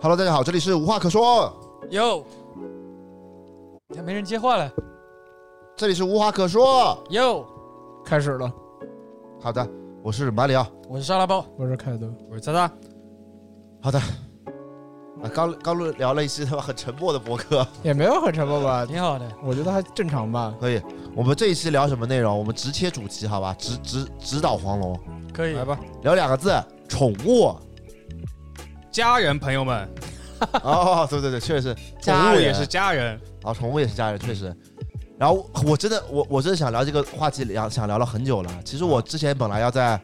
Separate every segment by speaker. Speaker 1: Hello，大家好，这里是无话可说，
Speaker 2: 哟，看没人接话了。
Speaker 1: 这里是无话可说。
Speaker 2: 哟，
Speaker 3: 开始了，
Speaker 1: 好的，我是马里奥。
Speaker 2: 我是沙拉包，
Speaker 3: 我是凯德。
Speaker 2: 我是渣渣。
Speaker 1: 啊，刚刚录聊了一期他妈很沉默的博客，
Speaker 3: 也没有很沉默吧？
Speaker 2: 挺好的，
Speaker 3: 我觉得还正常吧。
Speaker 1: 可以。我们这一期聊什么内容？我们直切主题，好吧？直直直捣黄龙，
Speaker 2: 可以。
Speaker 3: 来吧，
Speaker 1: 聊两个字：宠物。
Speaker 4: 家人朋友们，
Speaker 1: 哦， 对对对，确实，
Speaker 4: 宠
Speaker 1: 家
Speaker 4: 物
Speaker 1: 人
Speaker 4: 也是家人，
Speaker 1: 啊，宠物也是家人，确实。然后我我真的我我真的想聊这个话题，聊想聊了很久了。其实我之前本来要在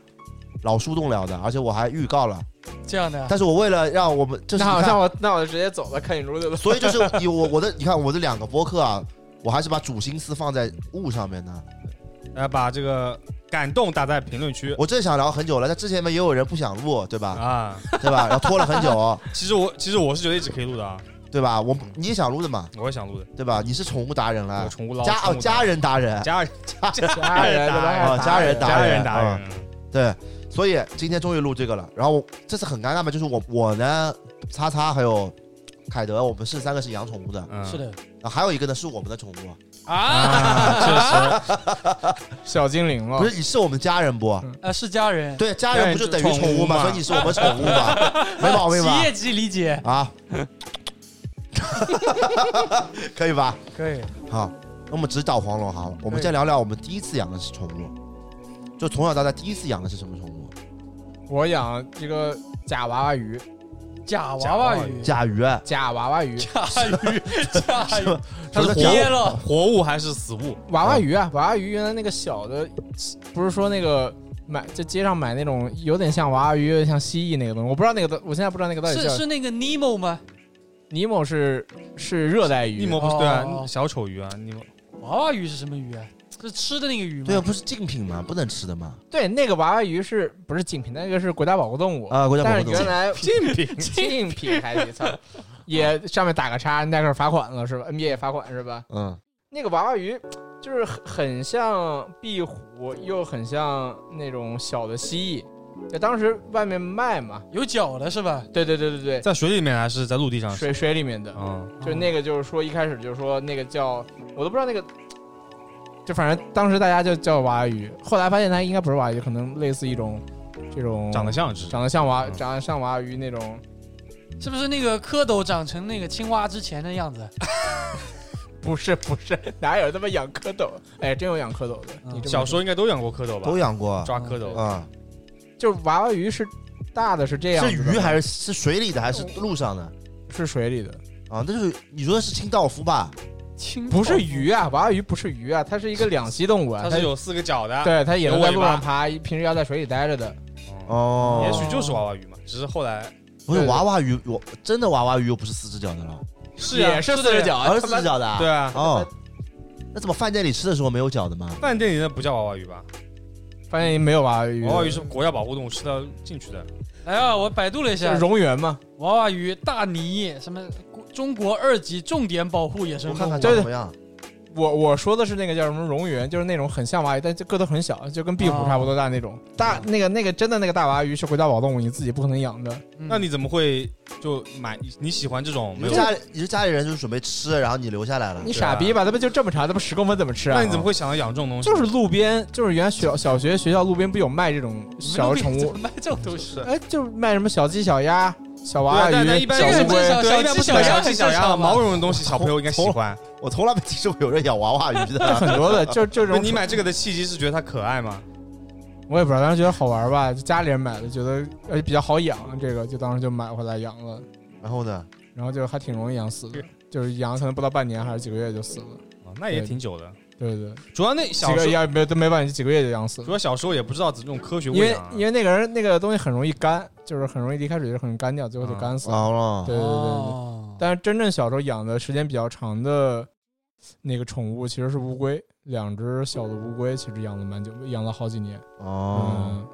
Speaker 1: 老树洞聊的，而且我还预告了，
Speaker 2: 这样的，
Speaker 1: 但是我为了让我们就是
Speaker 3: 那
Speaker 1: 你
Speaker 3: 好
Speaker 1: 看
Speaker 3: 像我那我就直接走了，看你出去了。
Speaker 1: 所以就是以我我的你看我的两个播客啊，我还是把主心思放在物上面的。
Speaker 4: 来把这个感动打在评论区
Speaker 1: 我真的想聊很久了，但之前嘛也有人不想录，对吧？
Speaker 4: 啊。
Speaker 1: 对吧？然后拖了很久，
Speaker 4: 其实我其实我是觉得一直可以录的啊，
Speaker 1: 对吧？我你也想录的嘛，
Speaker 4: 我也想录的。
Speaker 1: 对吧？你是宠物达人
Speaker 4: 我
Speaker 1: 了，
Speaker 4: 宠物捞
Speaker 1: 家哦
Speaker 4: 宠物
Speaker 1: 家人达人，
Speaker 4: 家人
Speaker 3: 家人
Speaker 4: 家人
Speaker 1: 哦家人达
Speaker 4: 家
Speaker 1: 人
Speaker 4: 人达人，
Speaker 1: 对。所以今天终于录这个了，然后我这次很尴尬嘛，就是我我呢，叉叉还有凯德，我们是三个是养宠物的，
Speaker 4: 嗯
Speaker 2: 是的
Speaker 1: 然后还有一个呢是我们的宠物，
Speaker 2: 啊
Speaker 3: 小精灵了
Speaker 1: 不，是你是我们家人不？
Speaker 2: 啊，是家人，
Speaker 1: 嗯对，家人不就等于宠物嘛，
Speaker 4: 宠物嘛
Speaker 1: 所以你是我们宠物嘛， 没毛病吧？
Speaker 2: 企业级理解，
Speaker 1: 啊， 可以吧？
Speaker 2: 可 以。
Speaker 1: 好，那我们直捣黄龙好了，我们
Speaker 2: 可以
Speaker 1: 先聊聊我们第一次养的是宠物，就从小到大第一次养的是什么宠物？
Speaker 3: 我养这个假娃娃鱼，
Speaker 2: 假娃娃鱼，
Speaker 1: 甲鱼，
Speaker 3: 假娃娃鱼，
Speaker 2: 假鱼，假
Speaker 1: 什么
Speaker 2: 鱼，
Speaker 1: 什么叫甲
Speaker 2: 噎了。
Speaker 4: 活物还是死物？
Speaker 3: 娃娃鱼啊，娃娃鱼原来那个小的，不是说那个买在街上买那种有点像娃娃鱼，有点像蜥蜴那个东西，我不知道那个，我现在不知道那个到底
Speaker 2: 是
Speaker 3: 叫。
Speaker 2: 是那个 Nemo 吗？
Speaker 3: 尼莫是是热带鱼，
Speaker 4: 尼莫不是对
Speaker 2: 哦
Speaker 4: 啊，小丑鱼啊，尼莫
Speaker 2: 娃娃鱼是什么鱼啊？是吃的那个鱼吗？
Speaker 1: 对啊，不是竞品嘛，不能吃的嘛。
Speaker 3: 对那个娃娃鱼是不是竞品？那个是国家保护动物
Speaker 1: 啊国家保护动物
Speaker 3: 但是原来
Speaker 4: 竞品
Speaker 3: 竞品还得操，也上面打个叉，耐克罚款了是吧？NBA 也罚款是吧？
Speaker 1: 嗯，
Speaker 3: 那个娃娃鱼就是很很像壁虎，又很像那种小的蜥蜴。就当时外面卖嘛，
Speaker 2: 有脚的是吧？
Speaker 3: 对对对对对，
Speaker 4: 在水里面还是在啊陆地上？
Speaker 3: 水哦水里面的，
Speaker 4: 嗯，
Speaker 3: 就那个就是说一开始就是说那个叫我都不知道那个，就反正当时大家就叫娃娃鱼，后来发现它应该不是娃娃鱼，可能类似一种这种
Speaker 4: 长得像只，
Speaker 3: 长得像娃
Speaker 4: 嗯
Speaker 3: 长得像娃娃鱼那种，
Speaker 2: 是不是那个蝌蚪长成那个青蛙之前的样子？
Speaker 3: 不是不是， 哪有他妈养蝌蚪？哎，真有养蝌蚪的。
Speaker 2: 嗯
Speaker 3: 你这么
Speaker 4: 小时候应该都养过蝌蚪吧？
Speaker 1: 都养过。
Speaker 4: 抓蝌蚪，
Speaker 1: 啊，
Speaker 3: 就是娃娃鱼是大的是这样
Speaker 1: 是
Speaker 3: 子的吗，
Speaker 1: 鱼还是是水里的还是路上的？
Speaker 3: 是水里的？
Speaker 1: 啊，那就是你说的是清道夫吧？
Speaker 2: 嗯青
Speaker 3: 不是
Speaker 2: 蛙
Speaker 3: 鱼啊，娃娃鱼不是鱼啊，它是一个两栖动物啊，
Speaker 4: 它是有四个角的，
Speaker 3: 对它也能在
Speaker 4: 有尾
Speaker 3: 路
Speaker 4: 巴
Speaker 3: 上爬，平时要在水里待着的。
Speaker 4: 嗯，
Speaker 1: 哦，
Speaker 4: 也许就是娃娃鱼嘛，只是后来
Speaker 1: 不是
Speaker 3: 对
Speaker 1: 娃娃鱼，我真的娃娃鱼又不是四只脚的了，
Speaker 4: 是
Speaker 3: 也
Speaker 4: 啊
Speaker 3: 是
Speaker 4: 的
Speaker 3: 四只
Speaker 4: 呀，
Speaker 3: 脚啊，
Speaker 1: 而是
Speaker 3: 他
Speaker 1: 四
Speaker 3: 妈
Speaker 1: 只脚的啊。
Speaker 4: 对啊，
Speaker 1: 哦，那怎么饭店里吃的时候没有脚的吗？
Speaker 4: 饭店里的不叫娃娃鱼吧？
Speaker 3: 发现没有娃娃鱼，
Speaker 4: 娃娃鱼是国家保护动物，吃到进去的。
Speaker 2: 来啊！我百度了一
Speaker 3: 就
Speaker 2: 下
Speaker 3: 是，蝾螈嘛？
Speaker 2: 娃娃鱼、大鲵什么中国二级重点保护野生
Speaker 1: 我
Speaker 2: 动
Speaker 1: 看
Speaker 2: 物
Speaker 1: 看
Speaker 3: 这
Speaker 1: 长什么样。
Speaker 3: 我我说的是那个叫什么蝾螈，就是那种很像娃娃鱼，但就个头很小，就跟壁虎差不多大那种。大那个那个真的那个大娃娃鱼是国家保护动物，你自己不可能养的。
Speaker 2: 嗯
Speaker 4: 那你怎么会就买？你你喜欢这种
Speaker 1: 你
Speaker 4: 没
Speaker 1: 们
Speaker 4: 有？
Speaker 1: 家里，你是家里人就是准备吃，然后你留下来了
Speaker 3: 你。傻逼吧？他们就这么长，他们十公分怎么吃啊？
Speaker 4: 那你怎么会想到养这种东西？
Speaker 3: 就是路边，就是原来小小学学校路边不有卖这种
Speaker 2: 你们
Speaker 3: 小
Speaker 2: 都
Speaker 3: 宠
Speaker 2: 怎
Speaker 3: 物
Speaker 2: 么，卖这种东西？
Speaker 3: 哎，就是卖什么小鸡、小鸭、小娃娃
Speaker 4: 对啊但但
Speaker 3: 鱼
Speaker 4: 一、般
Speaker 3: 小
Speaker 4: 人
Speaker 3: 乌
Speaker 2: 至
Speaker 3: 龟
Speaker 2: 少。
Speaker 4: 对，一般不是
Speaker 2: 小鸡小
Speaker 4: 小
Speaker 2: 鸭
Speaker 4: 鸡小
Speaker 2: 很正
Speaker 4: 鸭
Speaker 2: 常吧
Speaker 4: 毛茸茸的东西，小朋友应该喜欢。
Speaker 1: 我从来没听说过有人养娃娃鱼 的。
Speaker 3: 很多的，就就这
Speaker 4: 不是
Speaker 3: 种，
Speaker 4: 你买这个的契机是觉得它可爱吗？
Speaker 3: 我也不知道，当时觉得好玩吧，就家里人买的，觉得而且比较好养，这个就当时就买回来养了，
Speaker 1: 然后呢？
Speaker 3: 然后就还挺容易养死的，就是养可能不到半年还是几个月就死了，
Speaker 4: 啊，那也挺久的。
Speaker 3: 对对，
Speaker 4: 主要那
Speaker 3: 几
Speaker 4: 小
Speaker 3: 个
Speaker 4: 时候，
Speaker 3: 要没都没半年，几个月就养死了，
Speaker 4: 主要小时候也不知道这种科学
Speaker 3: 因
Speaker 4: 喂
Speaker 3: 为
Speaker 4: 养啊。
Speaker 3: 因为那个人那个东西很容易干，就是很容易一开始就很干掉，最后就干死
Speaker 4: 哦
Speaker 3: 了，
Speaker 1: 完了。
Speaker 3: 对对对对对。
Speaker 2: 哦
Speaker 3: 但是真正小时候养的时间比较长的那个宠物其实是乌龟，两只小的乌龟其实养了蛮久，养了好几年。
Speaker 1: 哦，
Speaker 3: 嗯，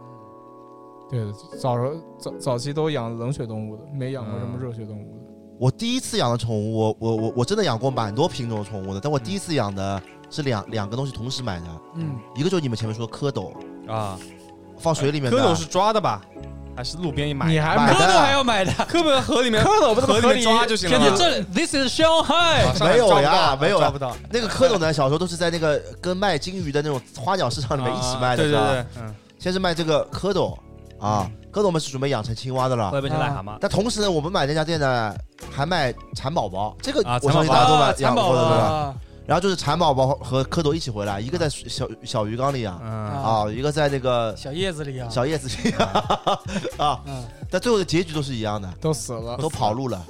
Speaker 3: 对，早时候早早期都养冷血动物的，没养过什么热血动物的。
Speaker 1: 我第一次养的宠物，我我我我真的养过蛮多品种的宠物的，但我第一次养的是两两个东西同时买的，
Speaker 2: 嗯，
Speaker 1: 一个就是你们前面说的蝌蚪，
Speaker 4: 啊，
Speaker 1: 放水里面的。
Speaker 4: 蝌蚪是抓的吧？还是路边一买的？
Speaker 3: 你还
Speaker 1: 买
Speaker 2: 蝌
Speaker 1: 的
Speaker 2: 蚪还要买的，
Speaker 4: 科本河里面
Speaker 3: 蝌蚪不能
Speaker 4: 河里
Speaker 3: 合
Speaker 4: 面
Speaker 3: 理
Speaker 4: 抓就行了
Speaker 2: 天
Speaker 4: 吗。
Speaker 2: 天这 this is Shanghai，
Speaker 4: 上海
Speaker 1: 没有
Speaker 4: 抓不
Speaker 1: 呀
Speaker 4: 到
Speaker 1: 没有呀
Speaker 4: 抓不到。
Speaker 1: 那个蝌蚪呢，小时候都是在那个跟卖金鱼的那种花鸟市场里面一起卖的，
Speaker 4: 对
Speaker 1: 是吧？
Speaker 4: 对对，嗯，
Speaker 1: 先是卖这个蝌蚪啊，蝌蚪我们是准备养成青蛙的
Speaker 4: 后
Speaker 1: 了。
Speaker 4: 来变成癞蛤蟆。
Speaker 1: 但同时呢，我们买那家店呢，还卖蚕宝宝，这个
Speaker 4: 啊
Speaker 1: 我相信
Speaker 4: 蚕宝宝
Speaker 1: 大家都买
Speaker 2: 蚕
Speaker 1: 养
Speaker 2: 宝啊
Speaker 1: 过的，对吧？
Speaker 2: 宝，
Speaker 1: 然后就是蚕宝宝和蝌蚪一起回来，一个在小小鱼缸里养
Speaker 4: 嗯，
Speaker 2: 啊
Speaker 1: 啊，一个在那个
Speaker 2: 小叶子里啊，
Speaker 1: 小叶子里养啊，
Speaker 2: 嗯，
Speaker 1: 但最后的结局都是一样的，
Speaker 3: 都死了，
Speaker 1: 都跑路了。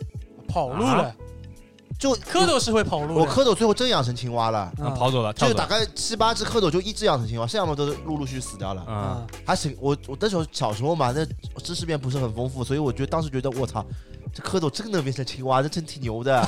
Speaker 2: 跑路了，
Speaker 1: 就
Speaker 2: 蝌蚪是会跑路
Speaker 1: 我
Speaker 2: 的，
Speaker 1: 蝌蚪最后真养成青蛙了，
Speaker 4: 嗯
Speaker 2: 嗯
Speaker 4: 跑走了，
Speaker 1: 就
Speaker 4: 跳
Speaker 1: 是
Speaker 4: 走
Speaker 1: 大
Speaker 4: 了。
Speaker 1: 概七八只蝌蚪就一只养成青蛙，剩下的都是陆陆续续死掉了。
Speaker 4: 嗯，
Speaker 1: 还行，我我那时候小时候嘛，那知识面不是很丰富，所以我觉得当时觉得我操，这蝌蚪真能变成青蛙，这真挺牛 的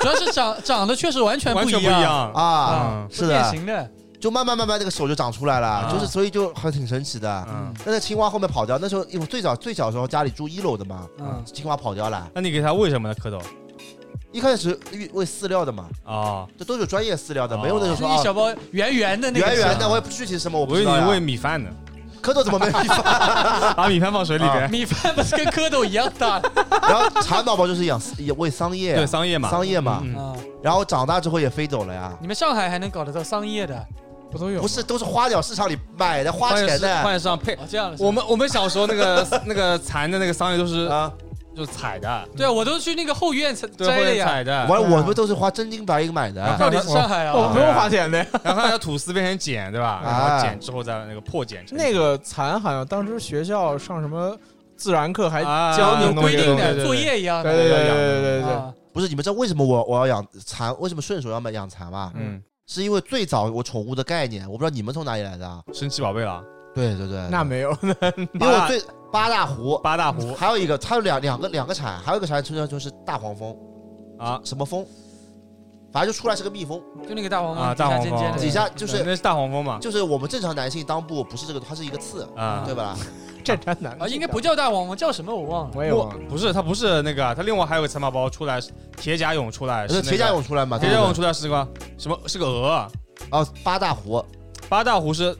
Speaker 2: 主要是长 长得确实完全
Speaker 4: 完
Speaker 2: 不
Speaker 4: 全
Speaker 2: 一
Speaker 4: 不一
Speaker 2: 样，
Speaker 4: 样。
Speaker 1: 啊！
Speaker 4: 嗯
Speaker 1: 是
Speaker 2: 典
Speaker 1: 的，
Speaker 2: 型的，
Speaker 1: 就慢慢慢慢那个手就长出来了，
Speaker 4: 啊
Speaker 1: 就是所以就还挺神奇的。
Speaker 4: 嗯，
Speaker 1: 那那青蛙后面跑掉，那时候因为我最早最小时候家里住一楼的嘛，
Speaker 4: 啊
Speaker 2: 嗯
Speaker 1: 青蛙跑掉了，
Speaker 4: 那你给它喂什么呢？蝌蚪
Speaker 1: 一开始喂喂饲料的嘛，
Speaker 4: 啊，
Speaker 1: 这都有专业饲料的，
Speaker 4: 哦
Speaker 1: 没有那种
Speaker 2: 是
Speaker 1: 说
Speaker 2: 一
Speaker 1: 啊
Speaker 2: 小包圆圆的那个，
Speaker 1: 圆圆的，
Speaker 4: 啊
Speaker 1: 我也不具体是什么，我不
Speaker 4: 我以
Speaker 1: 知
Speaker 4: 为
Speaker 1: 道
Speaker 4: 你喂
Speaker 1: 呀。
Speaker 4: 米 饭呢，
Speaker 1: 蝌蚪怎么没地方？
Speaker 4: 把米饭放水里
Speaker 1: 啊
Speaker 4: 边。
Speaker 2: 米饭不是跟蝌蚪一样大的
Speaker 1: 然后蚕宝宝就是养也喂桑叶，
Speaker 4: 对，桑叶嘛，
Speaker 1: 桑叶嘛，
Speaker 4: 嗯
Speaker 2: 啊？
Speaker 1: 然后长大之后也飞走了呀。
Speaker 2: 你们上海还能搞得到桑叶的？
Speaker 3: 不都有吗？
Speaker 1: 不是，都是花鸟市场里买的，花钱的
Speaker 4: 换上配。
Speaker 2: 哦，这样的是吧
Speaker 4: 我们我们小时候那个那个蚕的那个桑叶都是
Speaker 1: 啊！
Speaker 4: 就采的，
Speaker 2: 对啊，我都去那个后院摘
Speaker 4: 对，
Speaker 2: 摘
Speaker 4: 或
Speaker 2: 的
Speaker 4: 者
Speaker 2: 呀。
Speaker 4: 采的，
Speaker 1: 完了，我们都是花真金白银买的。
Speaker 2: 到底上海啊，
Speaker 3: 我哦不用花钱的。
Speaker 4: 然后它吐丝变成茧，对
Speaker 1: 啊
Speaker 4: 吧？然后茧之后再那个破茧 成。
Speaker 3: 那个蚕好像当时学校上什么自然课还
Speaker 4: 啊
Speaker 3: 教
Speaker 2: 有
Speaker 3: 你弄
Speaker 2: 规
Speaker 3: 这个
Speaker 2: 定
Speaker 3: 东西
Speaker 2: 的，
Speaker 4: 对对对
Speaker 2: 作业一样
Speaker 3: 对
Speaker 2: 的。
Speaker 3: 对对对对对对，
Speaker 2: 啊
Speaker 1: 不是你们知道为什么我我要养蚕？为什么顺手要买养蚕啊吗？
Speaker 4: 嗯，
Speaker 1: 是因为最早我宠物的概念，我不知道你们从哪里来的啊？
Speaker 4: 神奇宝贝了，
Speaker 1: 对对对，
Speaker 3: 那没有，
Speaker 1: 因为我最八大湖，
Speaker 4: 八大湖
Speaker 1: 还有一个它有两两个两个产，还有一个产出现就是大黄蜂
Speaker 4: 啊，
Speaker 1: 什么蜂？反正就出来是个蜜蜂，
Speaker 2: 就那个大黄
Speaker 4: 啊
Speaker 2: 蜂，
Speaker 4: 大黄
Speaker 2: 尖尖的，
Speaker 4: 蜂
Speaker 1: 底下就是
Speaker 4: 嗯那是大黄蜂嘛，
Speaker 1: 就是我们正常男性裆部不是这个，它是一个刺，
Speaker 4: 啊
Speaker 1: 对吧？
Speaker 3: 这真难
Speaker 2: 啊，应该不叫大黄蜂，叫什么我忘了。
Speaker 3: 我也
Speaker 4: 不
Speaker 3: 忘了。
Speaker 4: 不是，它不是那个，它另外还有个蚕宝宝出来，铁甲蛹出来，是
Speaker 1: 是
Speaker 4: 那个啊
Speaker 1: 铁甲，蛹出来嘛？
Speaker 4: 铁甲
Speaker 1: 对不
Speaker 4: 蛹
Speaker 1: 对
Speaker 4: 出来是个什么？是个鹅。啊
Speaker 1: 哦，八大湖，
Speaker 4: 八大湖是，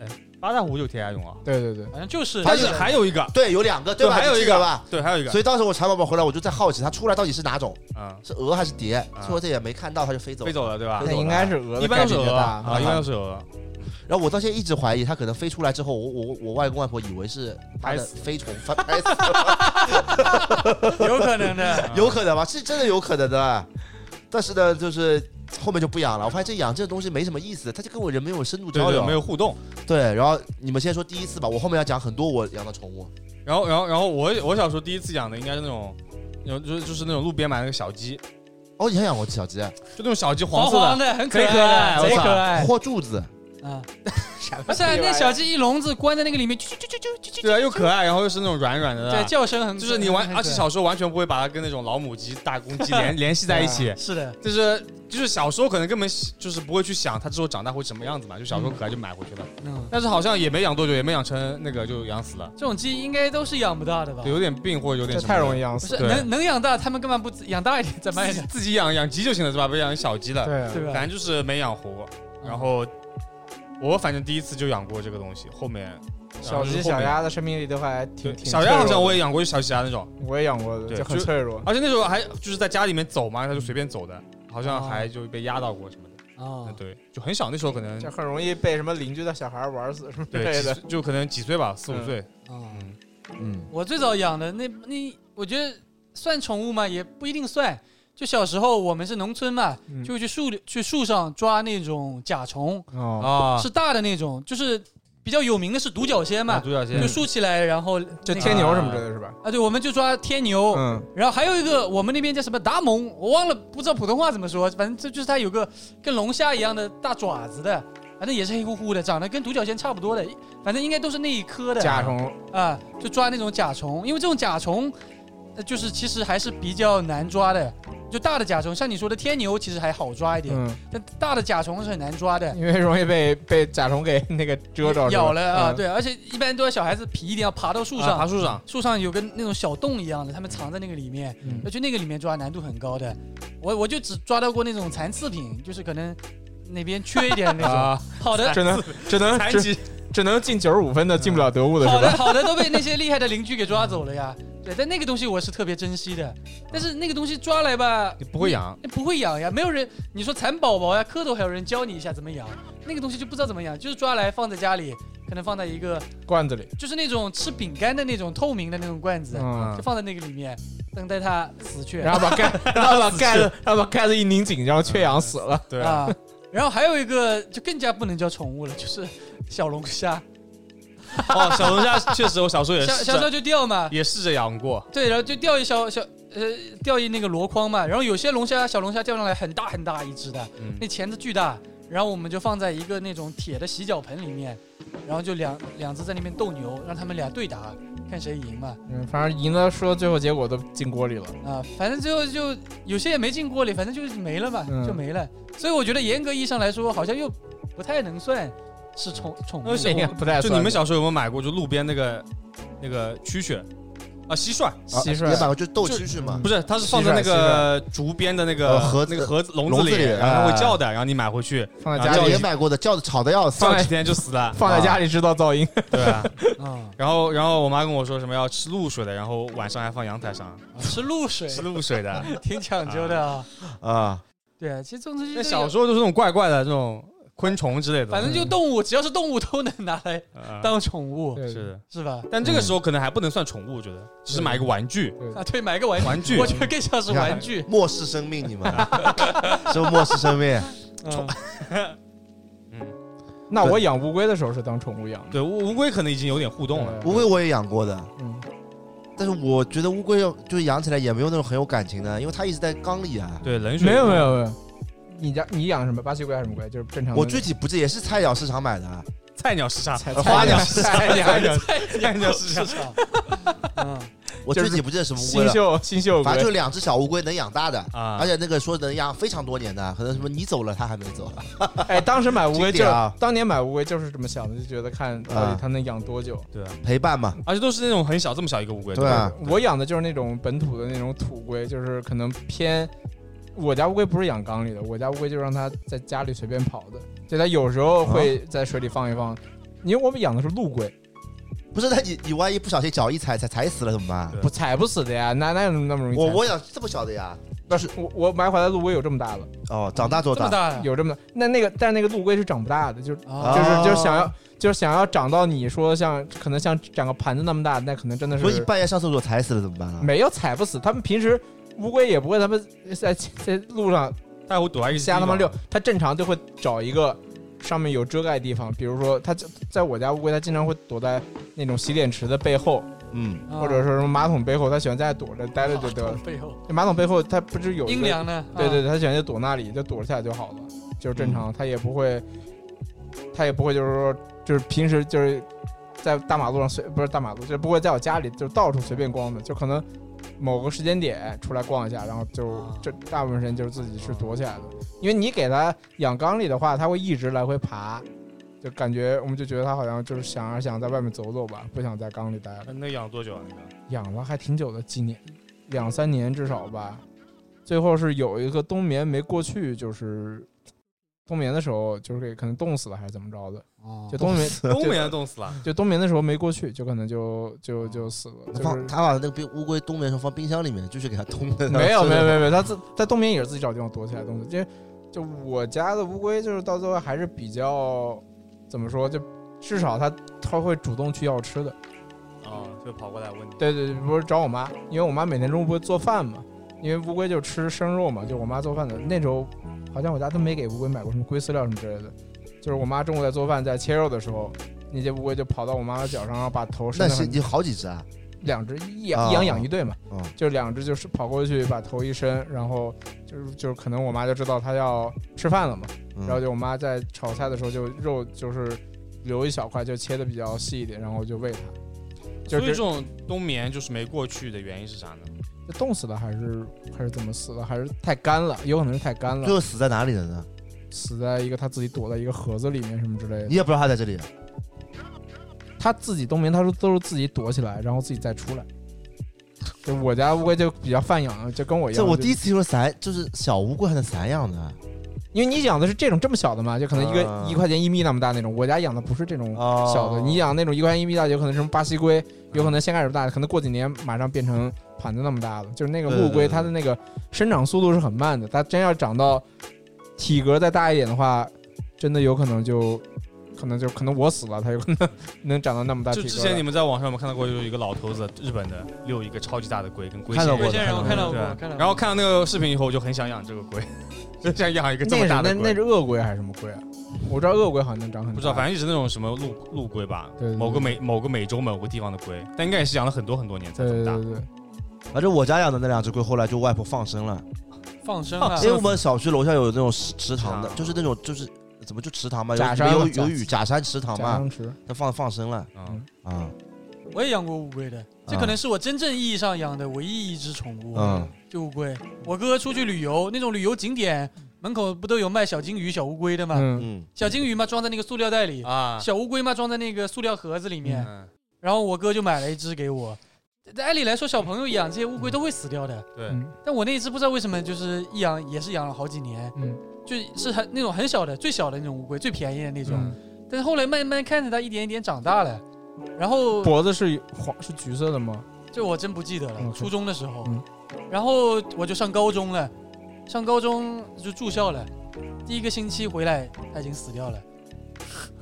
Speaker 4: 哎，八大湖有铁甲蛹啊，
Speaker 3: 对对对，
Speaker 2: 反正就是，
Speaker 1: 它
Speaker 4: 但
Speaker 1: 是
Speaker 4: 是还有一个，
Speaker 1: 对，有两个，对吧？
Speaker 4: 还有
Speaker 1: 你
Speaker 4: 一
Speaker 1: 记得
Speaker 4: 个
Speaker 1: 吧？
Speaker 4: 对，还有一个
Speaker 1: 所，以当时我蚕宝宝回来，我就在好奇它出来到底是哪种，
Speaker 4: 嗯，
Speaker 1: 是鹅还是蝶？最后这也没看到，它就飞走
Speaker 4: 飞
Speaker 1: 了。
Speaker 4: 走了对吧啊
Speaker 1: 飞
Speaker 3: 那？
Speaker 1: 走了
Speaker 3: 应该是鹅的
Speaker 4: 一般
Speaker 3: 概
Speaker 4: 都是
Speaker 3: 率比较
Speaker 4: 鹅
Speaker 3: 大
Speaker 4: 啊，一般都是鹅，
Speaker 1: 然后我到现在一直怀疑，它可能飞出来之后，我我我外公外婆以为是它
Speaker 4: 拍
Speaker 1: 的
Speaker 4: 死
Speaker 1: 飞 虫翻拍死，
Speaker 2: 有可能的。
Speaker 1: 有可能吧？是真的有可能的。但是呢，就是后面就不养了。我发现这养这个东西没什么意思，它就跟我人没有深度
Speaker 4: 对
Speaker 1: 交
Speaker 4: 对，
Speaker 1: 流。
Speaker 4: 没有互动。
Speaker 1: 对，然后你们先说第一次吧，我后面要讲很多我养的宠物。
Speaker 4: 然后，然后，然后我我小时候第一次养的应该是那种，有就是就是那种路边买那个小鸡，
Speaker 1: 哦，你还养过小鸡？
Speaker 4: 就那种小鸡
Speaker 2: 黄
Speaker 4: 色
Speaker 2: 黄
Speaker 4: 的，
Speaker 2: 的，很
Speaker 4: 贼可爱
Speaker 2: 爱，
Speaker 4: 我
Speaker 2: 贼
Speaker 4: 操
Speaker 2: 可 爱。
Speaker 1: 豁柱子，
Speaker 2: 啊，不是啊那小鸡一笼子关在那个里面，啾啾啾啾啾啾啾，
Speaker 4: 对啊，又可爱，然后又是那种软软的，啊
Speaker 2: 对，叫声很，
Speaker 4: 就是你完，
Speaker 2: 很可爱
Speaker 4: 而且小时候完全不会把它跟那种老母鸡、大公 鸡联联系在一起，
Speaker 2: 是的，
Speaker 4: 就是就是小时候可能根本就是不会去想它之后长大会什么样子嘛，就小时候可爱就买回去了，
Speaker 2: 嗯，
Speaker 4: 但是好像也没养多久，也没养成那个就养死了，
Speaker 2: 这种鸡应该都是养不大的吧？
Speaker 4: 对有点病或者有点
Speaker 3: 这
Speaker 4: 什么
Speaker 3: 太容易
Speaker 4: 易
Speaker 3: 养
Speaker 2: 不
Speaker 3: 死。
Speaker 2: 是
Speaker 4: 对
Speaker 2: 能能养大，他们干嘛不自养大一点再卖呢？
Speaker 4: 自己养养鸡就行了是吧？不养小鸡了，
Speaker 3: 对嗯
Speaker 2: 对
Speaker 3: 啊，
Speaker 2: 吧？
Speaker 4: 反正就是没养活。然后我反正第一次就养过这个东西，后面
Speaker 3: 小
Speaker 4: 然后
Speaker 3: 鸡、
Speaker 4: 就是嗯后
Speaker 3: 小
Speaker 4: 面
Speaker 3: 鸭的生命力都还挺
Speaker 4: 对
Speaker 3: 挺
Speaker 4: 小鸭
Speaker 3: 脆
Speaker 4: 好
Speaker 3: 弱
Speaker 4: 像
Speaker 3: 的
Speaker 4: 我也养过，就小鸡啊鸭那种，
Speaker 3: 我也养过的，
Speaker 4: 对
Speaker 3: 就很
Speaker 4: 就
Speaker 3: 脆弱。
Speaker 4: 而且那时候还就是在家里面走嘛，它就随便走的，好
Speaker 3: 哦
Speaker 4: 像还就被压到过什么的。
Speaker 2: 啊
Speaker 4: 嗯，，对，就很小，那时候可能
Speaker 3: 就很容易被什么邻居的小孩玩死什么之
Speaker 4: 嗯对
Speaker 3: 类
Speaker 4: 几
Speaker 3: 的。
Speaker 4: 岁就可能几岁吧，四五
Speaker 3: 嗯
Speaker 4: 岁。
Speaker 2: 啊
Speaker 4: 嗯，
Speaker 1: 嗯，
Speaker 2: 我最早养的那那，我觉得算宠物嘛，也不一定算。就小时候我们是农村嘛，
Speaker 3: 嗯
Speaker 2: 就去树里去树上抓那种甲虫，
Speaker 3: 哦，
Speaker 4: 啊，
Speaker 2: 是大的那种，就是比较有名的是独角仙嘛，
Speaker 4: 独角仙
Speaker 2: 就竖起来，然后
Speaker 3: 啊
Speaker 2: 那
Speaker 3: 就
Speaker 2: 个
Speaker 3: 天牛什么之类的是吧？
Speaker 2: 啊，对，我们就抓天
Speaker 4: 哦
Speaker 2: 牛，
Speaker 3: 嗯，
Speaker 2: 然后还有一个我们那边叫什么达蒙，我忘了，不知道普通话怎么说，反正这就是它有个跟龙虾一样的大爪子的，反正也是黑乎乎的，长得跟独角仙差不多的，反正应该都是那一科的
Speaker 3: 甲虫
Speaker 2: 啊，就抓那种甲虫，因为这种甲虫，呃就是其实还是比较难抓的，就大的甲虫，像你说的天牛其实还好抓一点，
Speaker 3: 嗯，
Speaker 2: 但大的甲虫是很难抓的，
Speaker 3: 因为容易被被甲虫给那个遮着是吧
Speaker 2: 咬了啊，
Speaker 3: 嗯
Speaker 2: 对，而且一般都要小孩子皮一定要爬到树
Speaker 4: 啊
Speaker 2: 上，
Speaker 4: 爬树上，
Speaker 2: 树上有个那种小洞一样的，他们藏在那个里面，
Speaker 3: 嗯
Speaker 2: 要去那个里面抓难度很高的。我我就只抓到过那种残次品，就是可能哪边缺一点那种，
Speaker 4: 啊，
Speaker 2: 好的
Speaker 3: 只能只能
Speaker 4: 残
Speaker 3: 只
Speaker 4: 疾
Speaker 3: 只能进九十五分的，进不了得物的
Speaker 2: 好
Speaker 3: 是
Speaker 2: 的
Speaker 3: 吧？
Speaker 2: 好的都被那些厉害的邻居给抓走了呀。对，但那个东西我是特别珍惜的，但是那个东西抓来吧，
Speaker 4: 你不会养，
Speaker 2: 那不会养呀，没有人，你说蚕宝宝呀，蝌蚪还有人教你一下怎么养，那个东西就不知道怎么养，就是抓来放在家里，可能放在一个
Speaker 3: 罐子里，
Speaker 2: 就是那种吃饼干的那种透明的那种罐子，
Speaker 3: 嗯
Speaker 2: 就，放在那个里面，等待它死去。
Speaker 3: 然后把盖， 然后把盖子，然后把盖子一拧紧，然后缺氧死了。
Speaker 4: 对啊，
Speaker 2: 啊，然后还有一个就更加不能叫宠物了，就是小龙虾，
Speaker 4: 哦，小龙虾确实，我小
Speaker 3: 呃
Speaker 4: 时候也
Speaker 2: 小
Speaker 4: 试
Speaker 2: 小时候
Speaker 4: 着
Speaker 2: 就钓嘛，
Speaker 4: 也试着养过，
Speaker 2: 对，然后就钓一小小呃钓一那个箩筐嘛，然后有些龙虾小龙虾钓上来很大很大一只的，
Speaker 4: 嗯
Speaker 2: 那钳子巨大，然后我们就放在一个那种铁的洗脚盆里面，然后就两两只在那边斗牛，让他们俩对打，看谁赢嘛。
Speaker 3: 嗯，反正赢了，说最后结果都进锅里了。
Speaker 2: 啊，反正最后就有些也没进锅里，反正就是没了吧，
Speaker 3: 嗯
Speaker 2: 就没了。所以我觉得严格意义上来说，好像又不太能算是宠宠物
Speaker 4: 那。是
Speaker 3: 那个不太
Speaker 4: 就
Speaker 3: 算
Speaker 4: 你们小时候有没有买过？就路边那个那个蛐蛐啊，蟋蟀，
Speaker 3: 蟋
Speaker 1: 也买
Speaker 4: 啊
Speaker 3: 蟀，
Speaker 1: 过，就斗蛐蛐嘛
Speaker 4: 不。是，它是放在那个竹编的那个
Speaker 1: 呃盒子
Speaker 4: 那个盒子笼
Speaker 1: 笼
Speaker 4: 子
Speaker 1: 子里
Speaker 4: 里，然后
Speaker 1: 哎
Speaker 4: 会叫的，然后你买回去
Speaker 3: 放在
Speaker 4: 然
Speaker 1: 家
Speaker 3: 家
Speaker 4: 后
Speaker 1: 里
Speaker 3: 里
Speaker 1: 也，买过的，叫的吵的要死
Speaker 4: 嗯放。几天就死 了。
Speaker 3: 放在家里制造噪音。
Speaker 4: 对啊，
Speaker 2: 啊，
Speaker 4: 然后然后我妈跟我说什么要吃露水的，然后晚上还放阳台上
Speaker 2: 吃露水
Speaker 4: 吃露水的。
Speaker 2: 挺讲究的啊。
Speaker 1: 啊，
Speaker 2: 对啊，其实这种东西
Speaker 4: 那
Speaker 2: 都
Speaker 4: 小
Speaker 2: 有
Speaker 4: 时候都是那种怪怪的这种昆虫之类的东
Speaker 2: 反
Speaker 4: 西，
Speaker 2: 正就动物，只要是动物都能拿来
Speaker 4: 呃
Speaker 2: 当宠 物，
Speaker 3: 对
Speaker 4: 是的。
Speaker 2: 是吧？
Speaker 4: 但这个时候可能还不能算宠物，我觉得只是买一个玩具，
Speaker 2: 啊，对，买个玩具，
Speaker 4: 玩具
Speaker 2: 我觉得更像是玩具。
Speaker 1: 漠视生命， 你们是不是漠视生 命？
Speaker 2: 嗯
Speaker 4: 嗯，
Speaker 3: 那我养乌龟的时候是当宠物养的，
Speaker 4: 对，乌乌龟可能已经有点互动了。
Speaker 1: 乌龟我也养过的，
Speaker 3: 嗯，
Speaker 1: 但是我觉得乌龟要就养起来也没有那种很有感情的，因为它一直在缸里啊。
Speaker 4: 对，冷水
Speaker 3: 没有没，有没有。你家你养什么巴西龟还是什么龟？就是正常的。
Speaker 1: 我具体不记，也是菜鸟市场买的，啊
Speaker 4: 菜鸟市场，
Speaker 3: 菜
Speaker 1: 花鸟
Speaker 3: 市场，菜鸟市场
Speaker 4: 菜鸟市场
Speaker 2: 市场，嗯，
Speaker 1: 我
Speaker 3: 就
Speaker 1: 具
Speaker 3: 是
Speaker 1: 体不记得什么乌龟
Speaker 3: 新
Speaker 1: 了，
Speaker 3: 秀新秀
Speaker 1: 反正就
Speaker 3: 龟，
Speaker 1: 两只小乌龟能养大的，
Speaker 4: 啊
Speaker 1: 而且那个说能养非常多年的，可能什么你走了它还没走。
Speaker 3: 哎，当时买乌
Speaker 1: 经
Speaker 3: 龟就
Speaker 1: 典啊
Speaker 3: 当年买乌龟就是这么想的，就觉得看到底它能养多久。
Speaker 4: 对啊，
Speaker 1: 陪伴嘛，
Speaker 4: 而且都是那种很小这么小一个乌龟，
Speaker 1: 对啊
Speaker 4: 吧，
Speaker 3: 我养的就是那种本土的那种土龟，就是可能偏。我家乌龟不是养缸里的，我家乌龟就让它在家里随便跑的，就它有时候
Speaker 1: 啊
Speaker 3: 会在水里放一放。因为我们养的是陆龟，
Speaker 1: 不是？那你你万一不小心脚一踩踩踩死了怎么办？啊
Speaker 4: 对
Speaker 3: 不踩不死的呀，哪哪有那么容易踩
Speaker 1: 我
Speaker 3: 死？
Speaker 1: 我养这么小的呀？
Speaker 3: 不是我我买回来的陆龟有这么大的，
Speaker 1: 哦，长大多
Speaker 2: 这么
Speaker 1: 大？
Speaker 2: 大呀
Speaker 3: 有这么大。那那个但是那个陆龟是长不大的，就
Speaker 2: 啊
Speaker 3: 就是
Speaker 1: 哦
Speaker 3: 就是想要就是想要长到你说像可能像长个盘子那么大，那可能真的
Speaker 1: 不是你
Speaker 3: 是
Speaker 1: 半夜上厕所踩死了怎么办啊？
Speaker 3: 没有踩不死。他们平时乌龟也不会，他们在 在路上
Speaker 4: 它会躲在一个地
Speaker 3: 瞎
Speaker 4: 方
Speaker 3: 他妈溜，它正常就会找一个上面有遮盖地方，比如说它就在我家乌龟，它经常会躲在那种洗脸池的背后，
Speaker 1: 嗯，
Speaker 2: 啊
Speaker 3: 或者说什么马桶背后，它喜欢在那躲着待着就得
Speaker 2: 啊
Speaker 3: 了。
Speaker 2: 背后
Speaker 3: 马桶背后它不是有一
Speaker 2: 阴
Speaker 3: 个
Speaker 2: 凉呢？啊
Speaker 3: 对对，，他选择躲那里就躲下就好了，就是正常，他也不会，他也不会就是说就是平时就是在大马路上随不是大马路，就是不会在我家里就到处随便逛的，就可能某个时间点出来逛一下，然后就
Speaker 2: 啊
Speaker 3: 这大部分时间就是自己是躲起来的，因为你给它养缸里的话，它会一直来回爬。就感觉，我们就觉得它好像就是想啊想在外面走走吧，不想在缸里待了。
Speaker 4: 那那养多久啊？那个
Speaker 3: 养了还挺久的，几年，两三年至少吧。最后是有一个冬眠没过去，就是冬眠的时候，就是给可能冻死了还是怎么着的，
Speaker 2: 哦
Speaker 3: 就冬眠
Speaker 4: 冬眠冻死了，
Speaker 3: 就冬眠的时候没过去，就可能就就就死了，就
Speaker 1: 放
Speaker 3: 是
Speaker 1: 他把那个冰乌龟冬眠的时候放冰箱里面，就是给它冻的。
Speaker 3: 没有没有没有没有，它自它冬眠也是自己找地方躲起来冻死，因为就我家的乌龟就是到最后还是比较怎么说，就至少它它会主动去要吃的。
Speaker 4: 哦，就跑过来问你，
Speaker 3: 对对对，不是找我妈，因为我妈每天中午不会做饭嘛，因为乌龟就吃生肉嘛，就我妈做饭的。那时候好像我家都没给乌龟买过什么龟饲料什么之类的，就是我妈中午在做饭在切肉的时候，那些乌龟就跑到我妈的脚上，然后把头
Speaker 1: 那
Speaker 3: 伸得
Speaker 1: 是
Speaker 3: 很
Speaker 1: 你好几只啊？
Speaker 3: 两只一养、
Speaker 1: 啊
Speaker 3: 一养养一对嘛，
Speaker 1: 嗯
Speaker 3: 就两只就是跑过去把头一伸，然后就是就是可能我妈就知道它要吃饭了嘛，
Speaker 1: 嗯
Speaker 3: 然后就我妈在炒菜的时候就肉就是留一小块就切的比较细一点，然后就喂它。就
Speaker 4: 所以
Speaker 3: 这
Speaker 4: 这种冬眠就是没过去的原因是啥呢？
Speaker 3: 是冻死的还是还是怎么死的？还是太干了？有可能是太干
Speaker 1: 最
Speaker 3: 了，
Speaker 1: 后死在哪里了呢？
Speaker 3: 死在一个他自己躲在一个盒子里面什么之类的
Speaker 1: 你。也不知道它在这里。
Speaker 3: 他自己冬眠，他说都是自己躲起来，然后自己再出来。就我家乌龟就比较泛养，就跟我一样。
Speaker 1: 这我
Speaker 3: 就
Speaker 1: 第一次听说散，就是小乌龟还能散养的。
Speaker 3: 因为你养的是这种这么小的嘛，就可能一个、
Speaker 1: 啊
Speaker 3: 一块钱一米那么大那种。我家养的不是这种
Speaker 1: 哦
Speaker 3: 小的，你养那种一块钱一米大，有可能什么巴西龟，有可能先开始不大，可能过几年马上变成盘子那么大了。就是那个
Speaker 1: 对对
Speaker 3: 陆龟，
Speaker 1: 对
Speaker 3: 它的那个生长速度是很慢的，它真要长到体格再大一点的话，真的有可能就。可能就可能我死了，它有可能能长到那么大体
Speaker 4: 就
Speaker 3: 格了。
Speaker 4: 之前你们在网上有没有看到过，就是一个老头子，日本的遛一个超级大的龟，跟龟
Speaker 1: 看到
Speaker 4: 仙
Speaker 1: 过
Speaker 4: 人
Speaker 1: 的
Speaker 2: 仙
Speaker 4: 一样
Speaker 2: 人我看到
Speaker 4: 对
Speaker 2: 过，
Speaker 4: 啊
Speaker 2: 我看到过
Speaker 4: 然后看到那个视频以后，我就很想养这个龟，就想养一个这
Speaker 3: 那
Speaker 4: 么
Speaker 3: 是
Speaker 4: 大
Speaker 3: 那
Speaker 4: 的
Speaker 3: 那
Speaker 4: 龟
Speaker 3: 是。鳄龟还是什么龟啊？我知道鳄龟好像能长很大，
Speaker 4: 不知道，反正一直那种什么陆陆龟吧
Speaker 3: 对对，对
Speaker 4: 某个美某个美洲某个地方的龟，但应该也是养了很多很多年才这
Speaker 3: 对
Speaker 4: 么大
Speaker 3: 对。对对，
Speaker 1: 反啊正我家养的那两只龟后来就外婆放生了，
Speaker 2: 放生啊了
Speaker 1: 因，为我们小区楼下有那种池池塘的，
Speaker 4: 池塘
Speaker 1: 就是那种就是怎么就池塘嘛，
Speaker 3: 假
Speaker 1: 有
Speaker 3: 山
Speaker 1: 有
Speaker 3: 嘛假
Speaker 1: 有鱼假山池塘
Speaker 3: 假
Speaker 1: 嘛，
Speaker 3: 生池。
Speaker 1: 它放放生了
Speaker 4: 嗯，
Speaker 1: 啊，
Speaker 2: 我也养过乌龟的，这可能是我真正意义上养的唯一一只宠物。
Speaker 1: 嗯，
Speaker 2: 就乌龟。我哥出去旅游，那种旅游景点门口不都有卖小金鱼、小乌龟的吗？
Speaker 3: 嗯，
Speaker 1: 嗯
Speaker 2: 小金鱼嘛装在那个塑料袋里，
Speaker 4: 啊，
Speaker 2: 小乌龟嘛装在那个塑料盒子里面。
Speaker 4: 嗯
Speaker 2: 然后我哥就买了一只给我。在按理来说，小朋友养这些乌龟都会死掉的，
Speaker 4: 对，
Speaker 3: 嗯
Speaker 2: 但我那一只不知道为什么就是一养也是养了好几年，
Speaker 3: 嗯
Speaker 2: 就是很那种很小的、最小的那种乌龟，最便宜的那种。
Speaker 3: 嗯，
Speaker 2: 但是后来慢慢看着它一点一点长大了，然后
Speaker 3: 脖子是黄是橘色的吗？
Speaker 2: 这我真不记得了，
Speaker 3: OK
Speaker 2: 初中的时候
Speaker 3: 嗯，
Speaker 2: 然后我就上高中了，上高中就住校了，第一个星期回来它已经死掉了，
Speaker 3: 嗯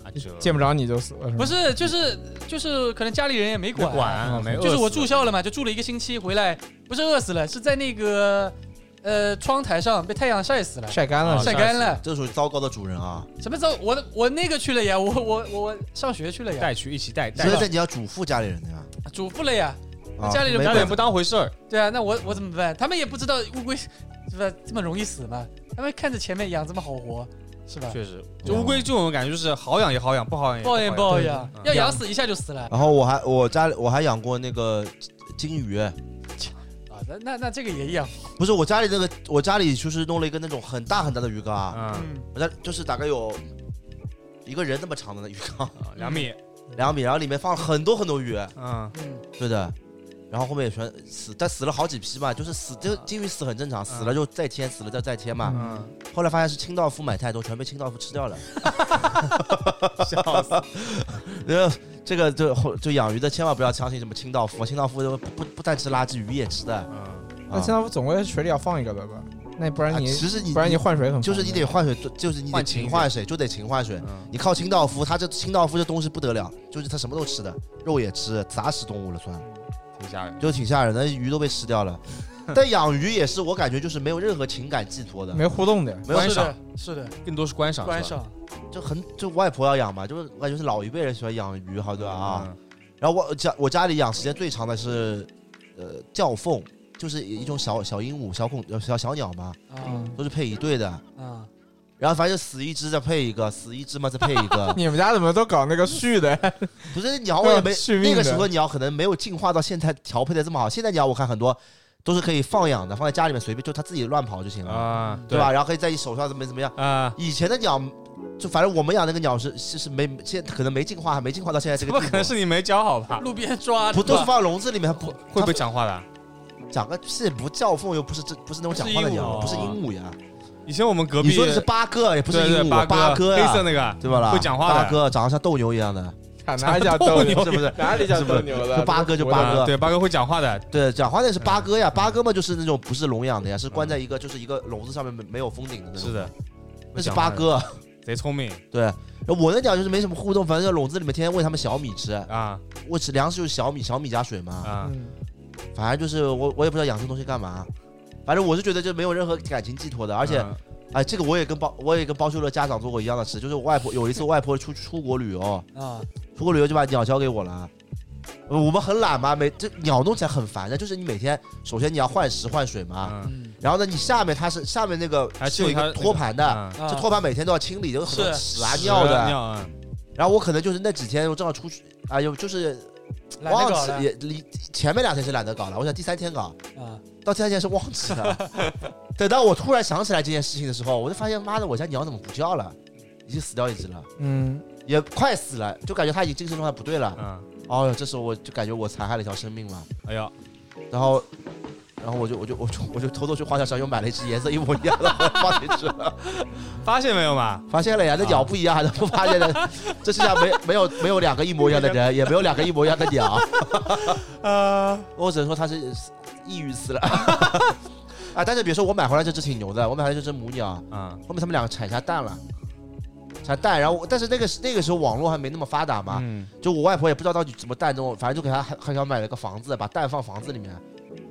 Speaker 4: 啊这
Speaker 3: 见不着你就死了，
Speaker 2: 不
Speaker 3: 是
Speaker 2: 是就是就是可能家里人也没
Speaker 4: 没
Speaker 2: 管，
Speaker 4: 管，没
Speaker 2: 就是我
Speaker 4: 饿死
Speaker 2: 住校了嘛，就住了一个星期回来，不是饿死了，是在那个呃窗台上被太阳晒死了
Speaker 3: 吗？。晒干了
Speaker 4: 啊
Speaker 3: 是吧，
Speaker 2: 晒干了，
Speaker 1: 这属于糟糕的主人啊！
Speaker 2: 什么时候我我那个去了呀？我我我我上学去了呀，
Speaker 4: 带去一起带带
Speaker 1: 所以
Speaker 4: 到
Speaker 1: 这，你要嘱咐家里人的呀，
Speaker 2: 嘱咐了呀。
Speaker 1: 啊
Speaker 2: 家里人
Speaker 1: 没
Speaker 4: 家里人
Speaker 1: 管
Speaker 4: 不当回事儿，
Speaker 2: 对啊，那我我怎么办？他们也不知道乌龟是吧这么容易死嘛，他们看着前面养这么好活，是吧？
Speaker 4: 确实，就乌龟这种感觉就是好养也好养，不好养也
Speaker 2: 抱怨
Speaker 4: 养。
Speaker 2: 抱怨，
Speaker 4: 对
Speaker 2: 要
Speaker 4: 对
Speaker 2: 养死一下就死了啊！
Speaker 1: 然后我还我家里我还养过那个金鱼，
Speaker 2: 那那那这个也养，
Speaker 1: 不是我家里那个我家里就是弄了一个那种很大很大的鱼缸啊，
Speaker 4: 嗯，
Speaker 2: 嗯，
Speaker 1: 我家就是大概有一个人那么长的那鱼缸，
Speaker 4: 啊两米，
Speaker 1: 两米，然后里面放了很多很多鱼，
Speaker 4: 嗯，
Speaker 2: 嗯
Speaker 1: 对的。然后后面也全死，但死了好几批嘛，就是死就金鱼死很
Speaker 3: 嗯
Speaker 1: 正常，死了就再添，死了再再添嘛。
Speaker 4: 嗯，
Speaker 1: 后来发现是清道夫买太多，全被清道夫吃掉 了。
Speaker 4: 笑死，
Speaker 1: 然后这个就后就养鱼的千万不要相信什么清道夫，清道夫就不不不但吃垃圾，鱼也吃的。啊
Speaker 4: 嗯，
Speaker 3: 那现在总归水里要放一个的吧？那不
Speaker 1: 啊
Speaker 3: 然你
Speaker 1: 其实你
Speaker 3: 不然你换水很
Speaker 1: 就是你得换水，就就是你得
Speaker 4: 换勤
Speaker 1: 勤
Speaker 4: 一
Speaker 1: 换水，就得勤换水。
Speaker 4: 嗯，
Speaker 1: 你靠清道夫，他这清道夫这东西不得了，就是他什么都吃的，肉也吃，杂食动物了算，
Speaker 4: 挺吓人。
Speaker 1: 就挺吓人的，鱼都被吃掉了。但养鱼也是我感觉就是没有任何情感寄托的，
Speaker 3: 没互动的，。
Speaker 1: 没有
Speaker 4: 观
Speaker 2: 是
Speaker 4: 赏
Speaker 2: 的，是的，
Speaker 4: 更多是观赏，
Speaker 2: 观
Speaker 4: 是吧
Speaker 2: 赏。
Speaker 1: 就很就外婆要养嘛，就是我感觉是老一辈人喜欢养鱼，好对吧啊。，
Speaker 4: 嗯
Speaker 1: 然后我家我家里养时间最长的是，呃，叫凤，就是一种小小鹦鹉、小孔、呃小小鸟嘛，
Speaker 2: 啊
Speaker 1: 都是配一对的。
Speaker 2: 啊！
Speaker 1: 然后反正就死一只再配一个，死一只嘛再配一个
Speaker 3: 你们家怎么都搞那个续的？
Speaker 1: 不是鸟我也没
Speaker 3: 续
Speaker 1: 那
Speaker 3: 命
Speaker 1: 个
Speaker 3: 的
Speaker 1: 时候鸟可能没有进化到现在调配的这么好。现在鸟我看很多都是可以放养的，放在家里面随便就它自己乱跑就行了，
Speaker 4: 啊，
Speaker 1: 对吧？？然后可以在你手上怎么怎么样。
Speaker 4: 啊，
Speaker 1: 以前的鸟就反正我们养那个鸟是是是没现可能没进化，还没进化到现在这
Speaker 4: 怎
Speaker 1: 个
Speaker 4: 么
Speaker 1: 地
Speaker 4: 可
Speaker 1: 步
Speaker 4: 能。是你没教好吧？
Speaker 2: 啊路边抓
Speaker 1: 不
Speaker 2: 的
Speaker 1: 都是
Speaker 2: 吧
Speaker 1: 放笼子里面？不
Speaker 4: 会不会讲话的啊？
Speaker 1: 讲个屁，不叫凤又不是这不是那种讲话的鸟，不是鹦鹉呀。
Speaker 4: 以前我们隔壁
Speaker 1: 你说的是八哥，也不是
Speaker 4: 对
Speaker 1: 鹦
Speaker 4: 对
Speaker 1: 鹉，八
Speaker 4: 哥黑色
Speaker 1: 呀，
Speaker 4: 那个，
Speaker 1: 对吧啦？
Speaker 4: 会讲话的
Speaker 1: 八 哥长得像斗牛一样的，
Speaker 3: 哪里 叫斗牛？
Speaker 1: 是不是？
Speaker 3: 哪里叫斗牛
Speaker 1: 是
Speaker 3: 的？
Speaker 1: 八哥就
Speaker 3: 我
Speaker 1: 八哥
Speaker 4: 啊对八哥会讲话的，
Speaker 1: 对，讲话那是八
Speaker 4: 嗯
Speaker 1: 哥呀，八哥嘛就是那种不是笼养的呀，是关在一个就是一个笼子上面没没有封顶的那种。
Speaker 4: 是的，，
Speaker 1: 那是八哥。
Speaker 4: 贼聪明
Speaker 1: 对，我的鸟就是没什么互动，反正在笼子里面天天喂它们小米吃，
Speaker 4: 啊
Speaker 1: 我吃粮食就是小米，小米加水嘛。
Speaker 4: 啊！
Speaker 3: 嗯
Speaker 1: 反正就是我我也不知道养这东西干嘛，反正我是觉得就没有任何感情寄托的，而且
Speaker 4: 嗯
Speaker 1: 哎，这个我也跟包我也跟包修的家长做过一样的事，就是我外婆有一次我外婆出出国旅游，
Speaker 2: 啊！
Speaker 1: 出国旅游就把鸟交给我了。呃我们很懒嘛，每这鸟弄起来很烦的，就是你每天首先你要换食换水嘛，
Speaker 4: 嗯
Speaker 2: 嗯
Speaker 1: 然后呢你下面它是下面那个
Speaker 4: 还
Speaker 1: 是有一
Speaker 4: 清理它
Speaker 1: 个
Speaker 4: 那个
Speaker 1: 托盘的，
Speaker 4: 啊
Speaker 1: 这
Speaker 2: 啊
Speaker 1: 托盘每天都要清理，有很多
Speaker 2: 是
Speaker 1: 屎啊
Speaker 4: 屎
Speaker 1: 尿的。
Speaker 4: 尿啊，
Speaker 1: 然后我可能就是那几天我正好出去，哎呦，就是
Speaker 2: 懒得
Speaker 1: 忘
Speaker 2: 搞
Speaker 1: 记
Speaker 2: 了
Speaker 1: 也离前面两天是懒得搞了，我想第三天搞，
Speaker 2: 啊！
Speaker 1: 到第三天是忘记了。等到我突然想起来这件事情的时候，我就发现妈的，我家鸟怎么不叫了？已经死掉一只了，
Speaker 3: 嗯，
Speaker 1: 也快死了，就感觉它已经精神状态不对了。哎
Speaker 4: 嗯，哎
Speaker 1: 哦呦，这时候我就感觉我残害了一条生命了。
Speaker 4: 哎呀，
Speaker 1: 然后然后我就我就 我就我就偷偷去花鸟山又买了一只颜色一模一样的 放进去了，
Speaker 4: 发现没有嘛？
Speaker 1: 发现了呀，那鸟不一样，那不发现了，这世界上没没有没有两个一模一样的人，也没有两个一模一样的鸟，
Speaker 4: 呃，
Speaker 1: 我只能说它是抑郁死了。 啊，但是比如说我买回来这只挺牛的，我买回来这只母鸟，
Speaker 4: 啊，
Speaker 1: 后面他们两个产下蛋了，产蛋，然后我但是那个那个时候网络还没那么发达嘛，
Speaker 4: 嗯，
Speaker 1: 就我外婆也不知道到底怎么蛋中，反正就给她还还想买了个房子，把蛋放房子里面。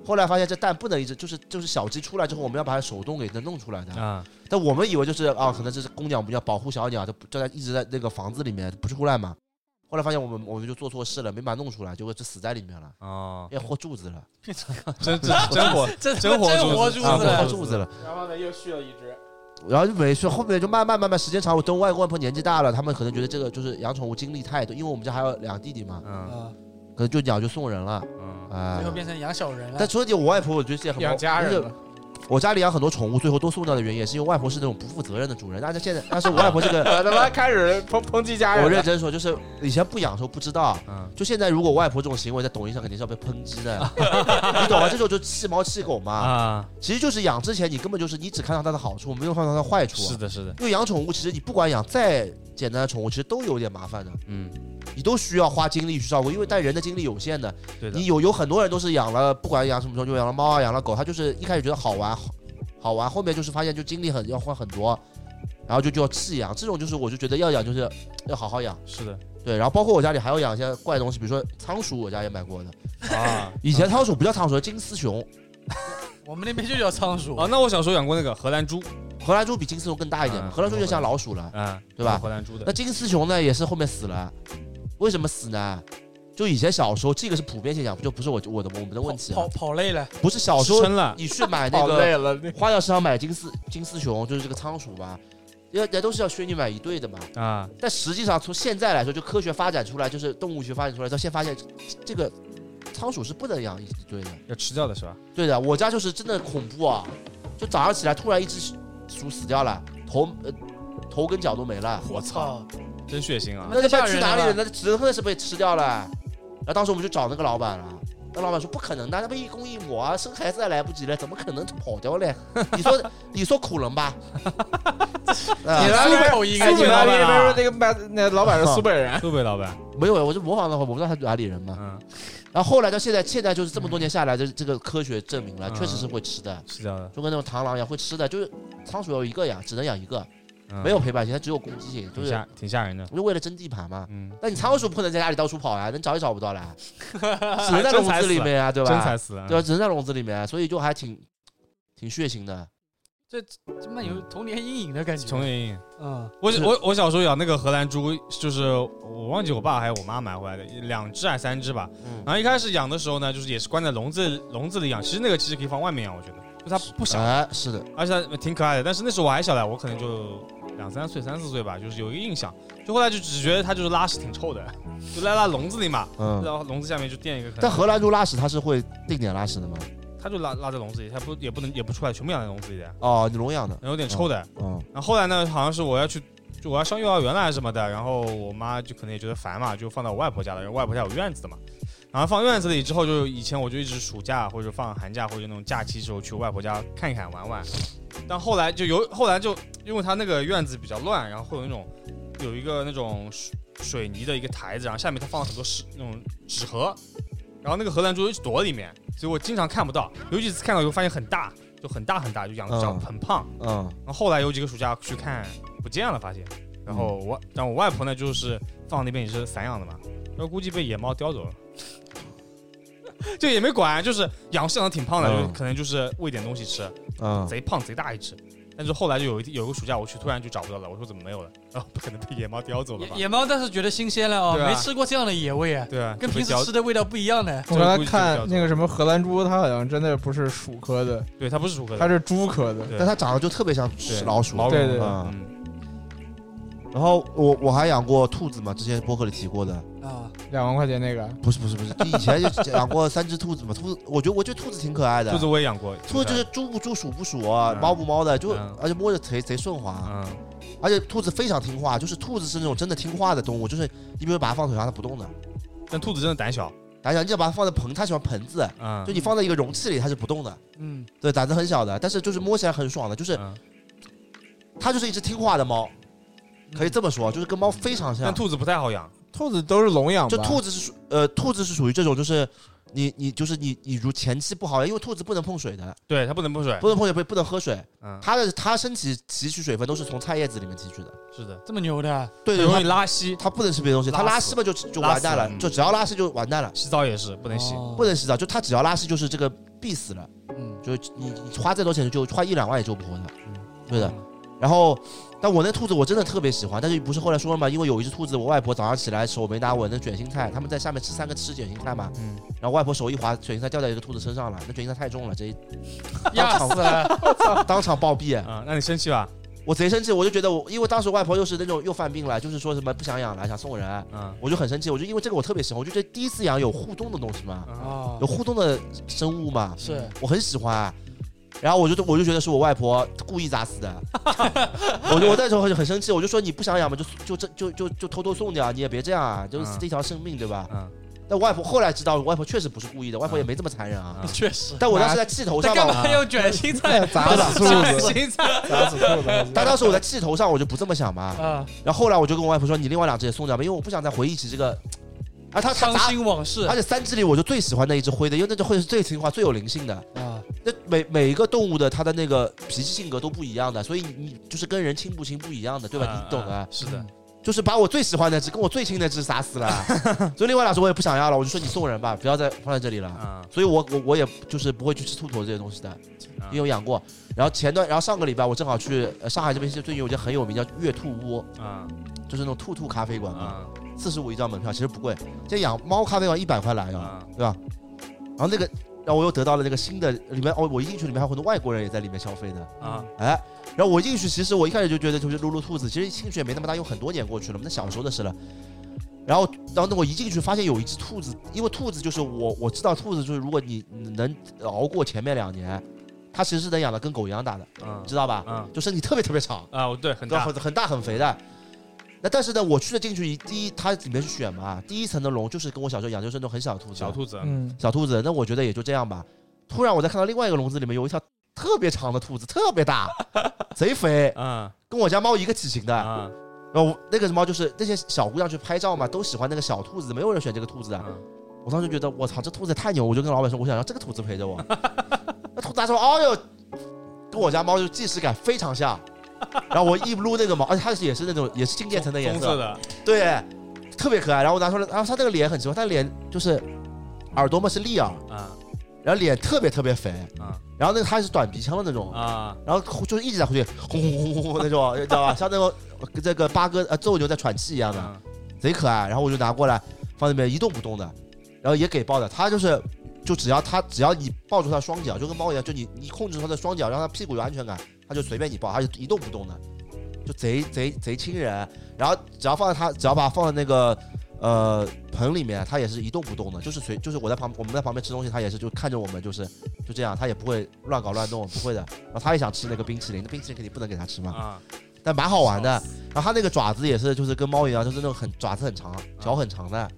Speaker 1: 后来发现这蛋不能一直就是就是小鸡出来之后，我们要把它手动给它弄出来的。
Speaker 4: 啊，
Speaker 1: 但我们以为就是啊，可能这是公鸟母鸟保护小鸟，它不就在一直在那个房子里面不出来嘛。后来发现我们我们就做错事了，没把它弄出来，结果就死在里面了，
Speaker 4: 哦，
Speaker 1: 要豁柱子了，
Speaker 4: 真真真火，
Speaker 2: 这他
Speaker 4: 真
Speaker 2: 妈
Speaker 4: 活
Speaker 2: 真活珠
Speaker 4: 珠子
Speaker 2: 子
Speaker 1: 啊，
Speaker 4: 活
Speaker 1: 豁
Speaker 2: 了，
Speaker 1: 柱子了。
Speaker 3: 然后呢，又续了一只，
Speaker 1: 然后就没事，后面就慢慢慢慢时间长，我等我外公外婆年纪大了，他们可能觉得这个就是养宠物经历太多，因为我们家还有两个弟弟嘛，
Speaker 4: 嗯
Speaker 2: 啊，
Speaker 1: 可能就鸟就送人了
Speaker 4: 嗯，
Speaker 1: 啊
Speaker 2: 最。后变成养小人了
Speaker 1: 但。除了你，我外婆我觉得这也很
Speaker 3: 养家人
Speaker 1: 就是
Speaker 3: 了，
Speaker 1: 我家里养很多宠物，最后都送掉的原因也是因为外婆是那种不负责任的主人。但是现在，但 是我外婆这个，
Speaker 3: 我他妈 开始抨抨击家
Speaker 1: 我
Speaker 3: 人
Speaker 1: 认
Speaker 3: 了，
Speaker 1: 真说，就是以前不养的时候不知道，啊
Speaker 4: 嗯，
Speaker 1: 就现在如果我外婆这种行为在抖音上肯定是要被抨击 的，你懂吗？这种就弃猫弃狗嘛。
Speaker 4: 啊，
Speaker 1: 其实就是养之前，你根本就是你只看到它的好处，没有看到它的坏处。啊
Speaker 4: 是的，是的，
Speaker 1: 因为养宠物，其实你不管养再简单的宠物，其实都有点麻烦的，
Speaker 4: 嗯，
Speaker 1: 你都需要花精力去照顾，因为但人的精力有限的。
Speaker 4: 对的
Speaker 1: 你，有有很多人都是养了，不管养什么宠物，就养了猫啊，养了狗，他就是一开始觉得好玩，好好玩，后面就是发现就精力很要花很多，然后就就要弃养。这种就是我就觉得要养就是要好好养，
Speaker 4: 是 的，
Speaker 1: 对。然后包括我家里还有养一些怪东西，比如说仓鼠，我家也买过的。
Speaker 4: 啊，
Speaker 1: 以前仓鼠不叫仓鼠，叫金丝熊，
Speaker 2: 我们那边就叫仓鼠
Speaker 4: 哦，，那我小时候养过那个荷兰猪，
Speaker 1: 荷兰猪比金丝熊更大一点嘛，
Speaker 4: 嗯
Speaker 1: 荷兰猪就像老鼠了。
Speaker 4: 嗯，
Speaker 1: 对吧
Speaker 4: 荷兰猪
Speaker 1: 那
Speaker 4: 的，
Speaker 1: 金丝熊呢，也是后面死了，为什么死呢？就以前小时候，这个是普遍现象，就不是我我的我们的问题啊
Speaker 2: 跑跑，跑累了，
Speaker 1: 不是小时候
Speaker 4: 撑了，啊
Speaker 1: 你去买那
Speaker 3: 好
Speaker 1: 个
Speaker 3: 累了，那
Speaker 1: 花鸟市场买金丝金丝熊，就是这个仓鼠吧，因为人家都是要宣你买一对的嘛。
Speaker 4: 啊，
Speaker 1: 但实际上从现在来说，就科学发展出来，就是动物学发展出来，到现在发现这这个仓鼠是不能养一一对的。
Speaker 4: 要吃掉的是吧？
Speaker 1: 对的，我家就是真的恐怖啊！就早上起来突然一只鼠死掉了，头呃头跟脚都没了，
Speaker 2: 我操，
Speaker 4: 真血腥啊！
Speaker 1: 那就不知道
Speaker 2: 太吓
Speaker 1: 去
Speaker 2: 人
Speaker 1: 哪里了
Speaker 2: 了，
Speaker 1: 那真的是被吃掉了。然后当时我们就找那个老板了。那老板说不可能的，他们一公一母啊，生孩子还来不及了，怎么可能跑掉嘞？你说 你说苦人 吧？啊
Speaker 2: 那
Speaker 3: 哎你那边
Speaker 2: 边口音啊，
Speaker 3: 苏
Speaker 2: 你
Speaker 3: 北
Speaker 2: 们
Speaker 3: 那
Speaker 2: 那边
Speaker 3: 边那个卖那老板是苏北 人，
Speaker 4: 苏北老板，
Speaker 1: 没有，我就模仿的话，我不知道他是哪里人嘛。
Speaker 4: 嗯，
Speaker 1: 然后后来到现在，现在就是这么多年下来，这这个科学证明了，
Speaker 4: 嗯
Speaker 1: 确实是会吃的，
Speaker 4: 吃掉的，
Speaker 1: 就跟那种螳螂一样会吃的，就是仓鼠有一个养，只能养一个，
Speaker 4: 嗯
Speaker 1: 没有，陪伴性，它只有攻击性，就
Speaker 4: 挺
Speaker 1: 是
Speaker 4: 吓，挺吓人的，
Speaker 1: 就为了争地盘嘛。
Speaker 4: 嗯，
Speaker 1: 那你仓鼠不能在家里到处跑啊呀，能找也找不到 啦，只能在笼
Speaker 4: 真踩
Speaker 1: 子
Speaker 4: 死
Speaker 1: 里面呀，对
Speaker 4: 真
Speaker 1: 吧？
Speaker 4: 踩死了，
Speaker 1: 对吧？啊只能在笼子里面，所以就还挺挺血腥的。
Speaker 2: 他妈有童年阴影的感觉。
Speaker 4: 重影影。
Speaker 2: 嗯，
Speaker 4: 我
Speaker 1: 是
Speaker 4: 我我小时候养那个荷兰猪，就是我忘记我爸还有我妈买回来的，两只还三只吧。
Speaker 1: 嗯
Speaker 4: 然后一开始养的时候呢，就是也是关在笼子笼子里养，其实那个其实可以放外面养，我觉得，就它不小，
Speaker 1: 哎，是的，
Speaker 4: 而且它挺可爱的。但是那时候我还小嘞，我可能就两三岁、三四岁吧，就是有一个印象。就后来就只觉得它就是拉屎挺臭的，就拉拉笼子里嘛，
Speaker 1: 嗯。
Speaker 4: 然后笼子下面就垫一个可能。
Speaker 1: 但荷兰猪拉屎它是会定点拉屎的吗？
Speaker 4: 它就拉拉在笼子里，它不也不能也不出来，全部养在笼子里的，
Speaker 1: 哦，你笼养的，
Speaker 4: 然后有点臭的。
Speaker 1: 嗯
Speaker 4: 然后后来呢，好像是我要去，就我要上幼儿园了还是什么的，然后我妈就可能也觉得烦嘛，就放到我外婆家了，因为外婆家有院子的嘛。然后放院子里之后，就以前我就一直暑假或者放寒假或者那种假期之后去我外婆家看一看玩玩，但后来就有后来就因为它那个院子比较乱，然后会有那种有一个那种水水泥的一个台子，然后下面它放了很多纸那种纸盒，然后那个荷兰猪就躲里面，所以我经常看不到，有几次看到以后发现很大，就很大很大，就养得长
Speaker 1: 嗯
Speaker 4: 很胖。
Speaker 1: 嗯，
Speaker 4: 然后后来有几个暑假去看，不见了，发现。然后
Speaker 1: 嗯
Speaker 4: 我，但我外婆呢，就是放那边也是散养的嘛，然后估计被野猫叼走了， 就也没管，就是养是养的挺胖的，
Speaker 1: 嗯
Speaker 4: 就是可能就是喂点东西吃，
Speaker 1: 嗯，
Speaker 4: 贼胖贼大一只。但是后来就有一天有一个暑假我去，突然就找不到了，我说怎么没有了？ 啊，不可能被野猫叼走了
Speaker 2: 野
Speaker 4: 吧？
Speaker 2: 野猫倒是觉得新鲜了哦，
Speaker 4: 对啊
Speaker 2: 没吃过这样的野味啊，
Speaker 4: 对啊，
Speaker 2: 跟
Speaker 4: 就被
Speaker 2: 平时
Speaker 4: 叼
Speaker 2: 吃的味道不一样的。
Speaker 4: 这
Speaker 3: 我
Speaker 4: 个
Speaker 3: 刚
Speaker 4: 估
Speaker 3: 才
Speaker 4: 计就
Speaker 3: 看
Speaker 4: 叫
Speaker 3: 那个什么荷兰猪，它好像真的不是鼠科的，
Speaker 4: 对它不是鼠科
Speaker 3: 它
Speaker 4: 的，
Speaker 3: 是猪科的。
Speaker 4: 对
Speaker 1: 但它长得就特别像
Speaker 4: 对
Speaker 1: 老鼠。
Speaker 4: 毛
Speaker 3: 对
Speaker 4: 茸
Speaker 3: 对
Speaker 4: 茸的
Speaker 1: 对
Speaker 4: 嗯
Speaker 1: 然后我我还养过兔子嘛，之前播客里提过的，
Speaker 2: 啊，
Speaker 3: 两万块钱那个，
Speaker 1: 不是不是不是，就以前就养过三只兔子嘛。兔子，我觉得我觉得兔子挺可爱的
Speaker 4: 兔，子我也养过，
Speaker 1: 啊兔子就是猪不猪鼠不鼠啊，猫不猫的，就
Speaker 4: 嗯
Speaker 1: 而且摸着贼贼顺滑。
Speaker 4: 嗯
Speaker 1: 而且兔子非常听话，就是兔子是那种真的听话的动物，就是你比如把它放腿上它不动的，
Speaker 4: 但兔子真的胆小，
Speaker 1: 打小你只要把它放在盆，它喜欢盆子，
Speaker 4: 嗯，
Speaker 1: 就你放在一个容器里它是不动的，
Speaker 2: 嗯，
Speaker 1: 对，胆子很小的，但是就是摸起来很爽的，就是
Speaker 4: 嗯
Speaker 1: 它就是一只听话的猫，可以这么说，就是跟猫非常像
Speaker 4: 但。嗯兔子不太好养，
Speaker 3: 兔子都是笼养吧，
Speaker 1: 就兔子是属呃，兔子是属于这种，就是你你就是你你如前期不好，因为兔子不能碰水的，
Speaker 4: 对，它不能碰水。
Speaker 1: 不能碰水，不不能喝水，
Speaker 4: 嗯，
Speaker 1: 它的它身体汲取水分都是从菜叶子里面汲取的，
Speaker 4: 是的，
Speaker 2: 这么牛的，啊
Speaker 1: 对对，
Speaker 4: 很容
Speaker 1: 它
Speaker 4: 易拉
Speaker 2: 哦
Speaker 4: 稀，
Speaker 1: 它不能吃别的东西，它
Speaker 4: 拉
Speaker 1: 拉
Speaker 4: 屎
Speaker 1: 稀嘛就就
Speaker 4: 拉嗯
Speaker 1: 完蛋
Speaker 4: 屎
Speaker 1: 了
Speaker 4: 嗯，
Speaker 1: 就只要拉稀就完蛋了，
Speaker 4: 洗澡也是不能洗。
Speaker 2: 哦
Speaker 1: 不能洗澡，就它只要拉稀就是这个必死了。
Speaker 2: 嗯，
Speaker 1: 就你你花再多钱就花一两万也救不活它，
Speaker 4: 嗯
Speaker 1: 对的。然后，但我那兔子我真的特别喜欢，但是不是后来说了嘛？因为有一只兔子，我外婆早上起来手没拿稳，那卷心菜，他们在下面吃三个吃卷心菜嘛，
Speaker 4: 嗯
Speaker 1: 然后外婆手一滑，卷心菜掉在一个兔子身上了，那卷心菜太重了，这一
Speaker 2: 压死了，
Speaker 1: 当场暴毙，
Speaker 4: 啊，那你生气吧？
Speaker 1: 我贼生气，我就觉得我，因为当时外婆又是那种又犯病了，就是说什么不想养了，想送人，
Speaker 4: 嗯，
Speaker 1: 我就很生气，我就因为这个我特别喜欢，我就觉得第一次养有互动的东西嘛，
Speaker 4: 啊，
Speaker 2: 哦
Speaker 1: 有，互动的生物嘛，
Speaker 2: 是，
Speaker 1: 我很喜欢。然后我就我就觉得是我外婆故意砸死 的，我就我那时候很很生气，我就说你不想养嘛，就就这就就就偷偷送掉，你也别这样啊，就是死一条生命对吧？
Speaker 4: 嗯，
Speaker 1: 但我外婆后来知道，我外婆确实不是故意的，外婆也没这么残忍啊。
Speaker 4: 嗯
Speaker 2: 确实。
Speaker 1: 但我当时在气头
Speaker 2: 他
Speaker 1: 上
Speaker 2: 干
Speaker 1: 嘛，
Speaker 2: 嘛要卷心菜？
Speaker 3: 砸 死兔
Speaker 2: 卷
Speaker 3: 子，
Speaker 2: 心菜
Speaker 3: 砸死兔子。
Speaker 1: 但当时我在气头上，我就不这么想嘛。
Speaker 2: 啊！
Speaker 1: 然后后来我就跟我外婆说，你另外两只也送掉吧，因为我不想再回忆起这个。啊，他他
Speaker 2: 伤
Speaker 1: 砸，
Speaker 2: 心往事啊
Speaker 1: 而且三只里我就最喜欢那一只灰的，因为那只灰是最听话、最有灵性的。
Speaker 2: 啊！
Speaker 1: 那每每一个动物的它的那个脾气性格都不一样的，所以你你就是跟人亲不亲不一样的，对吧？
Speaker 4: 嗯
Speaker 1: 你懂啊的
Speaker 4: 嗯，是的，
Speaker 1: 就是把我最喜欢那只跟我最亲那只杀死了，所以另外两只我也不想要了，我就说你送人吧，不要再放在这里了。
Speaker 4: 嗯，
Speaker 1: 所以我我我也就是不会去吃兔头这些东西的，因为我养过。然后前段，然后上个礼拜我正好去呃上海这边，最近有一家很有名叫月兔屋，
Speaker 4: 嗯
Speaker 1: 就是那种兔兔咖啡馆嘛，
Speaker 4: 嗯
Speaker 1: 四十五一张门票，其实不贵。这养猫咖啡馆一百块来要。啊
Speaker 4: 嗯，
Speaker 1: 对吧？然后那个，然后我又得到了那个新的里面，哦，我一进去里面还有很多外国人也在里面消费呢。
Speaker 4: 啊，
Speaker 1: 哎，然后我进去，其实我一开始就觉得就是撸撸兔子，其实兴趣也没那么大，有很多年过去了嘛，那小时候的事了。然后，然后那我一进去发现有一只兔子，因为兔子就是我我知道兔子就是如果你能熬过前面两年，它其实是能养的跟狗一样大的，
Speaker 4: 嗯
Speaker 1: 你知道吧？
Speaker 4: 嗯
Speaker 1: 就身体特别特别长，
Speaker 4: 啊，我对，很
Speaker 1: 对吧
Speaker 4: 大
Speaker 1: 很，很大很肥的。那但是呢，我去了进去一，第一它里面是选嘛，第一层的笼就是跟我小时候养就是那种很小的兔子，
Speaker 4: 小兔子，
Speaker 3: 嗯，
Speaker 1: 小兔子，那我觉得也就这样吧。突然我在看到另外一个笼子里面有一条特别长的兔子，特别 大，贼肥，
Speaker 4: 嗯
Speaker 1: 跟我家猫一个体型的。
Speaker 4: 嗯
Speaker 1: 然后那个猫就是那些小姑娘去拍照嘛，都喜欢那个小兔子，没有人选这个兔子的。
Speaker 4: 嗯，
Speaker 1: 我当时觉得我操，这兔子也太牛！我就跟老板说，我想要这个兔子陪着我。 那兔子他说，哎呦，跟我家猫就即视感非常像。然后我一撸那个毛，而且它也是那种也是静电层的颜
Speaker 4: 棕
Speaker 1: 色
Speaker 4: 色，的，
Speaker 1: 对，特别可爱。然后我拿出来，然后它那个脸很奇怪，它脸就是耳朵嘛是立耳，
Speaker 4: 嗯
Speaker 1: 然后脸特别特别肥，
Speaker 4: 嗯
Speaker 1: 然后那个它是短鼻腔的那种，
Speaker 4: 啊，
Speaker 1: 然后就是一直在呼吸，轰轰轰轰轰那种，你知道吧？像那种这个八哥呃斗牛在喘气一样的，
Speaker 4: 嗯
Speaker 1: 贼可爱。然后我就拿过来放那边一动不动的，然后也给抱的。它就是就只要它只要你抱住它双脚，就跟猫一样，就你你控制它的双脚，让它屁股有安全感，它就随便你抱，它就一动不动的，就贼贼贼亲人。然后只要放在它，只要把它放在那个。呃，盆里面它也是一动不动的，就是随，就是我在旁，我们在旁边吃东西，它也是就看着我们，就是就这样，它也不会乱搞乱动，不会的。然后它也想吃那个冰淇淋，那冰淇淋肯定不能给它吃嘛，
Speaker 4: 啊，
Speaker 1: 但蛮好玩的。然后它那个爪子也是，就是跟猫一样，就是那种很爪子很长、啊
Speaker 4: 啊
Speaker 1: 脚很长的，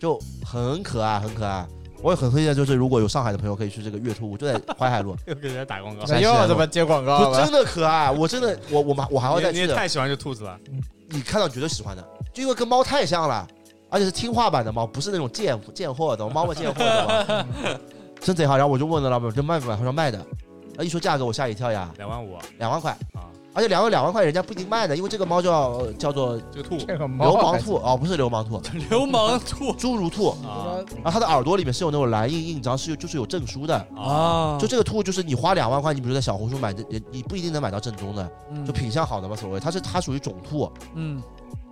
Speaker 1: 就很可爱，很可爱。我也很推荐，就是如果有上海的朋友可以去这个月兔屋，就在淮海 路，
Speaker 4: 又给人家打广告，
Speaker 3: 那又他妈接广告
Speaker 1: 就
Speaker 3: 了
Speaker 1: 真。的可爱。我真的，我我们我还会再
Speaker 4: 你
Speaker 1: 去
Speaker 4: 也
Speaker 1: 的。
Speaker 4: 太喜欢这兔子了，
Speaker 1: 你看到绝对喜欢的，就因为跟猫太像了，而且是听话版的猫，不是那种贱贱货的猫嘛，贱货的 嘛，真贼好。然后我就问了老板，这卖不卖？他说卖的。啊，一说价格我吓一跳呀，
Speaker 4: 两万五
Speaker 1: 两万块，
Speaker 4: 啊，
Speaker 1: 而且两万两万块人家不一定卖的，因为这个猫叫呃叫做
Speaker 4: 这个兔
Speaker 3: 这个猫啊
Speaker 1: 流
Speaker 3: 还
Speaker 1: 氓兔哦，不是流氓兔，
Speaker 2: 流氓兔
Speaker 1: 侏儒兔。
Speaker 4: 啊
Speaker 1: 然后它的耳朵里面是有那种蓝印印章，是有就是有证书的。
Speaker 4: 啊，
Speaker 1: 就这个兔，就是你花两万块，你比如在小红书买的，也你不一定能买到正宗的，就品相好的嘛，所谓它是它属于种兔，
Speaker 2: 嗯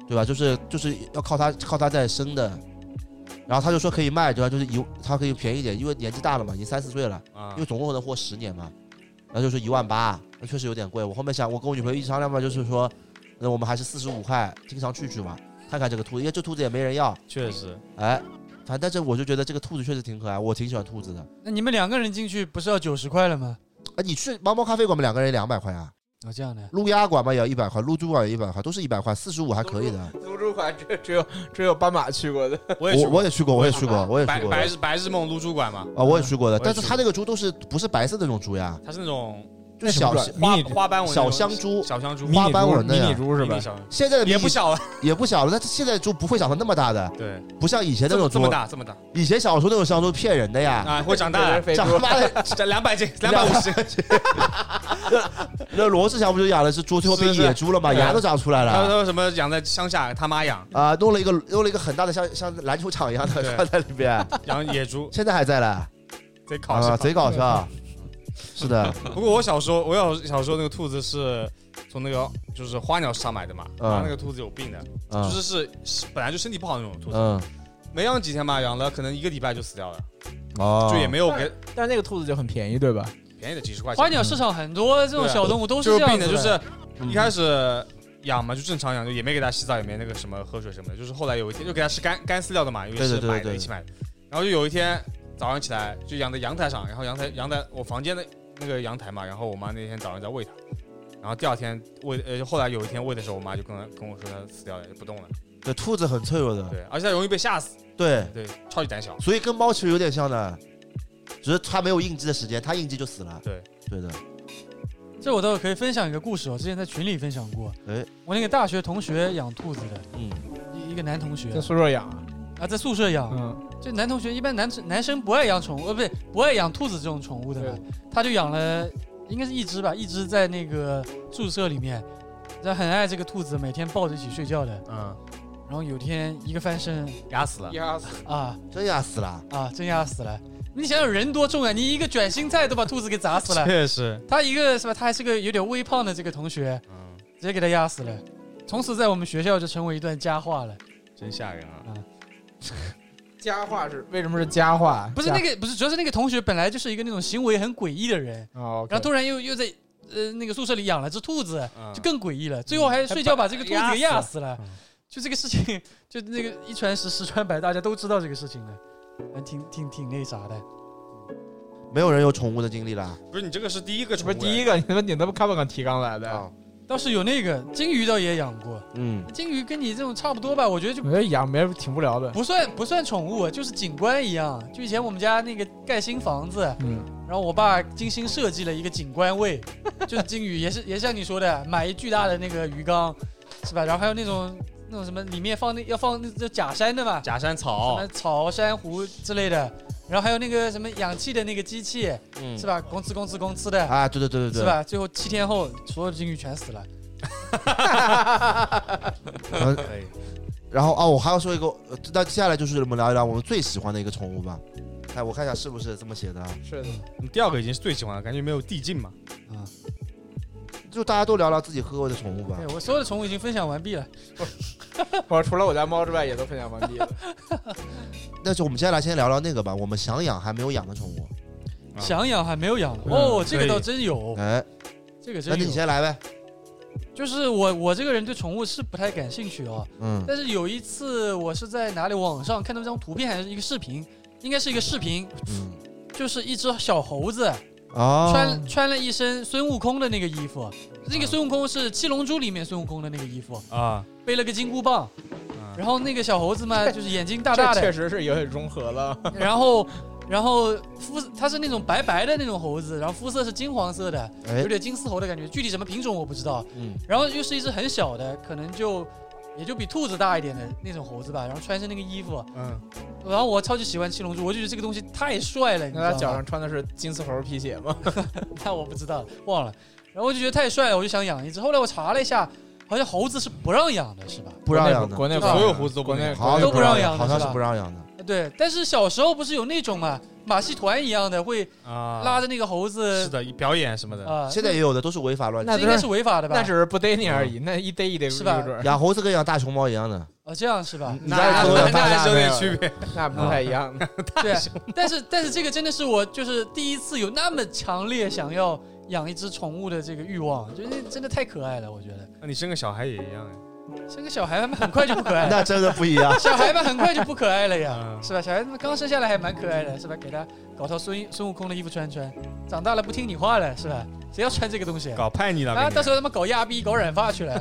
Speaker 1: 对吧？就是就是要靠它靠它在生的。然后他就说可以卖，对吧？就是一他可以便宜一点，因为年纪大了嘛，已经三四岁了，
Speaker 4: 啊
Speaker 1: 因为总共能活十年嘛。然后就说一万八，那确实有点贵。我后面想，我跟我女朋友一商量嘛，就是说，那我们还是四十五块，经常去去嘛，看看这个兔子，因为这兔子也没人要。
Speaker 4: 确实，
Speaker 1: 哎，反正但是我就觉得这个兔子确实挺可爱，我挺喜欢兔子的。
Speaker 2: 那你们两个人进去不是要九十块了吗？
Speaker 1: 哎，你去猫猫咖啡馆，我们两个人两百块啊？
Speaker 2: 哦，这样的，
Speaker 1: 撸鸭馆嘛也要一百块，撸猪馆也一百块，都是一百块，四十五还可以的。
Speaker 3: 租猪馆啊只 只有只有斑马去过的，
Speaker 4: 我也去
Speaker 1: 我
Speaker 4: 过
Speaker 1: 我也去过，我也去过，我也去
Speaker 4: 白
Speaker 1: 过
Speaker 4: 白日白日梦撸猪馆嘛，
Speaker 1: 啊，我也去过的。
Speaker 4: 我也
Speaker 1: 但是
Speaker 4: 去
Speaker 1: 它
Speaker 4: 过
Speaker 1: 那个猪都是不是白色的那种猪呀，
Speaker 4: 它是那种
Speaker 1: 就是小
Speaker 3: 那什么
Speaker 4: 花
Speaker 3: 迷你
Speaker 4: 花斑纹
Speaker 1: 小
Speaker 4: 啊那种
Speaker 1: 香猪
Speaker 4: 小香猪
Speaker 1: 花斑纹的
Speaker 3: 迷
Speaker 1: 呀
Speaker 3: 你猪是吧
Speaker 4: 迷你？小
Speaker 1: 现在的
Speaker 4: 也
Speaker 1: 迷
Speaker 4: 不小 了，
Speaker 1: 也不小了，但是现在的猪不会长成那么大的，
Speaker 4: 对，
Speaker 1: 不像以前哎那
Speaker 4: 这么
Speaker 1: 种
Speaker 4: 这
Speaker 1: 猪
Speaker 4: 么。大这么大
Speaker 1: 以前小时候那种香猪骗人的呀，
Speaker 4: 啊，会长
Speaker 3: 这
Speaker 4: 大
Speaker 3: 是
Speaker 4: 的，
Speaker 3: 非
Speaker 1: 长
Speaker 3: 洲
Speaker 1: 他妈的
Speaker 4: 这 两百斤两百五十，
Speaker 1: 那罗志祥不就养了只猪，最后变
Speaker 4: 是是
Speaker 1: 野猪了吗？
Speaker 4: 对啊
Speaker 1: 牙都长出来
Speaker 4: 他 说他
Speaker 1: 了。
Speaker 4: 说什么养在乡下，他妈养
Speaker 1: 啊，弄了一个弄了一个很大的像像篮球场一样的
Speaker 4: 对
Speaker 1: 放在里边，
Speaker 4: 养野猪，
Speaker 1: 现在还在了
Speaker 4: 贼搞笑
Speaker 1: 啊，。贼搞笑。是的，
Speaker 4: 不过我小时候，我小小时候那个兔子是从那个就是花鸟市场买的嘛，
Speaker 1: 嗯
Speaker 4: 然后那个兔子有病的，就
Speaker 1: 嗯
Speaker 4: 是是是本来就身体不好的那种兔子，
Speaker 1: 嗯
Speaker 4: 没养几天嘛，养了可能一个礼拜就死掉了，
Speaker 1: 哦，
Speaker 4: 就也没有给
Speaker 3: 但是那个兔子就很便宜，对吧？
Speaker 4: 便宜的几十块
Speaker 2: 花
Speaker 4: 钱，啊
Speaker 2: 鸟市场很多这种小动物都
Speaker 4: 就是
Speaker 2: 这样
Speaker 4: 病
Speaker 2: 子
Speaker 4: 的，就是
Speaker 1: 嗯
Speaker 4: 一开始养嘛就正常养，就也没给它洗澡，也没那个什么喝水什么的，就是后来有一天就给它吃干干饲料的嘛，因为
Speaker 1: 对对
Speaker 4: 是
Speaker 1: 对
Speaker 4: 买
Speaker 1: 对
Speaker 4: 的一起买的，然后就有一天早上起来就养在阳台上，然后阳台阳台我房间的那个阳台嘛，然后我妈那天早上在喂它。然后第二天喂，呃，后来有一天喂的时候，我妈就跟跟我说它死掉了，就不动了。
Speaker 1: 对兔子很脆弱的，
Speaker 4: 对，而且它容易被吓死，
Speaker 1: 对，
Speaker 4: 对，超级胆小。
Speaker 1: 所以跟猫其实有点像的，只是它没有应激的时间，它应激就死了。
Speaker 4: 对，
Speaker 1: 对的，
Speaker 2: 这我倒可以分享一个故事，我哦之前在群里分享过。
Speaker 1: 哎
Speaker 2: 我那个大学同学养兔子的，
Speaker 1: 嗯，
Speaker 2: 一一个男同学
Speaker 3: 在宿舍养啊，
Speaker 2: 啊，在宿舍养。
Speaker 3: 嗯，
Speaker 2: 这男同学一般男男生不爱养宠物，呃，不对，不爱养兔子这种宠物的嘛，他就养了，应该是一只吧，一只在那个宿舍里面，他很爱这个兔子，每天抱着一起睡觉的。
Speaker 4: 嗯，
Speaker 2: 然后有天一个翻身，
Speaker 4: 压死了。
Speaker 3: 压死
Speaker 2: 啊
Speaker 1: 真压死了。
Speaker 2: 啊，真压死了！你想想人多重啊，你一个卷心菜都把兔子给砸死了。
Speaker 4: 确实，
Speaker 2: 他一个是吧？他还是个有点微胖的这个同学，
Speaker 4: 嗯，
Speaker 2: 直接给他压死了。从此在我们学校就成为一段佳话了。
Speaker 4: 真吓人啊！
Speaker 3: 佳话是为什么是佳话？
Speaker 2: 不是那个，不是，主要是那个同学本来就是一个那种行为很诡异的人，
Speaker 3: 个哦，
Speaker 2: 然后突然又又在呃那个宿舍里养了只兔子，
Speaker 4: 嗯
Speaker 2: 就更诡异了。最后还睡觉把这个兔子给压死了
Speaker 4: 嗯。
Speaker 2: 就这个事情，就那个一传十，十传百，大家都知道这个事情了，嗯挺挺挺那啥的。
Speaker 1: 没有人有宠物的经历啦。
Speaker 4: 不是你这个是第一个
Speaker 3: 这
Speaker 4: 宠
Speaker 3: 不
Speaker 4: 物
Speaker 3: 是
Speaker 4: 哎，
Speaker 3: 第一个， 你他妈你他妈看不看提纲来的？
Speaker 1: 啊，
Speaker 2: 倒是有那个金鱼倒也养过，
Speaker 1: 嗯，
Speaker 2: 金鱼跟你这种差不多吧，我觉得就
Speaker 3: 我觉得养没挺无聊的，
Speaker 2: 不算不算宠物，就是景观一样。就以前我们家那个盖新房子，
Speaker 3: 嗯，
Speaker 2: 然后我爸精心设计了一个景观位，就是金鱼，也是也像你说的，买一巨大的那个鱼缸，是吧？然后还有那种那种什么里面放那要放那这假山的嘛，
Speaker 4: 假山
Speaker 2: 什
Speaker 4: 草
Speaker 2: 么，草珊瑚之类的，然后还有那个什么氧气的那个机器，
Speaker 1: 嗯
Speaker 2: 是吧？公呲公呲公呲的，
Speaker 1: 啊，对对对对对，
Speaker 2: 是？吧？最后七天后，所有的金鱼全死了。
Speaker 4: 可以。
Speaker 1: 然后啊，我还要说一个，呃那接下来就是我们聊一聊我们最喜欢的一个宠物吧。哎，我看一下是不是这么写的啊？
Speaker 3: 是的，
Speaker 4: 你第二个已经是最喜欢的，感觉没有递进嘛。
Speaker 2: 啊，
Speaker 1: 就大家都聊聊自己喝过的宠物吧
Speaker 2: 对。我所有的宠物已经分享完毕了。
Speaker 3: 我除了我家猫之外，也都分享完 毕了。
Speaker 1: 那就我们接下来先聊聊那个吧，我们想养还没有养的宠物。
Speaker 4: 啊
Speaker 2: 想养还没有养
Speaker 4: 嗯
Speaker 2: 哦，这个
Speaker 4: 可以
Speaker 2: 倒真有，
Speaker 1: 哎，
Speaker 2: 这个
Speaker 1: 那
Speaker 2: 真
Speaker 1: 你
Speaker 2: 有。
Speaker 1: 先来呗。
Speaker 2: 就是我我这个人对宠物是不太感兴趣哦，
Speaker 1: 嗯
Speaker 2: 但是有一次我是在哪里网上看到一张图片还是一个视频，应该是一个视频，
Speaker 1: 嗯，
Speaker 2: 就是一只小猴子
Speaker 1: 哦，
Speaker 2: 穿、穿了一身孙悟空的那个衣服，那个孙悟空是《七龙珠》里面孙悟空的那个衣服，
Speaker 4: 啊，
Speaker 2: 背了个金箍棒，然后那个小猴子嘛就是眼睛大大
Speaker 3: 这确
Speaker 2: 的，
Speaker 3: 实是有点融合了。
Speaker 2: 然后然后肤它是那种白白的那种猴子，然后肤色是金黄色的，
Speaker 1: 哎
Speaker 2: 有，点金丝猴的感觉，具体什么品种我不知道。
Speaker 1: 嗯
Speaker 2: 然后又是一只很小的，可能就也就比兔子大一点的那种猴子吧，然后穿身那个衣服，
Speaker 4: 嗯，
Speaker 2: 然后我超级喜欢七龙珠，我就觉得这个东西太帅了，你知
Speaker 3: 那
Speaker 2: 道
Speaker 3: 他
Speaker 2: 吗？
Speaker 1: 嗯
Speaker 3: 脚上穿的是金丝猴皮鞋吗？
Speaker 2: 那我不知道，忘了。然后我就觉得太帅了，我就想养一只。后来我查了一下，好像猴子是不让养的，是吧？
Speaker 1: 不让养的，
Speaker 3: 国内
Speaker 2: 就所
Speaker 4: 有胡子都不
Speaker 3: 国内
Speaker 4: 能
Speaker 1: 好像
Speaker 2: 都不让养
Speaker 1: 养，
Speaker 2: 的
Speaker 1: 好像
Speaker 2: 是吧
Speaker 1: 是不让养的。
Speaker 2: 对，但是小时候不是有那种嘛，马戏团一样的，会
Speaker 4: 啊，
Speaker 2: 拉着那个猴
Speaker 4: 是
Speaker 2: 子
Speaker 4: 的，表演什么的，
Speaker 2: 啊，
Speaker 1: 现在也有的都是违法乱纪
Speaker 2: 这应该是违法的吧？
Speaker 3: 那只是不逮你而已，那一逮一逮
Speaker 2: 是吧
Speaker 3: 没准儿
Speaker 1: 养猴子跟养大熊猫一样的。
Speaker 2: 哦，这样是吧？
Speaker 1: 你在
Speaker 4: 那
Speaker 1: 偷
Speaker 4: 那
Speaker 1: 养
Speaker 3: 大
Speaker 4: 那还是有点
Speaker 3: 象
Speaker 4: 区别。
Speaker 3: 那不太一样。
Speaker 2: 对，但是但是这个真的是我就是第一次有那么强烈想要养一只宠物的这个欲望，就是真的太可爱了，我觉得
Speaker 4: 那你生个小孩也一样哎
Speaker 2: 生个小孩嘛很快就不可爱 了，
Speaker 1: 那真的不一 样。
Speaker 2: 小孩嘛很快就不可爱了呀，
Speaker 4: 嗯
Speaker 2: 是吧？小孩子刚生下来还蛮可爱的，是吧？给他搞套孙孙悟空的衣服穿穿，长大了不听你话了，是吧？
Speaker 4: 哎，
Speaker 2: 谁要穿这个东西？
Speaker 4: 搞叛逆了。
Speaker 2: 啊，
Speaker 4: 给你
Speaker 2: 到时候他妈搞亚逼、搞染发去了，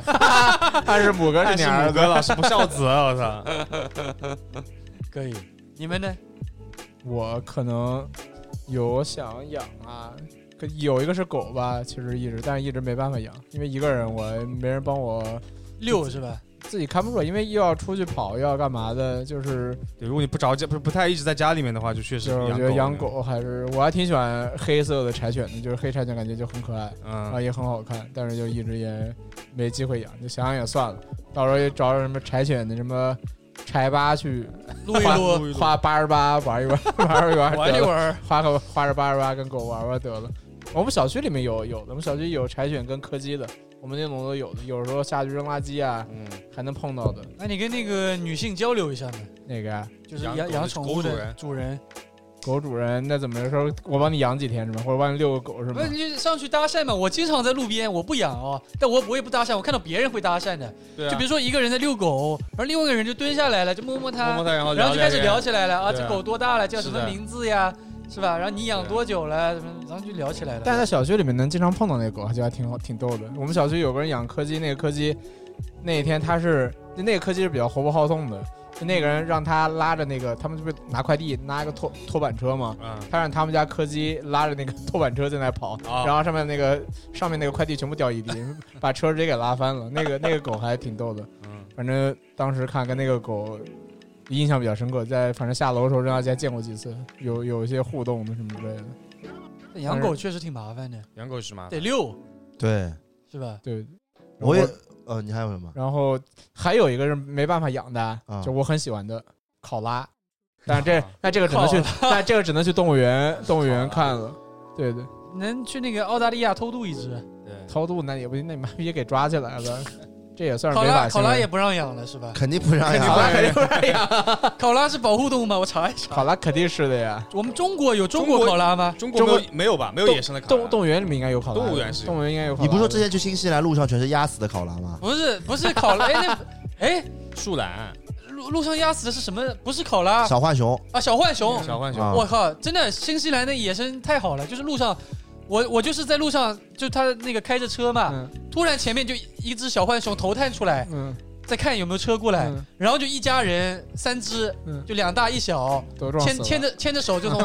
Speaker 3: 汉是母哥是
Speaker 4: 看
Speaker 3: 你
Speaker 4: 是
Speaker 3: 儿
Speaker 4: 母
Speaker 3: 子
Speaker 4: 哥，老师不孝子，我操！
Speaker 2: 可以。你们呢？
Speaker 3: 我可能有想养啊，可有一个是狗吧，其实一直，但是一直没办法养，因为一个人我没人帮我，
Speaker 2: 六是吧？
Speaker 3: 自己看不住，因为又要出去跑，又要干嘛的，就是
Speaker 4: 对，如果你不着家，不是不太一直在家里面的话，就确实
Speaker 3: 就是我觉得
Speaker 4: 养
Speaker 3: 养
Speaker 4: 狗
Speaker 3: 狗还是我还挺喜欢黑色的柴犬的，就是黑柴犬感觉就很可爱，
Speaker 4: 那
Speaker 3: 然
Speaker 4: 个，
Speaker 3: 后
Speaker 4: 嗯，
Speaker 3: 啊也很好看，但是就一直也没机会养，就想想也算了，到时候也找找什么柴犬的什么柴吧去
Speaker 2: 撸一
Speaker 3: 花
Speaker 2: 撸，
Speaker 3: 花八十八玩一 玩，玩一玩，
Speaker 2: 玩一
Speaker 3: 得了，
Speaker 2: 玩。
Speaker 3: 花个花着八十八跟狗玩玩得了。我们小区里面有有的，我们小区有柴犬跟柯基的，我们那种都有的，有时候下去扔垃圾啊，
Speaker 4: 嗯，
Speaker 3: 还能碰到的
Speaker 2: 那你跟那个女性交流一下嘛，
Speaker 3: 那个啊
Speaker 2: 就是
Speaker 4: 养
Speaker 2: 养
Speaker 4: 狗
Speaker 2: 养
Speaker 4: 的
Speaker 2: 宠
Speaker 4: 狗
Speaker 2: 物
Speaker 4: 主
Speaker 2: 的
Speaker 4: 人
Speaker 2: 主人，
Speaker 3: 狗主人，那怎么说？我帮你养几天是吧？或者帮你遛个狗是
Speaker 2: 不
Speaker 3: 吗
Speaker 2: 是？你就上去搭讪嘛？我经常在路边，我不养哦，但我我也不搭讪，我看到别人会搭讪的，
Speaker 4: 对啊，
Speaker 2: 就比如说一个人在遛狗，而另外一个人就蹲下来了，就摸摸
Speaker 4: 摸摸它，然后
Speaker 2: 然后就开始
Speaker 4: 聊
Speaker 2: 聊起来了啊，
Speaker 4: 对
Speaker 2: 这
Speaker 4: 啊
Speaker 2: 狗多大了，叫
Speaker 4: 是
Speaker 2: 什么
Speaker 4: 的
Speaker 2: 名字呀，是吧？然后你养
Speaker 4: 对啊
Speaker 2: 多久了，什么然后就聊起来了。
Speaker 3: 但在小区里面能经常碰到那狗，就还挺好，挺逗的。我们小区有个人养柯基，那个柯基那一天他是那个柯基是比较活泼好动的，就那个人让他拉着那个他们就不是拿快递拿个拖拖板车嘛，
Speaker 4: 嗯，
Speaker 3: 他让他们家柯基拉着那个拖板车在那跑，
Speaker 4: 啊
Speaker 3: 然后上面那个上面那个快递全部掉一地， 把车直接给拉翻了。那个那个狗还挺逗的，
Speaker 4: 嗯，
Speaker 3: 反正当时看跟那个狗印象比较深刻，在反正下楼的时候跟大家见过几次，有有一些互动的什么之类的。
Speaker 2: 养狗确实挺麻烦的，
Speaker 4: 养狗是吗？
Speaker 2: 得遛
Speaker 1: 对，
Speaker 2: 是吧？
Speaker 3: 对，
Speaker 1: 我也呃，你还有什么？
Speaker 3: 然后还有一个是没办法养的，
Speaker 1: 啊
Speaker 3: 就我很喜欢的考 拉，但是这
Speaker 4: 啊
Speaker 3: 那这个只能去，那这个只能去动 物园动物园看了。对对，
Speaker 2: 能去那个澳大利亚偷渡一只，
Speaker 4: 对，
Speaker 3: 偷渡那也不行，那你妈逼也给抓起来了，这也算是
Speaker 2: 考
Speaker 3: 违
Speaker 2: 拉
Speaker 3: 法
Speaker 2: 考
Speaker 3: 行
Speaker 2: 拉
Speaker 3: 为
Speaker 2: 也。不让养了是吧？
Speaker 1: 肯定不让
Speaker 3: 考
Speaker 1: 养，
Speaker 3: 拉肯定不让养，
Speaker 2: 考拉是保护动物吗？我查一查。
Speaker 3: 考拉肯定是的呀。
Speaker 2: 我们中国有中
Speaker 4: 中
Speaker 2: 国
Speaker 4: 国
Speaker 2: 考拉吗？
Speaker 4: 中国没有没有吧？没有野生的考
Speaker 3: 动
Speaker 4: 拉，
Speaker 3: 动物园里面应该有考拉的，
Speaker 4: 动物园是有
Speaker 3: 动物园应该有考拉
Speaker 1: 你
Speaker 3: 的。
Speaker 1: 不是说之前去新西兰路上全是压死的考拉吗？
Speaker 2: 不是不是考拉，哎那哎
Speaker 4: 树懒、
Speaker 2: 路路上压死的是什么？不是考拉
Speaker 1: 小浣熊
Speaker 2: 啊，小浣熊。
Speaker 4: 小浣熊，
Speaker 1: 啊
Speaker 2: 我靠，真的新西兰的野生太好了，就是路上。我我就是在路上，就他那个开着车嘛，
Speaker 3: 嗯
Speaker 2: 突然前面就一只小浣熊头探出来，
Speaker 3: 嗯
Speaker 2: 再看有没有车过来，
Speaker 3: 嗯
Speaker 2: 然后就一家人三只，
Speaker 3: 嗯
Speaker 2: 就两大一小，
Speaker 3: 都撞
Speaker 2: 牵
Speaker 3: 死
Speaker 2: 牵
Speaker 3: 了。
Speaker 2: 着牵着手就从，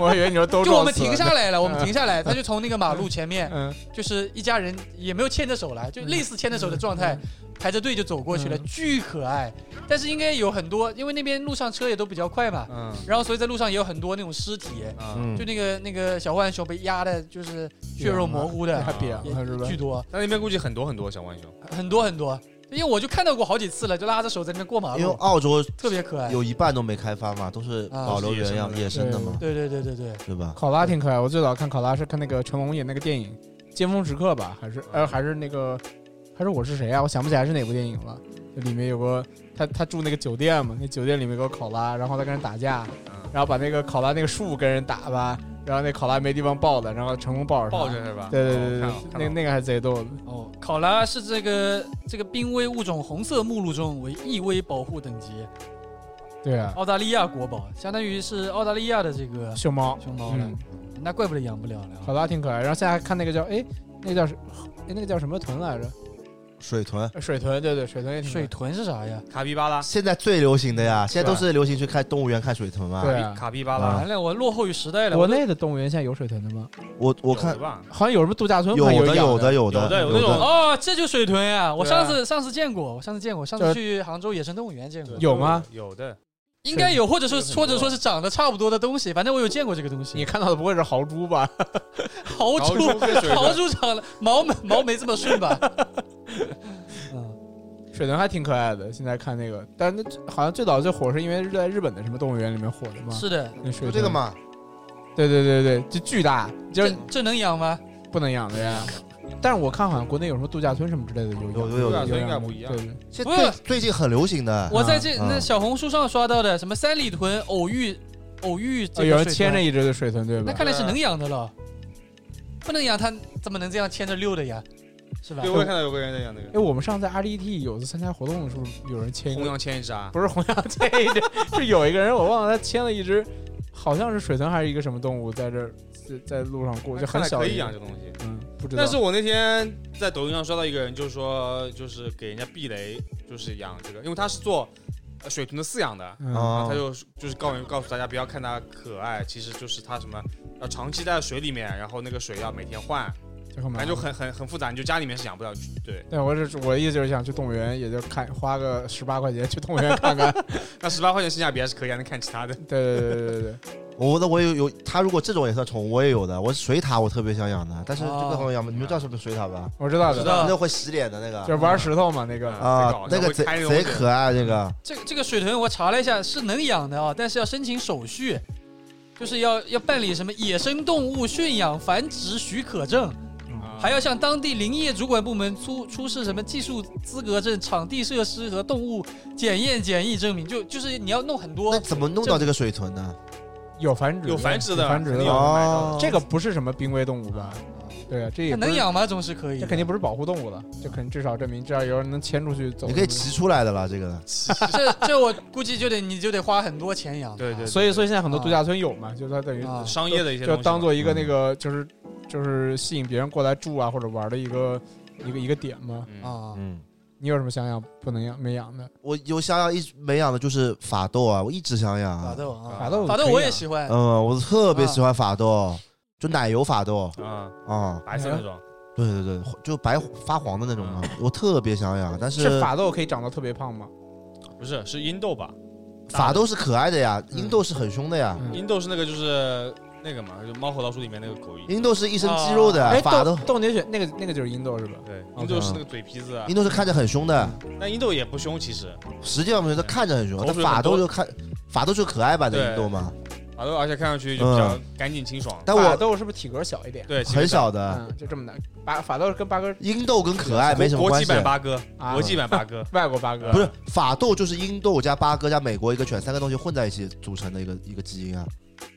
Speaker 3: 我以为你说 都撞死 了。
Speaker 2: 就我们停下来了，我
Speaker 3: 嗯
Speaker 2: 们停下来，他就从那个马路前面，
Speaker 3: 嗯，
Speaker 2: 就是一家人也没有牵着手来，就类似牵着手的状态，排着队就走过去了，
Speaker 3: 嗯
Speaker 2: 巨可爱。但是应该有很多，因为那边路上车也都比较快嘛，
Speaker 4: 嗯
Speaker 2: 然后所以在路上也有很多那种尸体，
Speaker 4: 嗯，
Speaker 2: 就那个那个小浣熊被压的，就是血肉模糊
Speaker 3: 嗯，
Speaker 2: 的，
Speaker 3: 还扁了是吧
Speaker 2: 也？巨多，
Speaker 4: 但那边估计很多很多小浣熊，
Speaker 2: 很多很多。因为我就看到过好几次了，就拉着手在那边过马
Speaker 3: 哎
Speaker 1: 因为
Speaker 2: 路，哎
Speaker 1: 澳洲
Speaker 2: 特别可爱。
Speaker 1: 有一半都没开发嘛，都是保留原样
Speaker 4: 啊
Speaker 1: 野生的嘛，
Speaker 2: 对对对对对，
Speaker 1: 对吧？
Speaker 3: 考拉挺可爱，我最早看考拉是看那个成龙演那个电影《尖峰时刻》吧，还是呃还是那个还是我是谁啊？我想不起来是哪部电影了。就里面有个他他住那个酒店嘛，那酒店里面有个考拉，然后他跟人打架，
Speaker 4: 嗯，
Speaker 3: 然后把那个考拉那个树跟人打吧，然后那考拉没地方抱了，然后成功抱着他
Speaker 4: 抱着是吧？
Speaker 3: 对对对对对，
Speaker 4: 哦看
Speaker 3: 那
Speaker 4: 了看了
Speaker 3: 那个还贼逗的。
Speaker 2: 哦，考拉是这个这个濒危物种红色目录中为易危保护等级，
Speaker 3: 对啊，
Speaker 2: 澳大利亚国宝，相当于是澳大利亚的这个
Speaker 3: 熊猫，
Speaker 2: 熊猫了
Speaker 3: 嗯，，
Speaker 2: 那怪不得养不了了啊。
Speaker 3: 考拉挺可爱。然后现在还看那个叫哎，那个叫什，哎那个叫什么豚来着？呃
Speaker 1: 水豚
Speaker 3: 水豚，对对，水豚也挺可
Speaker 2: 水
Speaker 3: 爱。
Speaker 2: 豚是啥呀？
Speaker 4: 卡皮巴拉，
Speaker 1: 现在最流行的呀，现在都是流行去看动物园看水豚嘛。
Speaker 3: 对啊
Speaker 4: 哎卡皮巴
Speaker 1: 啊
Speaker 4: 拉，
Speaker 2: 完了，我落后于时代了。
Speaker 3: 国
Speaker 2: 我都
Speaker 3: 内的动物园现在有水豚的吗？
Speaker 1: 我我
Speaker 4: 我
Speaker 1: 看
Speaker 4: 吧，
Speaker 3: 好像有什么度假村，
Speaker 1: 有
Speaker 3: 好像
Speaker 1: 的
Speaker 3: 养
Speaker 1: 有的
Speaker 3: 的，
Speaker 1: 有
Speaker 4: 有
Speaker 1: 的
Speaker 4: 的有那种
Speaker 2: 哦，这就水豚呀！我
Speaker 4: 对啊
Speaker 2: 上次上次见过，我上次见过，上
Speaker 3: 就
Speaker 2: 次
Speaker 3: 是
Speaker 2: 去杭州野生动物园见过
Speaker 4: 对，
Speaker 3: 有吗？
Speaker 4: 有的，
Speaker 2: 应该有，或者
Speaker 4: 这
Speaker 2: 是
Speaker 4: 个很
Speaker 2: 或者
Speaker 4: 多
Speaker 2: 说是长得差不多的东西，反正我有见过这个东西。
Speaker 3: 你看到的不会是豪猪吧？
Speaker 2: 豪
Speaker 4: 豪
Speaker 2: 猪，
Speaker 4: 跟水
Speaker 2: 豪
Speaker 4: 豚，
Speaker 2: 猪长得毛没毛没这么顺吧？嗯，
Speaker 3: 水豚还挺可爱的，现在看那个，但是那好像最早最火是因为是在日本的什么动物园里面火的嘛？
Speaker 2: 是的，
Speaker 3: 那水
Speaker 1: 就
Speaker 3: 豚
Speaker 1: 这个？嘛，
Speaker 3: 对对对对，就巨大，就
Speaker 2: 这
Speaker 3: 是
Speaker 2: 这能养吗？
Speaker 3: 不能养的呀。但是我看好像国内有什么度假村什么之类的有
Speaker 1: 有
Speaker 3: 养
Speaker 1: 的
Speaker 4: 度
Speaker 1: 有
Speaker 4: 假
Speaker 1: 的。
Speaker 4: 村应
Speaker 3: 养
Speaker 4: 该
Speaker 3: 的
Speaker 4: 不一样
Speaker 3: 对对，
Speaker 1: 现
Speaker 2: 不是
Speaker 1: 最最近很流行的，
Speaker 2: 我在这
Speaker 1: 嗯
Speaker 2: 那小红书上刷到的什么三里屯偶遇偶遇这
Speaker 3: 哦
Speaker 2: 个
Speaker 3: 有
Speaker 2: 水
Speaker 3: 人
Speaker 2: 豚
Speaker 3: 牵着，一只的水豚，对
Speaker 2: 那
Speaker 3: 吧？
Speaker 2: 看来是能养的了，不能养它怎么能这样牵着溜的呀？是吧
Speaker 4: 对，？我也看到有个人在养那个
Speaker 3: 哎，我们上次在 RDT 有次参加活动的时候，有人牵一
Speaker 4: 弘
Speaker 3: 个，
Speaker 4: 扬牵一只啊，
Speaker 3: 不是弘扬牵一只，是有一个人我忘了他牵了一只，好像是水豚还是一个什么动物，在这在在路上过，就
Speaker 4: 看
Speaker 3: 很
Speaker 4: 来
Speaker 3: 小
Speaker 4: 可
Speaker 3: 的
Speaker 4: 以
Speaker 3: 一个
Speaker 4: 养这东西，
Speaker 3: 嗯，不知道。
Speaker 4: 但是我那天在抖音上刷到一个人，就是说，就是给人家避雷，就是养这个，因为他是做呃水豚的饲养的，
Speaker 3: 嗯
Speaker 1: 啊
Speaker 4: 然后他就就是告人告诉大家不要看它可爱，其实就是它什么要长期待在水里面，然后那个水要每天换，
Speaker 3: 这个蛮
Speaker 4: 反正就很很很复杂，你就家里面是养不了，对，
Speaker 3: 对，我是我的意思就是想去动物园，也就看花个十八块钱去动物园看看。
Speaker 4: 那十八块钱性价比还是可以，还能看其他的。
Speaker 3: 对对对对对对，
Speaker 1: 我那我也有有，它如果这种也算宠物，我也有的。我水獭我特别想养的，但是这个好像养不，你们知道什么水獭吧？
Speaker 3: 我知道
Speaker 2: 知
Speaker 3: 的，
Speaker 2: 道啊
Speaker 1: 那会洗脸的那
Speaker 3: 就是
Speaker 1: 个
Speaker 3: 玩石头嘛那个。
Speaker 1: 啊，那个
Speaker 4: 会
Speaker 1: 贼
Speaker 4: 开那种
Speaker 1: 贼
Speaker 4: 水
Speaker 1: 可爱，那个
Speaker 2: 这个这个水豚我查了一下是能养的啊，但是要申请手续，就是要要办理什么野生动物驯养繁殖许可证，
Speaker 4: 啊
Speaker 2: 还要向当地林业主管部门出出示什么技术资格证、场地设施和动物检验检疫证明，就就是你要弄很
Speaker 1: 那
Speaker 2: 多。
Speaker 1: 怎么弄到这个水豚呢？
Speaker 3: 有繁殖的，
Speaker 4: 有繁殖的，
Speaker 3: 有繁殖
Speaker 4: 肯定有
Speaker 3: 的。
Speaker 4: 能买到
Speaker 1: 哦
Speaker 3: 这个不是什么濒危动物吧？对啊，这也不是
Speaker 2: 能，养吗？总是可以
Speaker 3: 这。肯定不是保护动物了，这肯至少证明至少有人能牵出去走。
Speaker 1: 你可以骑出来的了，这个
Speaker 2: 这这我估计就得你就得花很多钱养。
Speaker 4: 对对对，
Speaker 3: 所以，所
Speaker 4: 以
Speaker 3: 以现在很多度假村有嘛，就它等于
Speaker 2: 啊，
Speaker 4: 商业的一些
Speaker 3: 就
Speaker 4: 东西
Speaker 3: 当
Speaker 4: 嘛
Speaker 3: 做一个那个就是就是吸引别人过来住啊或者玩的一个一个一个点嘛。
Speaker 4: 嗯
Speaker 2: 啊，
Speaker 1: 嗯。
Speaker 3: 你有什么想养不能养没养的？
Speaker 1: 我有想养一直没养的就是法斗啊，我一直想养
Speaker 2: 法
Speaker 1: 啊。
Speaker 2: 斗啊，
Speaker 3: 法斗
Speaker 2: 法斗
Speaker 3: 可以
Speaker 2: 我也
Speaker 3: 养啊
Speaker 2: 喜欢。
Speaker 1: 嗯，我特别喜欢法斗，就奶油法斗
Speaker 4: 啊，
Speaker 1: 啊，
Speaker 4: 白色那种，
Speaker 1: 对对对，就白发黄的那种嘛，我特别想养，啊但
Speaker 3: 是法斗可以长得特别胖吗？
Speaker 4: 不是是英斗吧？
Speaker 1: 法斗是可爱的呀，英斗是很凶的呀，
Speaker 3: 嗯
Speaker 4: 英斗是那个就是那个嘛，就猫和老鼠里面那个狗印。
Speaker 1: 英斗是一身肌肉
Speaker 3: 哦哎
Speaker 1: 的，法斗
Speaker 3: 斗斗牛犬那个那个就是英斗是吧？
Speaker 4: 对，
Speaker 3: OK
Speaker 4: 英斗是那个嘴皮子啊，
Speaker 1: 英斗是看着很凶的，
Speaker 4: 但英斗也不凶，其实
Speaker 1: 实际上我们觉得看着很凶，但法斗就看法斗是可爱版的英斗嘛，
Speaker 4: 法斗，而且看上去就比较干净清爽。
Speaker 1: 但
Speaker 3: 法
Speaker 1: 我啊
Speaker 3: 斗是不是体格小一点？
Speaker 4: 对，
Speaker 1: 很小的，
Speaker 3: 嗯，就这么大。八法斗跟八哥
Speaker 1: 英斗跟可爱没什么
Speaker 4: 国国
Speaker 1: 关
Speaker 4: 际
Speaker 1: 系。
Speaker 4: 版八哥，
Speaker 3: 啊
Speaker 4: 国际版八哥，
Speaker 3: 外国八哥
Speaker 1: 不是法斗就是英斗加八哥加美国一个犬三个东西混在一起组成的一个一个基因啊，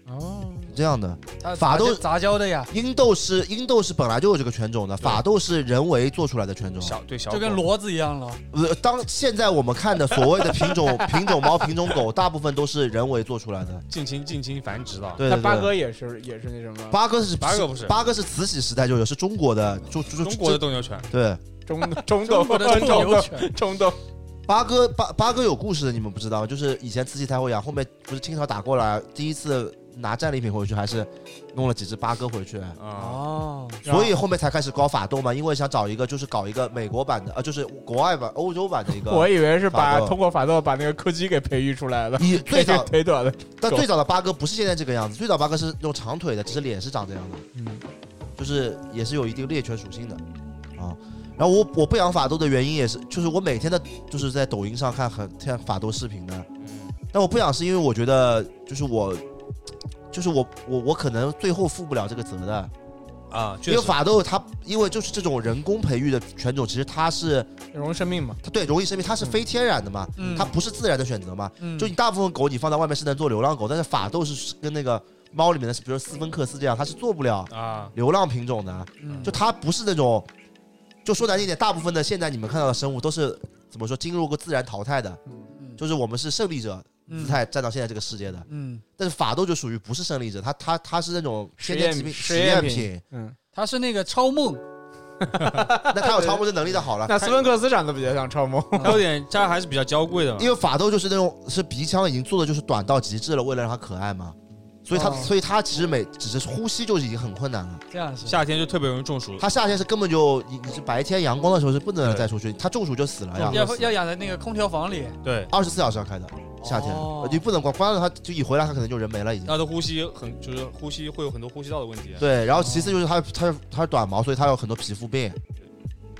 Speaker 3: 哦，
Speaker 1: 这样的。
Speaker 2: 它
Speaker 1: 法斗
Speaker 2: 杂交的呀，
Speaker 1: 英斗是英斗是本来就有这个犬种的，法斗是人为做出来的犬种。
Speaker 4: 小对小狗，
Speaker 2: 就跟骡子一样了。
Speaker 1: 呃，当现在我们看的所谓的品 种品种猫、品种狗，大部分都是人为做出来的。
Speaker 4: 近亲近亲繁殖的。
Speaker 1: 对
Speaker 3: 那
Speaker 1: 对
Speaker 3: 八
Speaker 1: 对。
Speaker 3: 哥也是也是那什么
Speaker 1: 八哥是
Speaker 4: 八哥不是
Speaker 1: 八哥是慈禧时代就有，是中国的，就就就
Speaker 4: 中国的斗牛犬，
Speaker 1: 对。
Speaker 3: 中中
Speaker 2: 中
Speaker 3: 斗
Speaker 2: 国的斗
Speaker 3: 中
Speaker 2: 牛
Speaker 3: 斗
Speaker 2: 犬，
Speaker 3: 中斗
Speaker 1: 八哥八八哥有故事的，你们不知道，就是以前慈禧太后养，后面不是清朝打过来，第一次拿战利品回去，还是弄了几只八哥回去。
Speaker 4: 啊，
Speaker 2: 哦，
Speaker 1: 所以后面才开始搞法斗嘛，因为想找一个就是搞一个美国版的，呃，就是国外版、欧洲版的一个。
Speaker 3: 我以为是
Speaker 1: 法
Speaker 3: 把
Speaker 1: 斗
Speaker 3: 通过法斗把那个柯基给培育出 来的，
Speaker 1: 你 最
Speaker 3: 这
Speaker 1: 早
Speaker 3: 个腿短的，
Speaker 1: 但
Speaker 3: 狗
Speaker 1: 最早的八哥不是现在这个样子，最早八哥是用长腿的，只是脸是长这样的，
Speaker 3: 嗯，
Speaker 1: 就是也是有一定猎犬属性的啊。然后我我不养法斗的原因也是，就是我每天的就是在抖音上看很看法斗视频的，
Speaker 4: 嗯
Speaker 1: 但我不养是因为我觉得就是我。就是我我我可能最后负不了这个责的，
Speaker 4: 啊，
Speaker 1: 因
Speaker 4: 确
Speaker 1: 为
Speaker 4: 实
Speaker 1: 法斗它因为就是这种人工培育的犬种，其实它是
Speaker 3: 容易生病嘛。
Speaker 1: 它对容易生病，它是非天然的嘛，
Speaker 2: 嗯
Speaker 1: 它不是自然的选择嘛，
Speaker 2: 嗯
Speaker 1: 就你大部分狗你放在外面是能做流浪狗，但是法斗是跟那个猫里面的，比如说斯芬克斯这样，它是做不了
Speaker 4: 啊，
Speaker 1: 流浪品种的，
Speaker 2: 嗯
Speaker 1: 就它不是那种，就说难听点，大部分的现在你们看到的生物都是怎么说经历过自然淘汰的，
Speaker 2: 嗯
Speaker 1: 就是我们是胜利者姿态站到现在这个世界的，
Speaker 2: 嗯，
Speaker 1: 但是法斗就属于不是胜利者，它它它是那种先
Speaker 3: 实
Speaker 1: 天
Speaker 3: 验
Speaker 1: 疾病
Speaker 3: 实
Speaker 1: 实验
Speaker 3: 验
Speaker 1: 品，
Speaker 3: 嗯，
Speaker 2: 它是那个超梦，
Speaker 1: 那它有超模的能力就好了。
Speaker 3: 那斯芬克斯长得比较像超模，
Speaker 4: 它有点它还是比较娇贵的嘛
Speaker 1: 因。为法斗就是那种是鼻腔已经做的就是短到极致了，为了让它可爱嘛，所以它、
Speaker 2: 哦
Speaker 1: 所以它其实每只是呼吸就已经很困难了。
Speaker 2: 这样是
Speaker 4: 夏天就特别容易中暑，
Speaker 1: 它夏天是根本就你你是白天阳光的时候是不能再出去，它中暑就死了呀。
Speaker 2: 要要养在那个空调房里，
Speaker 4: 对，
Speaker 1: 二十四小时要啊开的，夏天、
Speaker 2: 哦
Speaker 1: 你不能关关了它，就一回来它可能就人没了已经。
Speaker 4: 它的呼吸很就是呼吸会有很多呼吸道的问题。
Speaker 1: 对，然后其次就是它它它是短毛，所以它有很多皮肤病。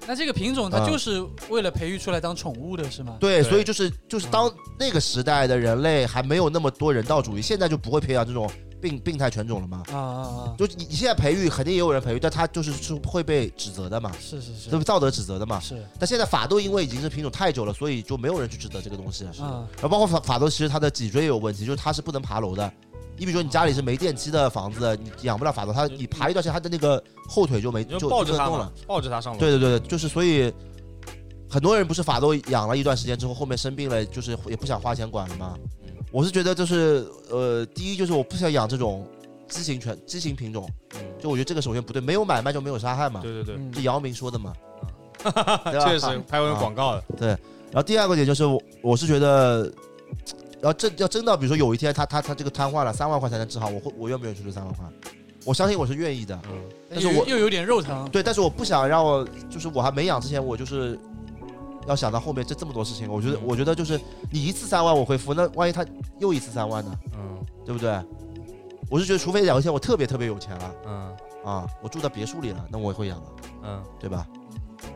Speaker 2: 那这个品种它就是为了培育出来当宠物的是吗？
Speaker 1: 对，
Speaker 4: 对
Speaker 1: 所以就是就是当那个时代的人类还没有那么多人道主义，现在就不会培养这种病病态犬种了嘛。
Speaker 2: 啊啊啊！
Speaker 1: 就你你现在培育肯定也有人培育，但它就是是会被指责的嘛，
Speaker 2: 是是
Speaker 1: 是不
Speaker 2: 是
Speaker 1: 是道德指责的嘛？
Speaker 2: 是
Speaker 1: 但现在法斗因为已经是品种太久了，所以就没有人去指责这个东西。
Speaker 2: 啊
Speaker 1: 然后呃包括法法斗，其实它的脊椎也有问题，就是它是不能爬楼的。你比如说你家里是没电梯的房子，你养不了法斗，它你爬一段时间，它的那个后腿就没
Speaker 4: 你
Speaker 1: 就
Speaker 4: 就抱
Speaker 1: 就
Speaker 4: 着
Speaker 1: 不
Speaker 4: 它
Speaker 1: 能动
Speaker 4: 嘛嗯
Speaker 1: 了。，
Speaker 4: 抱着它上楼。
Speaker 1: 对对对对，就是所以很多人不是法斗养了一段时间之后，后面生病了，就是也不想花钱管了嘛
Speaker 4: 嗯。
Speaker 1: 我是觉得就是呃，第一就是我不想养这种畸形犬、畸形品种，
Speaker 4: 嗯，
Speaker 1: 就我觉得这个首先不对，没有买卖就没有杀害嘛，
Speaker 4: 对对对，
Speaker 2: 嗯
Speaker 1: 这姚明说的嘛， 对吧啊
Speaker 4: 确实拍过广告的，
Speaker 1: 然后第二个点就是我，我是觉得，要真要真到，比如说有一天他他他这个瘫痪了，三万块才能治好，我会我愿不愿意出这三万块？我相信我是愿意的，
Speaker 4: 嗯，
Speaker 1: 但是
Speaker 2: 又
Speaker 1: 我
Speaker 2: 又有点肉疼，
Speaker 1: 对，但是我不想让我就是我还没养之前，我就是要想到后面这这么多事情。我觉得我觉得就是你一次三万我会付，那万一他又一次三万呢？
Speaker 4: 嗯
Speaker 1: 对不对？我是觉得，除非有一天我特别特别有钱了
Speaker 4: 嗯
Speaker 1: 啊，我住在别墅里了，那我也会养了。啊
Speaker 4: 嗯
Speaker 1: 对吧？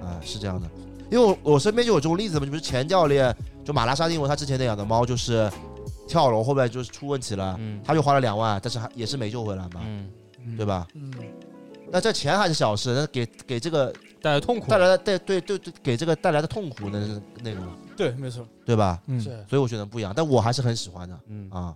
Speaker 1: 啊、是这样的，因为我我身边就有这种例子嘛，就比如前教练就马拉沙丁文，他之前那养的猫就是跳楼后面就是出问题了，
Speaker 4: 嗯
Speaker 1: 他就花了两万，但是还也是没救回来嘛，
Speaker 4: 嗯，
Speaker 1: 对吧？
Speaker 2: 嗯，
Speaker 1: 那这钱还是小事，那给给这个
Speaker 4: 带来痛苦
Speaker 1: 带，来的对对对对，给这个带来的痛苦那是那个嘛，
Speaker 2: 对，没错，
Speaker 1: 对吧？
Speaker 3: 嗯
Speaker 2: 是。
Speaker 1: 所以我觉得不一样，但我还是很喜欢的
Speaker 4: 嗯
Speaker 1: 啊，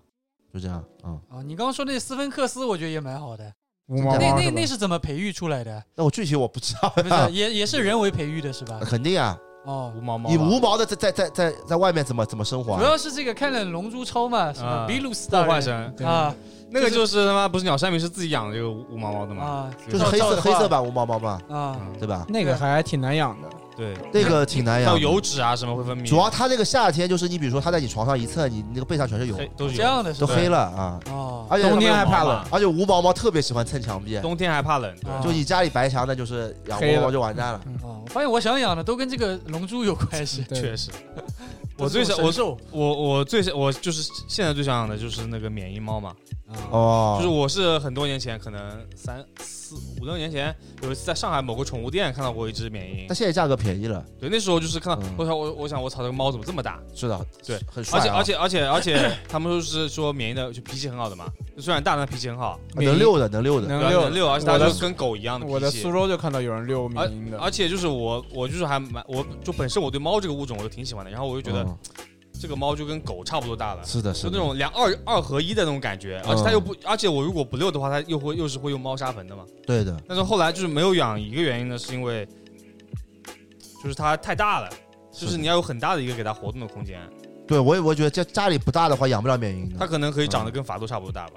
Speaker 1: 就这样啊。
Speaker 2: 啊，你刚刚说那斯芬克斯，我觉得也蛮好的。
Speaker 3: 五毛
Speaker 1: 啊
Speaker 2: 那
Speaker 3: 猫
Speaker 2: 那
Speaker 3: 是吧
Speaker 2: 那是怎么培育出来的？
Speaker 1: 那我具体我不知道，
Speaker 2: 不是，也也是人为培育的，是吧？
Speaker 1: 肯定啊，
Speaker 2: 哦
Speaker 4: 无，毛猫吧，
Speaker 1: 你无毛的在在在在在外面怎么怎么生活、
Speaker 2: 主
Speaker 1: 啊？
Speaker 2: 要是这个看了《龙珠超》嘛，什么
Speaker 4: 啊
Speaker 2: 比鲁斯大
Speaker 4: 梦幻
Speaker 2: 人
Speaker 4: 神，
Speaker 3: 对
Speaker 2: 啊
Speaker 4: 那个就是他妈不是鸟山明是自己养的这个无毛猫的嘛，
Speaker 2: 啊
Speaker 1: 就是黑色黑色版无毛猫嘛，
Speaker 2: 啊，
Speaker 4: 嗯
Speaker 1: 对吧？
Speaker 3: 那个还挺难养的，
Speaker 4: 对，
Speaker 1: 那个挺难
Speaker 4: 还
Speaker 1: 养
Speaker 4: 有
Speaker 1: 的。
Speaker 4: 油脂啊什么会分泌，
Speaker 1: 哎主要它这个夏天就是你比如说它在你床上一蹭，你那个背上全是油，
Speaker 4: 黑嗯都是
Speaker 2: 这
Speaker 4: 油，
Speaker 2: 样的是
Speaker 1: 都
Speaker 2: 吧？
Speaker 1: 黑了啊！
Speaker 2: 哦，
Speaker 1: 而且
Speaker 3: 冬天还怕
Speaker 4: 有毛
Speaker 3: 冷
Speaker 4: 嘛，
Speaker 1: 而且无毛猫特别喜欢蹭墙壁，
Speaker 4: 冬天还怕冷，对
Speaker 2: 啊
Speaker 1: 就你家里白墙那就是养
Speaker 3: 黑
Speaker 1: 无
Speaker 3: 了
Speaker 1: 毛就完蛋了。
Speaker 2: 哦，我发现我想养的都跟这个《龙珠》有关 系。
Speaker 3: 对
Speaker 4: 确实，
Speaker 2: 都
Speaker 4: 我
Speaker 2: 是
Speaker 4: 最
Speaker 2: 这种
Speaker 4: 想我
Speaker 2: 神兽
Speaker 4: 我我最想我就是现在最想养的就是那个缅因猫嘛，
Speaker 2: 啊
Speaker 4: 就是
Speaker 1: 哦，
Speaker 4: 我是很多年前，可能三四五六年前，有一次在上海某个宠物店看到过一只缅因
Speaker 1: 但，现在价格便宜了，
Speaker 4: 对，那时候就是看到
Speaker 1: 嗯，
Speaker 4: 我想我我想我操，这个猫怎么这么大？
Speaker 1: 是的，
Speaker 4: 对，
Speaker 1: 很帅
Speaker 4: 而且
Speaker 1: 啊，
Speaker 4: 而且而且而且他们说是说缅因的就脾气很好的嘛，就虽然大但脾气很好，
Speaker 1: 能溜的，能溜的，
Speaker 3: 能
Speaker 4: 对啊
Speaker 3: 遛
Speaker 4: 能遛，而且
Speaker 3: 我
Speaker 4: 它
Speaker 3: 的
Speaker 4: 就跟狗一样的
Speaker 3: 我在
Speaker 4: 脾
Speaker 3: 苏
Speaker 4: 气。
Speaker 3: 州就看到有人遛缅因的，
Speaker 4: 而且就是我，我就是还蛮，我就本身我对猫这个物种我就挺喜欢的，然后我就觉得
Speaker 1: 嗯
Speaker 4: 这个猫就跟狗差不多大了，
Speaker 1: 是的，
Speaker 4: 就是那
Speaker 1: 的，
Speaker 4: 种两二二合一的那种感觉，而且它又不，而且我如果不遛的话，它又会又是会用猫砂盆的嘛。
Speaker 1: 对的，
Speaker 4: 但是后来就是没有养，一个原因呢，是因为就是它太大了，就是是
Speaker 1: 的
Speaker 4: 你要有很大的一个给它活动的空间，
Speaker 1: 对我也我也觉得家家里不大的话养不了缅因
Speaker 4: 它
Speaker 1: 的，
Speaker 4: 可能可以
Speaker 1: 嗯
Speaker 4: 长得跟法斗差不多大吧，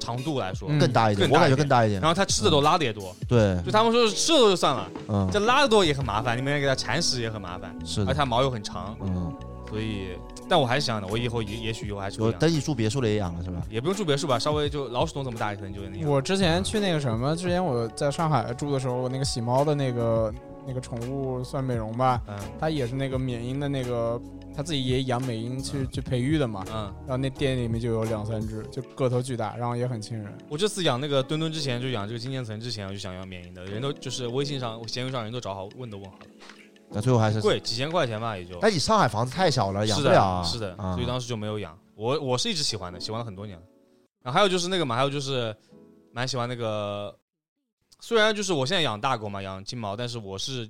Speaker 4: 长度来说。
Speaker 3: 嗯
Speaker 1: 更大一点，我
Speaker 4: 更大
Speaker 1: 感觉
Speaker 4: 一点
Speaker 1: 更大一点
Speaker 4: 然，后它吃的多，拉的也多，
Speaker 1: 对，
Speaker 4: 就他们说是吃的多就算了，
Speaker 1: 嗯
Speaker 4: 这，拉的多也很麻烦，你每天给它铲屎也很麻烦，
Speaker 1: 是
Speaker 4: 而
Speaker 1: 的，
Speaker 4: 它毛又很长，
Speaker 1: 嗯，
Speaker 4: 所以，但我还是想的，我以后也也许以后还是
Speaker 1: 我
Speaker 4: 会养，
Speaker 1: 等你住别墅了也养了是吧？
Speaker 4: 也不用住别墅吧，稍微就老鼠洞这么大，可能就那样。
Speaker 3: 我之前去那个什么，之前我在上海住的时候，我那个喜猫的那个那个宠物算美容吧，
Speaker 4: 嗯
Speaker 3: 它也是那个缅因的那个，它自己也养美因去去培育的嘛。
Speaker 4: 嗯，
Speaker 3: 然后那店里面就有两三只，就个头巨大，然后也很亲人。
Speaker 4: 我这次养那个墩墩之前，就养这个金渐层之前，我就想要缅因的，人都就是微信上、闲鱼上人都找好，问都问好了。
Speaker 1: 那最后还是，
Speaker 4: 贵，几千块钱吧，也就。
Speaker 1: 但你上海房子太小了，养
Speaker 4: 是
Speaker 1: 不
Speaker 4: 的，
Speaker 1: 了啊，
Speaker 4: 是的，
Speaker 1: 啊
Speaker 4: 所以当时就没有养。我我是一直喜欢的，喜欢了很多年了。然后还有就是那个嘛，还有就是蛮喜欢那个，虽然就是我现在养大狗嘛，养金毛，但是我是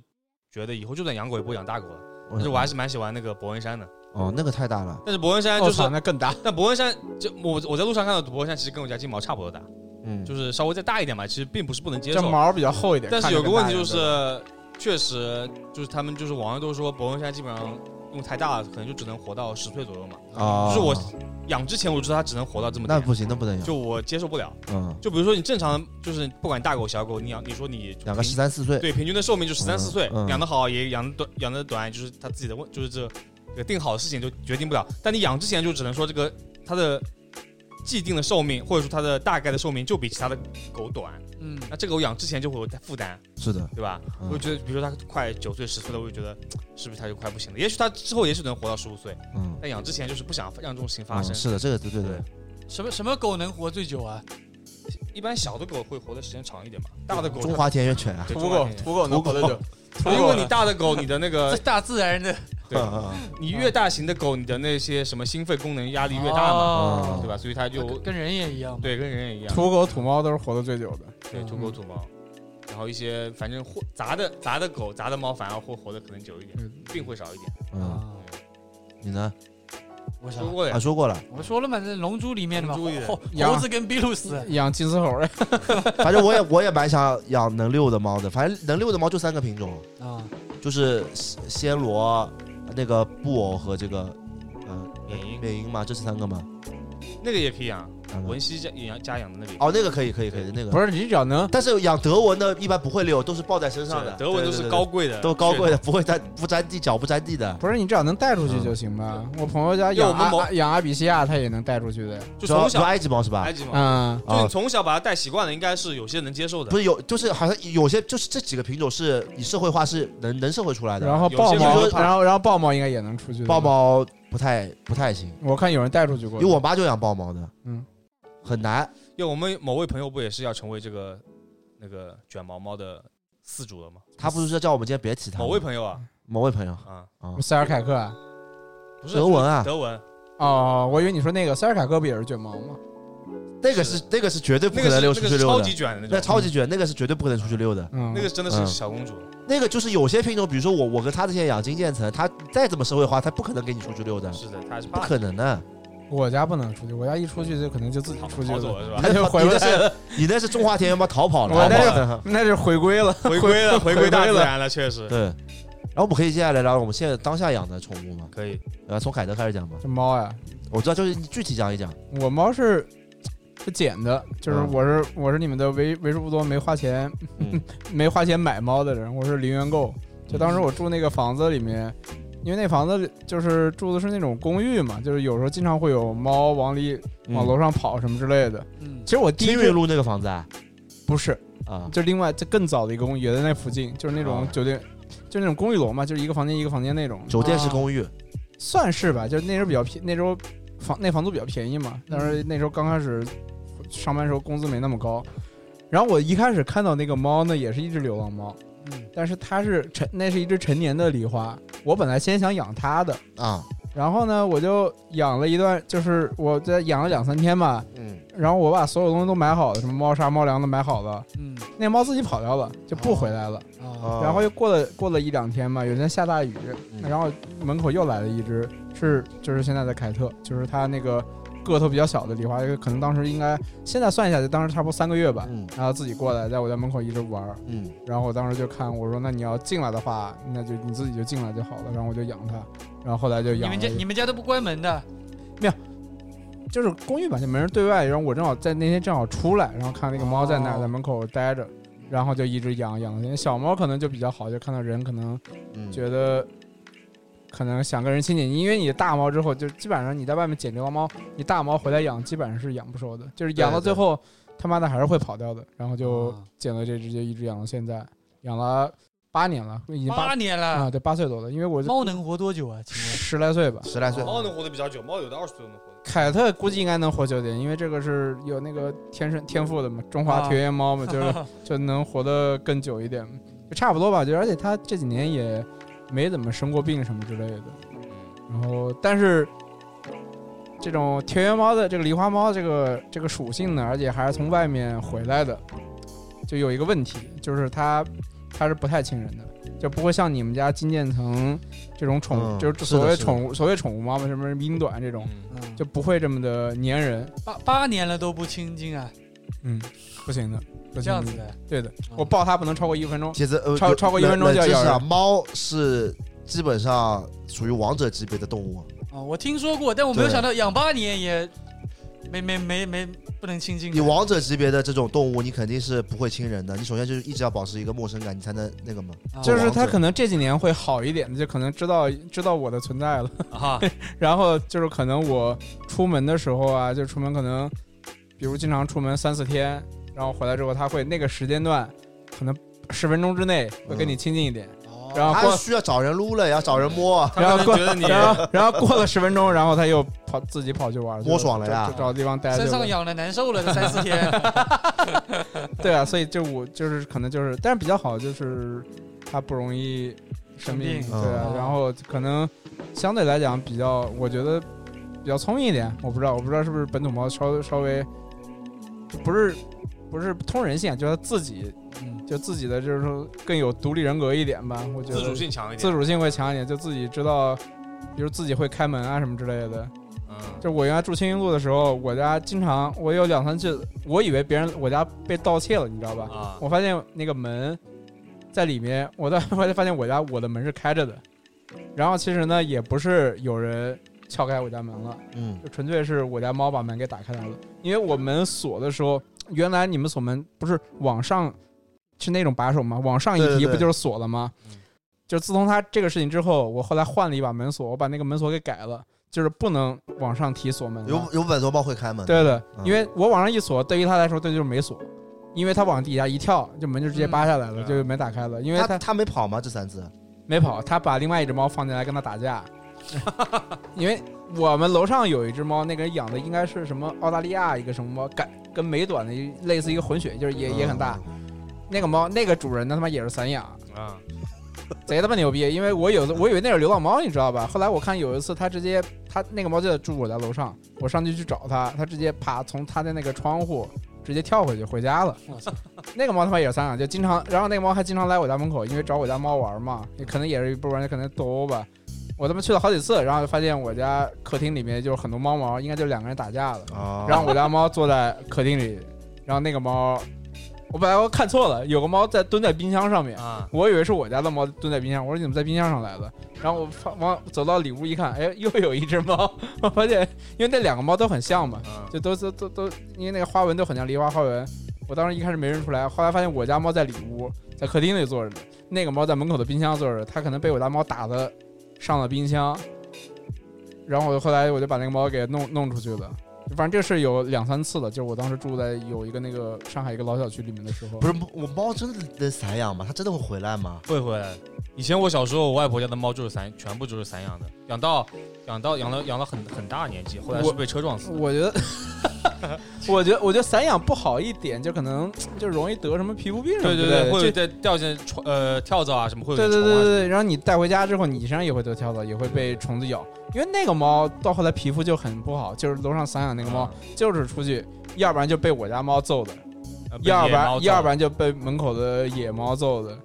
Speaker 4: 觉得以后就算养狗也不会养大狗了。
Speaker 1: 我
Speaker 4: 但是我还是蛮喜欢那个伯恩山的，
Speaker 1: 哦，那个太大了。
Speaker 4: 但是伯恩山
Speaker 1: 哦
Speaker 3: 我
Speaker 4: 就是
Speaker 3: 哦操，，那更大。
Speaker 4: 但伯恩山就我我在路上看到的伯恩山其实跟我家金毛差不多大，
Speaker 1: 嗯，
Speaker 4: 就是稍微再大一点嘛，其实并不是不能接
Speaker 3: 这
Speaker 4: 受。
Speaker 3: 毛比较厚一点，
Speaker 4: 但是
Speaker 3: 看着
Speaker 4: 有个
Speaker 3: 更大
Speaker 4: 问题就
Speaker 3: 一点
Speaker 4: 是，确实就是他们就是网上都说伯恩山基本上用太大了，可能就只能活到十岁左右嘛。
Speaker 1: 啊，
Speaker 4: 就是我养之前我就知道它只能活到这么
Speaker 1: 那
Speaker 4: 点，
Speaker 1: 不行，那不能养。
Speaker 4: 就我接受不了。
Speaker 1: 嗯，
Speaker 4: 就比如说你正常就是不管大狗小狗，你养你说你
Speaker 1: 养个
Speaker 4: 平
Speaker 1: 十三四岁，
Speaker 4: 对平均的寿命就十三四岁
Speaker 1: 嗯，
Speaker 4: 养得好也养得短，养得短就是它自己的问，就是这这个定好的事情就决定不了。但你养之前就只能说这个它的既定的寿命或者说它的大概的寿命就比其他的狗短，
Speaker 2: 嗯，
Speaker 4: 那这个我养之前就会有负担，
Speaker 1: 是的，
Speaker 4: 对吧？
Speaker 1: 嗯
Speaker 4: 我就觉得比如说它快九岁十岁了，我就觉得是不是它就快不行了？也许它之后也许能活到十五岁，
Speaker 1: 嗯，
Speaker 4: 但养之前就是不想让这种事情发生
Speaker 1: 嗯。是的，这个对对对，
Speaker 2: 什么什么狗能活最久啊？
Speaker 4: 一般小的狗会活的时间长一点嘛，大的狗
Speaker 1: 中华田园犬啊，
Speaker 4: 对
Speaker 3: 土
Speaker 4: 中华
Speaker 3: 狗
Speaker 4: 田，园
Speaker 3: 土狗能活 得久，土
Speaker 4: 因
Speaker 3: 狗
Speaker 4: 为你大的狗，你的那
Speaker 2: 这
Speaker 4: 个
Speaker 2: 大自然的
Speaker 4: 对
Speaker 1: 嗯嗯
Speaker 4: 你越大型的狗，你的那些什么心肺功能压力越大嘛，
Speaker 2: 哦
Speaker 1: 嗯
Speaker 4: 对吧？所以它就
Speaker 2: 跟跟人也一样嘛。
Speaker 4: 对跟人也一样，
Speaker 3: 土狗土猫都是活得最久的。
Speaker 4: 对土狗
Speaker 1: 嗯
Speaker 4: 土猫，然后一些反正或杂的杂的狗杂的猫反而会活得可能久一点，
Speaker 3: 嗯
Speaker 4: 病会少一点。
Speaker 1: 嗯，
Speaker 2: 啊，
Speaker 1: 你呢？
Speaker 2: 我
Speaker 4: 说
Speaker 2: 想
Speaker 4: 过
Speaker 1: 啊，
Speaker 4: 呀，
Speaker 1: 说过了，
Speaker 2: 我说了嘛，这《龙珠》里面的嘛，
Speaker 4: 龙珠也
Speaker 2: 猴
Speaker 3: 养
Speaker 2: 猴子跟比鲁斯，
Speaker 3: 养金丝猴儿，
Speaker 1: 反正我也我也蛮想养能遛的猫的，反正能遛的猫就三个品种，
Speaker 2: 啊，
Speaker 1: 就是暹暹罗、那个布偶和这个呃
Speaker 4: 缅因
Speaker 1: 缅因嘛，这是三个嘛，
Speaker 4: 那个也可以养，啊
Speaker 1: 嗯
Speaker 4: 文熙家养家养的那里，
Speaker 1: 哦，那个可以可以可以，那个
Speaker 3: 不是你只要能
Speaker 1: 但是养德文的一般不会溜，都是抱在身上的。
Speaker 4: 是德文
Speaker 1: 对
Speaker 4: 都是
Speaker 1: 对
Speaker 4: 高
Speaker 1: 对
Speaker 4: 贵的，
Speaker 1: 对都高贵的，不会沾不沾地，脚不沾地的。
Speaker 3: 不是你只要能带出去就行吧？我朋友家
Speaker 4: 因为
Speaker 3: 养
Speaker 4: 我们某
Speaker 3: 阿养阿比西亚，他也能带出去的。
Speaker 4: 就
Speaker 1: 主要
Speaker 4: 从
Speaker 1: 主要
Speaker 4: 小
Speaker 1: 埃及猫是吧
Speaker 4: 埃？及嘛，
Speaker 3: 嗯，
Speaker 4: 就
Speaker 1: 哦
Speaker 4: 你从小把它带习惯了，应该是有些能接受的
Speaker 1: 不。是有，就是好像有些就是这几个品种是你社会化是能能社会出来的，
Speaker 3: 然后
Speaker 4: 有些
Speaker 3: 豹猫，
Speaker 1: 人说
Speaker 3: 然后然后豹猫应该也能出去的。
Speaker 1: 豹，猫不太不太行，
Speaker 3: 我看有人带出去过
Speaker 1: 因为。我妈就养豹猫的，
Speaker 3: 嗯，
Speaker 1: 很难。
Speaker 4: 因为我们某位朋友不也是要成为这个那个卷毛猫的饲主了吗？
Speaker 1: 她不是说叫我们今天别提它吗。
Speaker 4: 某位朋友啊
Speaker 1: 某位朋友，
Speaker 4: 啊，
Speaker 1: 啊，
Speaker 3: 塞尔凯克啊，
Speaker 4: 不是
Speaker 1: 德文啊
Speaker 4: 德文
Speaker 3: 哦，我以为你说那个塞尔凯克不也是卷毛吗？
Speaker 1: 那个是那个是绝对不
Speaker 4: 那
Speaker 1: 可
Speaker 4: 个
Speaker 1: 能溜出
Speaker 4: 是那个
Speaker 1: 去
Speaker 4: 是
Speaker 1: 溜
Speaker 4: 超
Speaker 1: 的
Speaker 4: 级，卷的
Speaker 1: 那
Speaker 4: 那种，
Speaker 1: 超级卷，那个是绝对不可能出去溜的。
Speaker 3: 嗯，
Speaker 4: 那个真的是
Speaker 1: 嗯
Speaker 4: 小公主。
Speaker 1: 那个就是有些品种，比如说我我跟他之前养金渐层，他再怎么社会化，他不可能给你出去溜的，
Speaker 4: 是的，她是
Speaker 1: 嗯不
Speaker 4: 怕
Speaker 1: 可能啊的。
Speaker 3: 我家不能出去，我家一出去就可能就自己
Speaker 4: 逃
Speaker 3: 出去
Speaker 4: 逃 走了是吧？
Speaker 3: 他就回不
Speaker 1: 你那
Speaker 3: 来了
Speaker 1: 是，你那是中华田园猫逃跑了，
Speaker 3: 我
Speaker 1: 逃
Speaker 3: 那
Speaker 1: 跑
Speaker 3: 是
Speaker 1: 了。
Speaker 3: 那是回归了。
Speaker 4: 回归了，回
Speaker 3: 归
Speaker 4: 归大
Speaker 3: 了
Speaker 4: 自然了，确实
Speaker 1: 对，然后我们可以接下来聊我们现在当下养的宠物嘛，
Speaker 4: 可以。
Speaker 1: 呃，从凯德开始讲吧。
Speaker 3: 这猫呀，
Speaker 1: 我知道，就是你具体讲一讲。
Speaker 3: 我猫是是捡的，就是
Speaker 1: 嗯
Speaker 3: 我是我是你们的为为数不多没花钱
Speaker 1: 嗯
Speaker 3: 没花钱买猫的人，我是零元购。就当时
Speaker 1: 嗯
Speaker 3: 我住那个房子里面，因为那房子里就是住的是那种公寓嘛，就是有时候经常会有猫往里往楼上跑什么之类的。
Speaker 2: 嗯
Speaker 3: 其，实我第一
Speaker 1: 青云
Speaker 3: 只
Speaker 1: 嗯路那个房子啊，
Speaker 3: 不是，
Speaker 1: 啊，
Speaker 3: 就另外这更早的一个公寓也在那附近，就是那种
Speaker 1: 啊
Speaker 3: 酒店，就是那种公寓楼嘛，就是一个房间一个房间那种，
Speaker 1: 酒店式公
Speaker 3: 啊
Speaker 1: 寓，
Speaker 3: 算是吧，就是那时候比较便，那时候房那房租比较便宜嘛，但是那时候刚开始上班时候工资没那么高。然后我一开始看到那个猫呢，也是一只流浪猫，
Speaker 2: 嗯
Speaker 3: 但是它是成那是一只成年的狸花。我本来先想养它的，
Speaker 1: 啊，
Speaker 3: 然后呢，我就养了一段，就是我在养了两三天吧。
Speaker 1: 嗯，
Speaker 3: 然后我把所有东西都买好了，什么猫砂、猫粮都买好了，
Speaker 2: 嗯
Speaker 3: 那猫自己跑掉了，就不回来了。
Speaker 2: 啊
Speaker 1: 哦
Speaker 3: 然后又过了过了一两天嘛，有一天下大雨，
Speaker 1: 嗯
Speaker 3: 然后门口又来了一只，是就是现在的凯特，就是它那个个头比较小的狸花，可能当时应该现在算一下，就当时差不多三个月吧。
Speaker 1: 嗯
Speaker 3: 然后自己过来，在我家门口一直玩儿，
Speaker 1: 嗯
Speaker 3: 然后我当时就看，我说那你要进来的话，那就你自己就进来就好了。然后我就养它，然后后来就
Speaker 2: 你
Speaker 3: 养了
Speaker 2: 们家你们家都不关门的，
Speaker 3: 就是公寓吧，就没人对外。然后我正好在那天正好出来，然后看那个猫在那儿
Speaker 2: 哦
Speaker 3: 在门口待着，然后就一直养养了。小猫可能就比较好，就看到人可能
Speaker 1: 嗯，
Speaker 3: 觉得可能想跟人亲近，因为你大猫之后，就基本上你在外面捡流浪猫，你大猫回来养，基本上是养不熟的，就是养到
Speaker 1: 对对
Speaker 3: 最后他妈的还是会跑掉的。然后就
Speaker 2: 啊
Speaker 3: 捡了这只，就一直养到现在，养了八年了，已经
Speaker 2: 八
Speaker 3: 八
Speaker 2: 年
Speaker 3: 啊，
Speaker 2: 了，
Speaker 3: 对，八岁多了，因为我
Speaker 2: 猫能活多久啊？请问
Speaker 3: 十来岁吧。
Speaker 1: 十来岁，
Speaker 4: 猫能活得比较久，猫有的二十岁都能活得。
Speaker 3: 凯特估计应该能活久点，因为这个是有那个天生天赋的嘛，中华
Speaker 2: 啊
Speaker 3: 田园猫 嘛，就是就能活得更久一点，就差不多吧。就而且它这几年也没怎么生过病什么之类的。然后，但是这种田园猫的这个狸花猫这个这个属性呢，而且还是从外面回来的，就有一个问题，就是它它是不太亲人的，就不会像你们家金渐层这种宠，
Speaker 1: 嗯
Speaker 3: 就是
Speaker 1: 是的
Speaker 3: 所谓
Speaker 1: 是的
Speaker 3: 宠物所谓宠物猫嘛，什么英短这种。
Speaker 4: 嗯，
Speaker 2: 嗯
Speaker 3: 就不会这么的粘人，
Speaker 2: 八八年了都不亲近啊，
Speaker 3: 嗯，不行的，不行
Speaker 2: 这样子的，
Speaker 3: 对的，我抱它不能超过一分钟，
Speaker 1: 其实呃，
Speaker 3: 超
Speaker 1: 有
Speaker 3: 超过一分钟
Speaker 1: 冷
Speaker 3: 就要
Speaker 1: 冷知识啊
Speaker 3: 咬
Speaker 1: 猫是基本上属于王者级别的动物，
Speaker 2: 啊，我听说过，但我没有
Speaker 1: 对
Speaker 2: 想到养八年也没没没没不能亲近的。
Speaker 1: 你王者级别的这种动物，你肯定是不会亲人的。你首先就是一直要保持一个陌生感，你才能那个嘛。
Speaker 2: 啊
Speaker 3: 就是
Speaker 1: 王
Speaker 3: 它
Speaker 1: 者
Speaker 3: 可能这几年会好一点，就可能知道知道我的存在了。
Speaker 4: 啊，
Speaker 3: 然后就是可能我出门的时候啊，就出门可能，比如经常出门三四天，然后回来之后，他会那个时间段，可能十分钟之内会
Speaker 4: 嗯
Speaker 3: 跟你亲近一点，
Speaker 2: 哦
Speaker 3: 然后
Speaker 1: 它
Speaker 3: 啊过，
Speaker 1: 需要找人撸了，也要找人摸，啊
Speaker 4: 他可
Speaker 3: 然后
Speaker 4: 能
Speaker 3: 过
Speaker 4: 觉得你
Speaker 3: 然后然后过了十分钟，然后他又跑自己跑去玩，
Speaker 1: 摸爽了呀
Speaker 3: 就就找地方
Speaker 1: 啊
Speaker 3: 待着
Speaker 2: 身
Speaker 3: 了
Speaker 2: 上。痒了，难受了，这三四 天
Speaker 4: 啊
Speaker 3: 对啊，所以就我就是可能就是，但是比较好就是它不容易生
Speaker 2: 生
Speaker 3: 病，
Speaker 2: 病
Speaker 3: 对
Speaker 4: 哦
Speaker 3: 啊，
Speaker 2: 嗯
Speaker 3: 然后可能相对来讲比较，我觉得比较聪明一点，我不知道，我不知道是不是本土猫稍稍微不是不是通人性，啊就是它自己
Speaker 2: 嗯
Speaker 3: 就自己的就是说更有独立人格一点吧，我觉得
Speaker 4: 自主性强一点。
Speaker 3: 自，主性会强一点，就自己知道。比如自己会开门啊什么之类的，
Speaker 4: 嗯，
Speaker 3: 就我原来住青云路的时候，我家经常我有两三次，我以为别人我家被盗窃了，你知道吧？
Speaker 4: 啊，
Speaker 3: 我发现那个门在里面，我在发现发现我家我的门是开着的，然后其实呢也不是有人撬开我家门了，
Speaker 1: 嗯
Speaker 3: 就纯粹是我家猫把门给打开来了。因为我们锁的时候，原来你们锁门不是往上是那种把手吗？往上一
Speaker 4: 对对
Speaker 3: 提
Speaker 4: 对
Speaker 3: 不就是锁了吗？
Speaker 4: 嗯
Speaker 3: 就自从他这个事情之后，我后来换了一把门锁，我把那个门锁给改了，就是不能往上提锁门了。
Speaker 1: 有有本多猫会开门，
Speaker 3: 对的，
Speaker 1: 嗯
Speaker 3: 因为我往上一锁，对于他来说这就是没锁，因为他往底下一跳，这门就直接扒下来了，
Speaker 4: 嗯
Speaker 3: 就没打开了。因为
Speaker 1: 他
Speaker 3: 他
Speaker 1: 他没跑吗？这三只
Speaker 3: 没跑，他把另外一只猫放进来跟他 打架，因为我们楼上有一只猫，那个人养的应该是什么澳大利亚一个什么猫，感跟美短的一类似一个混血，就是也也很
Speaker 1: 嗯
Speaker 3: 大。，那个猫那个主人呢他妈也是散养，
Speaker 4: 啊，
Speaker 3: 贼他妈牛逼！因为我有的我以为那是流浪猫，你知道吧？后来我看有一次它直接它那个猫就在住我家楼上，我上去去找它，它直接爬从它的那个窗户直接跳回去回家了
Speaker 2: 我操。
Speaker 3: 那个猫他妈也是散养，就经常，然后那个猫还经常来我家门口，因为找我家猫玩嘛，也可能也是不然可能斗殴吧。我他妈去了好几次，然后就发现我家客厅里面就是很多猫毛，应该就两个人打架
Speaker 2: 哦
Speaker 3: 了。
Speaker 1: 啊，
Speaker 3: 然后我家猫坐在客厅里，然后那个猫，我本来我看错了，有个猫在蹲在冰箱上面。
Speaker 4: 啊，
Speaker 3: 我以为是我家的猫蹲在冰箱，我说你怎么在冰箱上来了？然后我发往走到里屋一看，哎，又有一只猫。 我发现，因为那两个猫都很像嘛，
Speaker 4: 啊
Speaker 3: 就都都都都，因为那个花纹都很像梨花花纹。我当时一开始没认出来，后来发现我家猫在里屋，在客厅里坐着呢，那个猫在门口的冰箱坐着，它可能被我家猫打的上了冰箱，然后我后来我就把那个猫给弄弄出去了。反正这事有两三次了，就是我当时住在有一个那个上海一个老小区里面的时候，
Speaker 1: 不是我猫真的能散养吗？它真的会回来吗？
Speaker 4: 会回来。以前我小时候，我外婆家的猫就是散，全部就是散养的，养到养到养了养了很很大的年纪，后来是
Speaker 3: 我
Speaker 4: 被车撞死的。
Speaker 3: 我觉得， 我觉得，我觉得散养不好一点，就可能就容易得什么皮肤病什么
Speaker 4: 对
Speaker 3: 之类
Speaker 4: 对
Speaker 3: 的。
Speaker 4: 对，会有
Speaker 3: 就
Speaker 4: 在掉进虫呃跳蚤啊什么，会有
Speaker 3: 对对
Speaker 4: 虫
Speaker 3: 对
Speaker 4: 啊
Speaker 3: 对
Speaker 4: 什么
Speaker 3: 对，然后你带回家之后，你身上也会得跳蚤，也会被虫子咬。因为那个猫到后来皮肤就很不好，就是楼上散养那个猫，
Speaker 4: 啊
Speaker 3: 就是出去，要不然就被我家猫揍的，
Speaker 4: 呃被
Speaker 3: 要不
Speaker 4: 野猫
Speaker 3: 然要
Speaker 4: 造
Speaker 3: 不然就被门口的野猫揍的。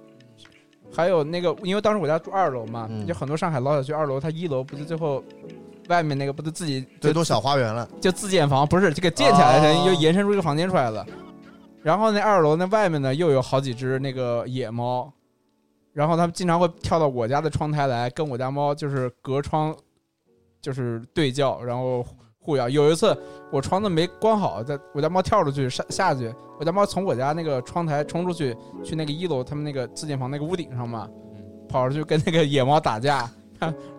Speaker 3: 还有那个，因为当时我家住二楼嘛，
Speaker 1: 嗯
Speaker 3: 有很多上海老小区二楼，它一楼不是最后外面那个不是自己
Speaker 1: 最多小花园了，
Speaker 3: 就自建房，不是这个建起来
Speaker 1: 哦
Speaker 3: 的，又延伸出一个房间出来了。然后那二楼那外面呢，又有好几只那个野猫，然后它们经常会跳到我家的窗台来，跟我家猫就是隔窗，就是对叫，然后互咬。有一次我窗子没关好，在我家猫跳出去下下去，我家猫从我家那个窗台冲出去，去那个一楼他们那个自建房那个屋顶上嘛，跑出去跟那个野猫打架，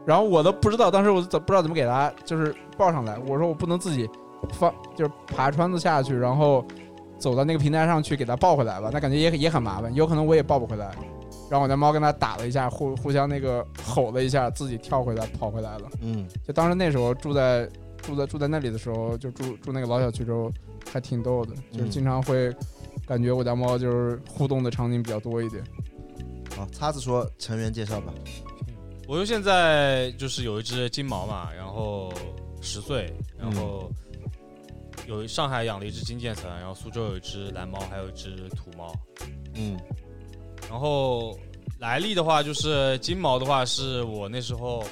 Speaker 3: 然后我都不知道，当时我怎不知道怎么给它就是抱上来，我说我不能自己放，就是爬窗子下去，然后走到那个平台上去给它抱回来吧，那感觉也也很麻烦，有可能我也抱不回来。然后我家猫跟它打了一下， 互互相那个吼了一下，自己跳回来跑回来了。
Speaker 1: 嗯，
Speaker 3: 就当时那时候住在住在住在那里的时候，就住住那个老小区之后，还挺逗的，就是
Speaker 1: 嗯
Speaker 3: 经常会感觉我家猫就是互动的场景比较多一点。
Speaker 1: 好，叉子说成员介绍吧，
Speaker 4: 我就现在就是有一只金毛嘛，然后十岁，
Speaker 3: 嗯
Speaker 4: 然后有上海养了一只金渐层，然后苏州有一只蓝猫，还有一只土猫。
Speaker 1: 嗯
Speaker 4: 然后来历的话，就是金毛的话，是我那时候，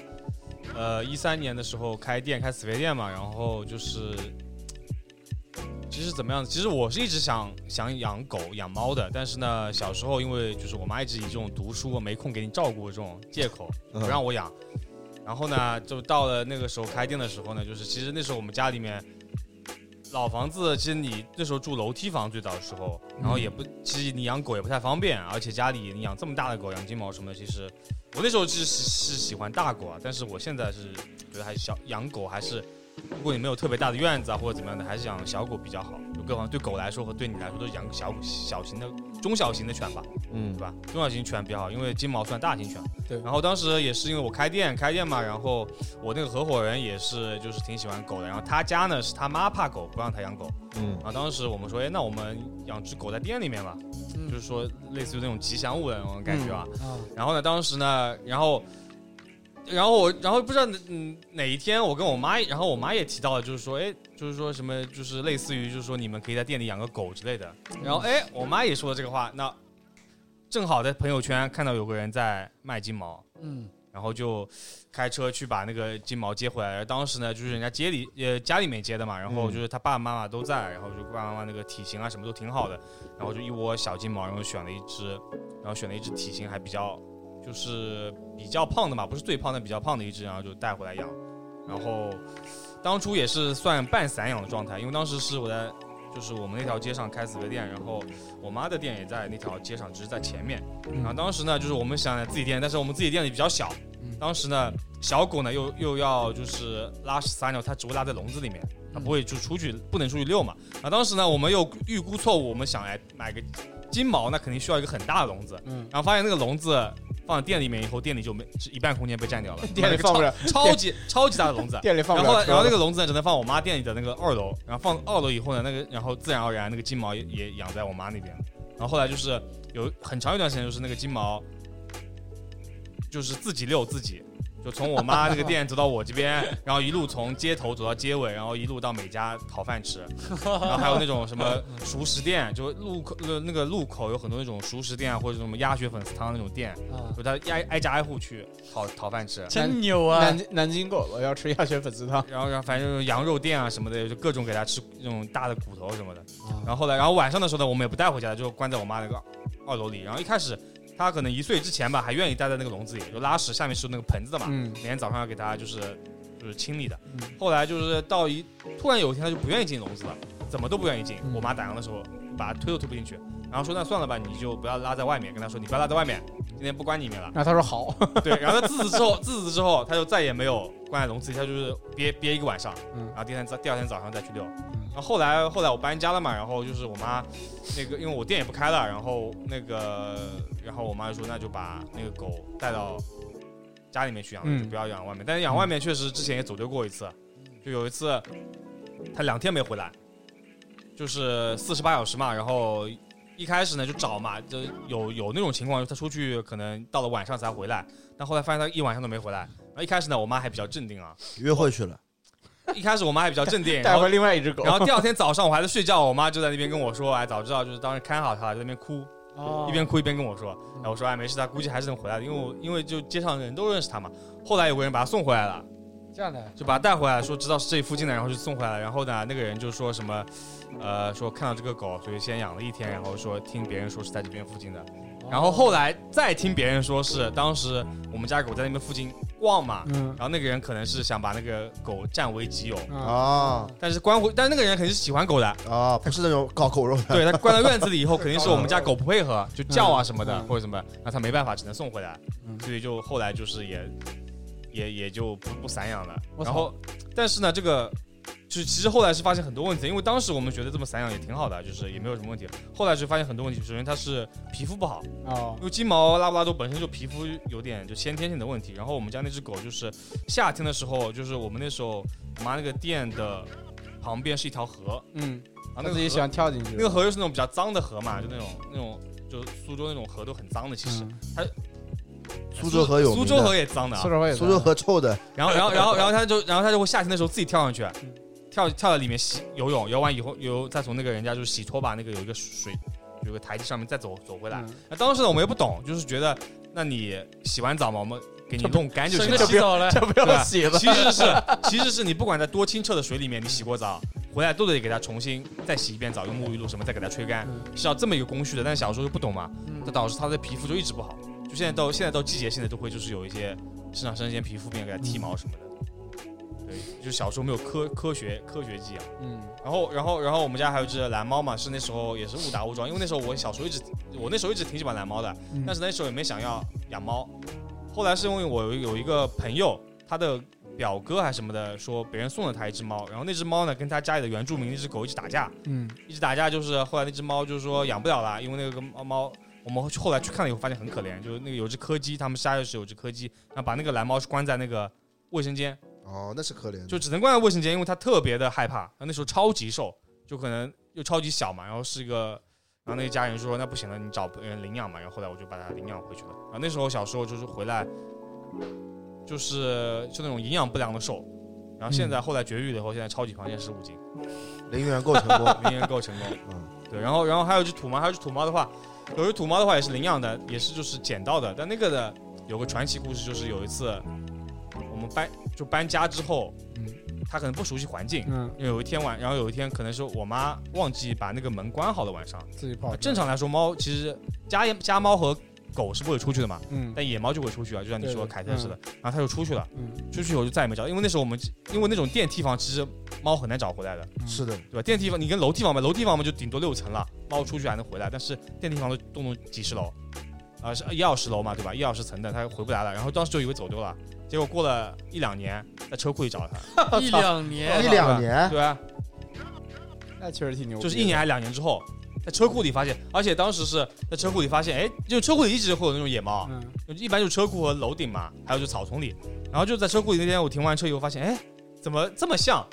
Speaker 4: 呃，一三年的时候开店，开死肥店嘛，然后就是，呃其实怎么样？其实我是一直想想养狗、养猫的，但是呢，小时候因为就是我妈一直以这种读书没空给你照顾这种借口，
Speaker 1: 嗯
Speaker 4: 不让我养。然后呢，就到了那个时候开店的时候呢，就是其实那时候我们家里面老房子，其实你那时候住楼梯房最早的时候，然后也不，其实你养狗也不太方便，而且家里你养这么大的狗，养金毛什么的，其实我那时候是是是喜欢大狗啊，但是我现在是觉得还是小养狗还是，如果你没有特别大的院子啊或者怎么样的，还是养小狗比较好。就各方对狗来说和对你来说都是养小小型的中小型的犬吧。
Speaker 1: 嗯
Speaker 4: 对，吧？中小型犬比较好，因为金毛算大型犬。
Speaker 3: 对
Speaker 4: 然后当时也是因为我开店，开店嘛，然后我那个合伙人也是就是挺喜欢狗的，然后他家呢是他妈怕狗，不让他养狗。
Speaker 1: 嗯
Speaker 4: 然后当时我们说，哎，那我们养只狗在店里面吧，
Speaker 2: 嗯
Speaker 4: 就是说类似于那种吉祥物的那种感觉啊。
Speaker 2: 啊，
Speaker 4: 然后呢，当时呢，然后，然后我，然后不知道哪嗯哪一天，我跟我妈，然后我妈也提到了，就是说，哎，就是说什么，就是类似于就是说你们可以在店里养个狗之类的。然后哎，我妈也说了这个话，那正好在朋友圈看到有个人在卖金毛，
Speaker 2: 嗯，
Speaker 4: 然后就开车去把那个金毛接回来。当时呢，就是人家接里呃家里面接的嘛，然后就是他爸爸妈妈都在，然后就爸爸妈妈那个体型啊什么都挺好的，然后就一窝小金毛，然后选了一只，然后选了一只体型还比较就是比较胖的嘛，不是最胖但比较胖的一只，然后就带回来养。然后当初也是算半散养的状态，因为当时是我在就是我们那条街上开四个店，然后我妈的店也在那条街上，只是在前面。然后当时呢，就是我们想自己店，但是我们自己店里比较小
Speaker 3: 嗯，
Speaker 4: 当时呢小狗呢又又要就是拉屎撒尿，它只会拉在笼子里面。
Speaker 3: 嗯
Speaker 4: 它不会就出去，不能出去遛嘛。啊，当时呢，我们又预估错误，我们想来买个金毛，那肯定需要一个很大的笼子。
Speaker 3: 嗯，
Speaker 4: 然后发现那个笼子放在店里面以后，店里就没是一半空间被占掉了，
Speaker 3: 店里放不了，
Speaker 4: 超级超级大 的笼子。
Speaker 3: 店里放不
Speaker 4: 然
Speaker 3: 了
Speaker 4: 后
Speaker 3: 车
Speaker 4: 呢
Speaker 3: 了。，
Speaker 4: 然后那个笼子呢，只能放我妈店里的那个二楼。然后放二楼以后呢，那个然后自然而然那个金毛也也养在我妈那边。然后后来就是有很长一段时间，就是那个金毛就是自己遛自己，就从我妈那个店走到我这 边，然后一路从街头走到街尾，然后一路到每家讨饭吃。 然后还有那种什么熟食店，就路口呃那个路口有很多那种熟食店啊，或者什么鸭血粉丝汤那种店，
Speaker 2: 啊，
Speaker 4: 就它挨挨家挨户去讨讨饭吃。
Speaker 2: 真牛啊
Speaker 3: 南！京南京狗狗要吃鸭血粉丝汤，
Speaker 4: 然后，然后反正就是羊肉店啊什么的，就各种给它吃那种大的骨头什么的。然后后来，然后晚上的时候呢，我们也不带回家了，就关在我妈那个二楼里。然后一开始，它可能一岁之前吧，还愿意待在那个笼子里，就拉屎下面是有那个盆子的嘛，
Speaker 3: 嗯
Speaker 4: 每天早上要给它就是就是清理的。
Speaker 3: 嗯
Speaker 4: 后来就是到一突然有一天，它就不愿意进笼子了，怎么都不愿意进。
Speaker 3: 嗯
Speaker 4: 我妈打烊的时候，把它推都推不进去，然后说那算了吧，你就不要拉在外面，跟它说你不要拉在外面，今天不关你里面了。
Speaker 3: 然后他说好，
Speaker 4: 对，然后他自此之后，自此之后，他就再也没有关在笼子里，他就是憋憋一个晚上，
Speaker 3: 嗯
Speaker 4: 然后第二天早第二天早上再去遛。然后后来后来我搬家了嘛，然后就是我妈那个，因为我店也不开了，然后那个，然后我妈就说那就把那个狗带到家里面去养，
Speaker 3: 嗯
Speaker 4: 就不要养外面。但是养外面确实之前也走丢过一次，就有一次它两天没回来，就是四十八小时嘛，然后。一开始呢就找嘛，就有有那种情况，就是它出去可能到了晚上才回来，但后来发现他一晚上都没回来。然后一开始呢，我妈还比较镇定啊，
Speaker 1: 约会去了，
Speaker 4: 一开始我妈还比较 镇定，然
Speaker 3: 带
Speaker 4: 后
Speaker 3: 回另外一只狗，
Speaker 4: 然后第二天早上我还在睡觉，我妈就在那边跟我说，哎，早知道就是当时看好他，在那边哭，
Speaker 2: 哦
Speaker 4: 一边哭一边跟我说，然后我说哎没事，他估计还是能回来的，因为我因为就街上的人都认识他嘛。后来有个人把他送回来了，
Speaker 2: 这样的，
Speaker 4: 就把他带回来，说知道是这附近的，然后就送回来了。然后呢，那个人就说什么，呃，说看到这个狗，所以先养了一天，然后说听别人说是在这边附近的，然后
Speaker 2: 哦
Speaker 4: 后来再听别人说是当时我们家狗在那边附近逛嘛，
Speaker 3: 嗯
Speaker 4: 然后那个人可能是想把那个狗占为己有，
Speaker 3: 啊，
Speaker 1: 啊
Speaker 4: 但是关回，但是那个人肯定是喜欢狗的，
Speaker 1: 啊，不是那种搞 狗肉的，
Speaker 4: 对他关到院子里以后，肯定是我们家狗不配合，就叫啊什么的、
Speaker 3: 嗯
Speaker 4: 或者什么，那他没办法，只能送回来，
Speaker 3: 嗯
Speaker 4: 所以就后来就是也也也就不不散养了。
Speaker 2: 我操
Speaker 4: 然后，但是呢，这个就是其实后来是发现很多问题的，因为当时我们觉得这么散养也挺好的，就是也没有什么问题。后来就发现很多问题，首先它是皮肤不好，
Speaker 3: 哦
Speaker 4: 因，为金毛拉布拉多本身就皮肤有点就先天性的问题，然后我们家那只狗就是夏天的时候，就是我们那时候我妈那个店的旁边是一条河，
Speaker 3: 嗯，
Speaker 4: 啊，那
Speaker 3: 他
Speaker 4: 个
Speaker 3: 自己喜
Speaker 4: 河
Speaker 3: 欢跳进去，
Speaker 4: 那个河又是那种比较脏的河嘛，就那种那种就苏州那种河都很脏的，其实、
Speaker 3: 嗯
Speaker 1: 苏州河有
Speaker 4: 苏
Speaker 1: 名
Speaker 4: 州
Speaker 1: 的，
Speaker 4: 河也脏的啊
Speaker 3: 苏，州也
Speaker 1: 苏州河臭 的，
Speaker 4: 然后然后然后然后它就然后它就会夏天的时候自己跳上去
Speaker 3: 嗯，
Speaker 4: 跳跳到里面洗游泳，游完以后游再从那个人家就是洗拖把那个有一个水有个台阶上面再走走回来，那当时呢，我们也不懂，就是觉得，那你洗完澡嘛，我们给你弄干就行
Speaker 2: 省
Speaker 4: 了
Speaker 2: 着。洗澡了，
Speaker 3: 就不
Speaker 4: 啊
Speaker 3: 要洗了，
Speaker 4: 其实是，其实是你不管在多清澈的水里面，你洗过澡回来都得给它重新再洗一遍澡，用沐浴露什么再给它吹干，
Speaker 3: 嗯
Speaker 4: 是要这么一个工序的。但是小时候就不懂嘛，这导致它的皮肤就一直不好。就现在到现在到季节性的都会就是有一些身上生一些皮肤病，给它剃毛什么的。对，就小时候没有科科学科学技啊。
Speaker 3: 嗯，
Speaker 4: 然后，然后，然后我们家还有一只蓝猫嘛，是那时候也是误打误撞，因为那时候我小时候一直，我那时候一直挺喜欢蓝猫的，
Speaker 3: 嗯
Speaker 4: 但是那时候也没想要养猫。后来是因为我有有一个朋友，他的表哥还是什么的，说别人送了他一只猫，然后那只猫呢跟他家里的原住民那只狗一直打架，
Speaker 3: 嗯，
Speaker 4: 一直打架，就是后来那只猫就是说养不了了，因为那个猫猫，我们后来去看了以后发现很可怜，就是那个有只柯基，他们家就是有只柯基，然后把那个蓝猫是关在那个卫生间，
Speaker 1: 哦，那是可怜的，
Speaker 4: 就只能关在卫生间，因为它特别的害怕。然后那时候超级瘦，就可能又超级小嘛，然后是一个，然后那家人说那不行了，你找别人领养嘛。然后后来我就把它领养回去了。然后那时候小时候就是回来，就是就那种营养不良的瘦。然后现
Speaker 1: 嗯
Speaker 4: 在后来绝育了以后，现在超级胖，现在十五斤，
Speaker 1: 零元购成 功，
Speaker 4: 明年够成功。
Speaker 1: 嗯，
Speaker 4: 对，然后然后还有一只土猫，还有一只土猫的话，有一只土猫的话也是领养的，也是就是捡到的，但那个的有个传奇故事，就是有一次我们搬就搬家之后，
Speaker 3: 嗯
Speaker 4: 它可能不熟悉环境，
Speaker 3: 嗯，
Speaker 4: 因为有一天晚，然后有一天可能是我妈忘记把那个门关好了，晚上。
Speaker 3: 自己跑，
Speaker 4: 正常来说，猫其实家家猫和狗是不会出去的嘛，
Speaker 3: 嗯
Speaker 4: 但野猫就会出去啊，就像你说
Speaker 3: 对对
Speaker 4: 凯特似的，然后它就出去了，
Speaker 3: 嗯，
Speaker 4: 出去以后就再也没找，因为那时候我们因为那种电梯房其实猫很难找回来的，
Speaker 1: 是的，
Speaker 4: 对吧？电梯房你跟楼梯房嘛，楼梯房嘛就顶多六层了，猫出去还能回来，但是电梯房都动动几十楼，啊、是一二十楼嘛，对吧？一二十层的它回不来了，然后当时就以为走丢了，结果过了一两年在车库里找 它，
Speaker 2: 一两年
Speaker 1: 一两年，
Speaker 4: 对啊，
Speaker 3: 那确实挺牛逼的，
Speaker 4: 就是一年还两年之后。在车库里发现，而且当时是在车库里发现，哎，就车库里一直会有那种野猫，
Speaker 3: 嗯，
Speaker 4: 一般就车库和楼顶嘛，还有就草丛里。然后就在车库里那天，我停完车以后发现，哎，怎么这么像？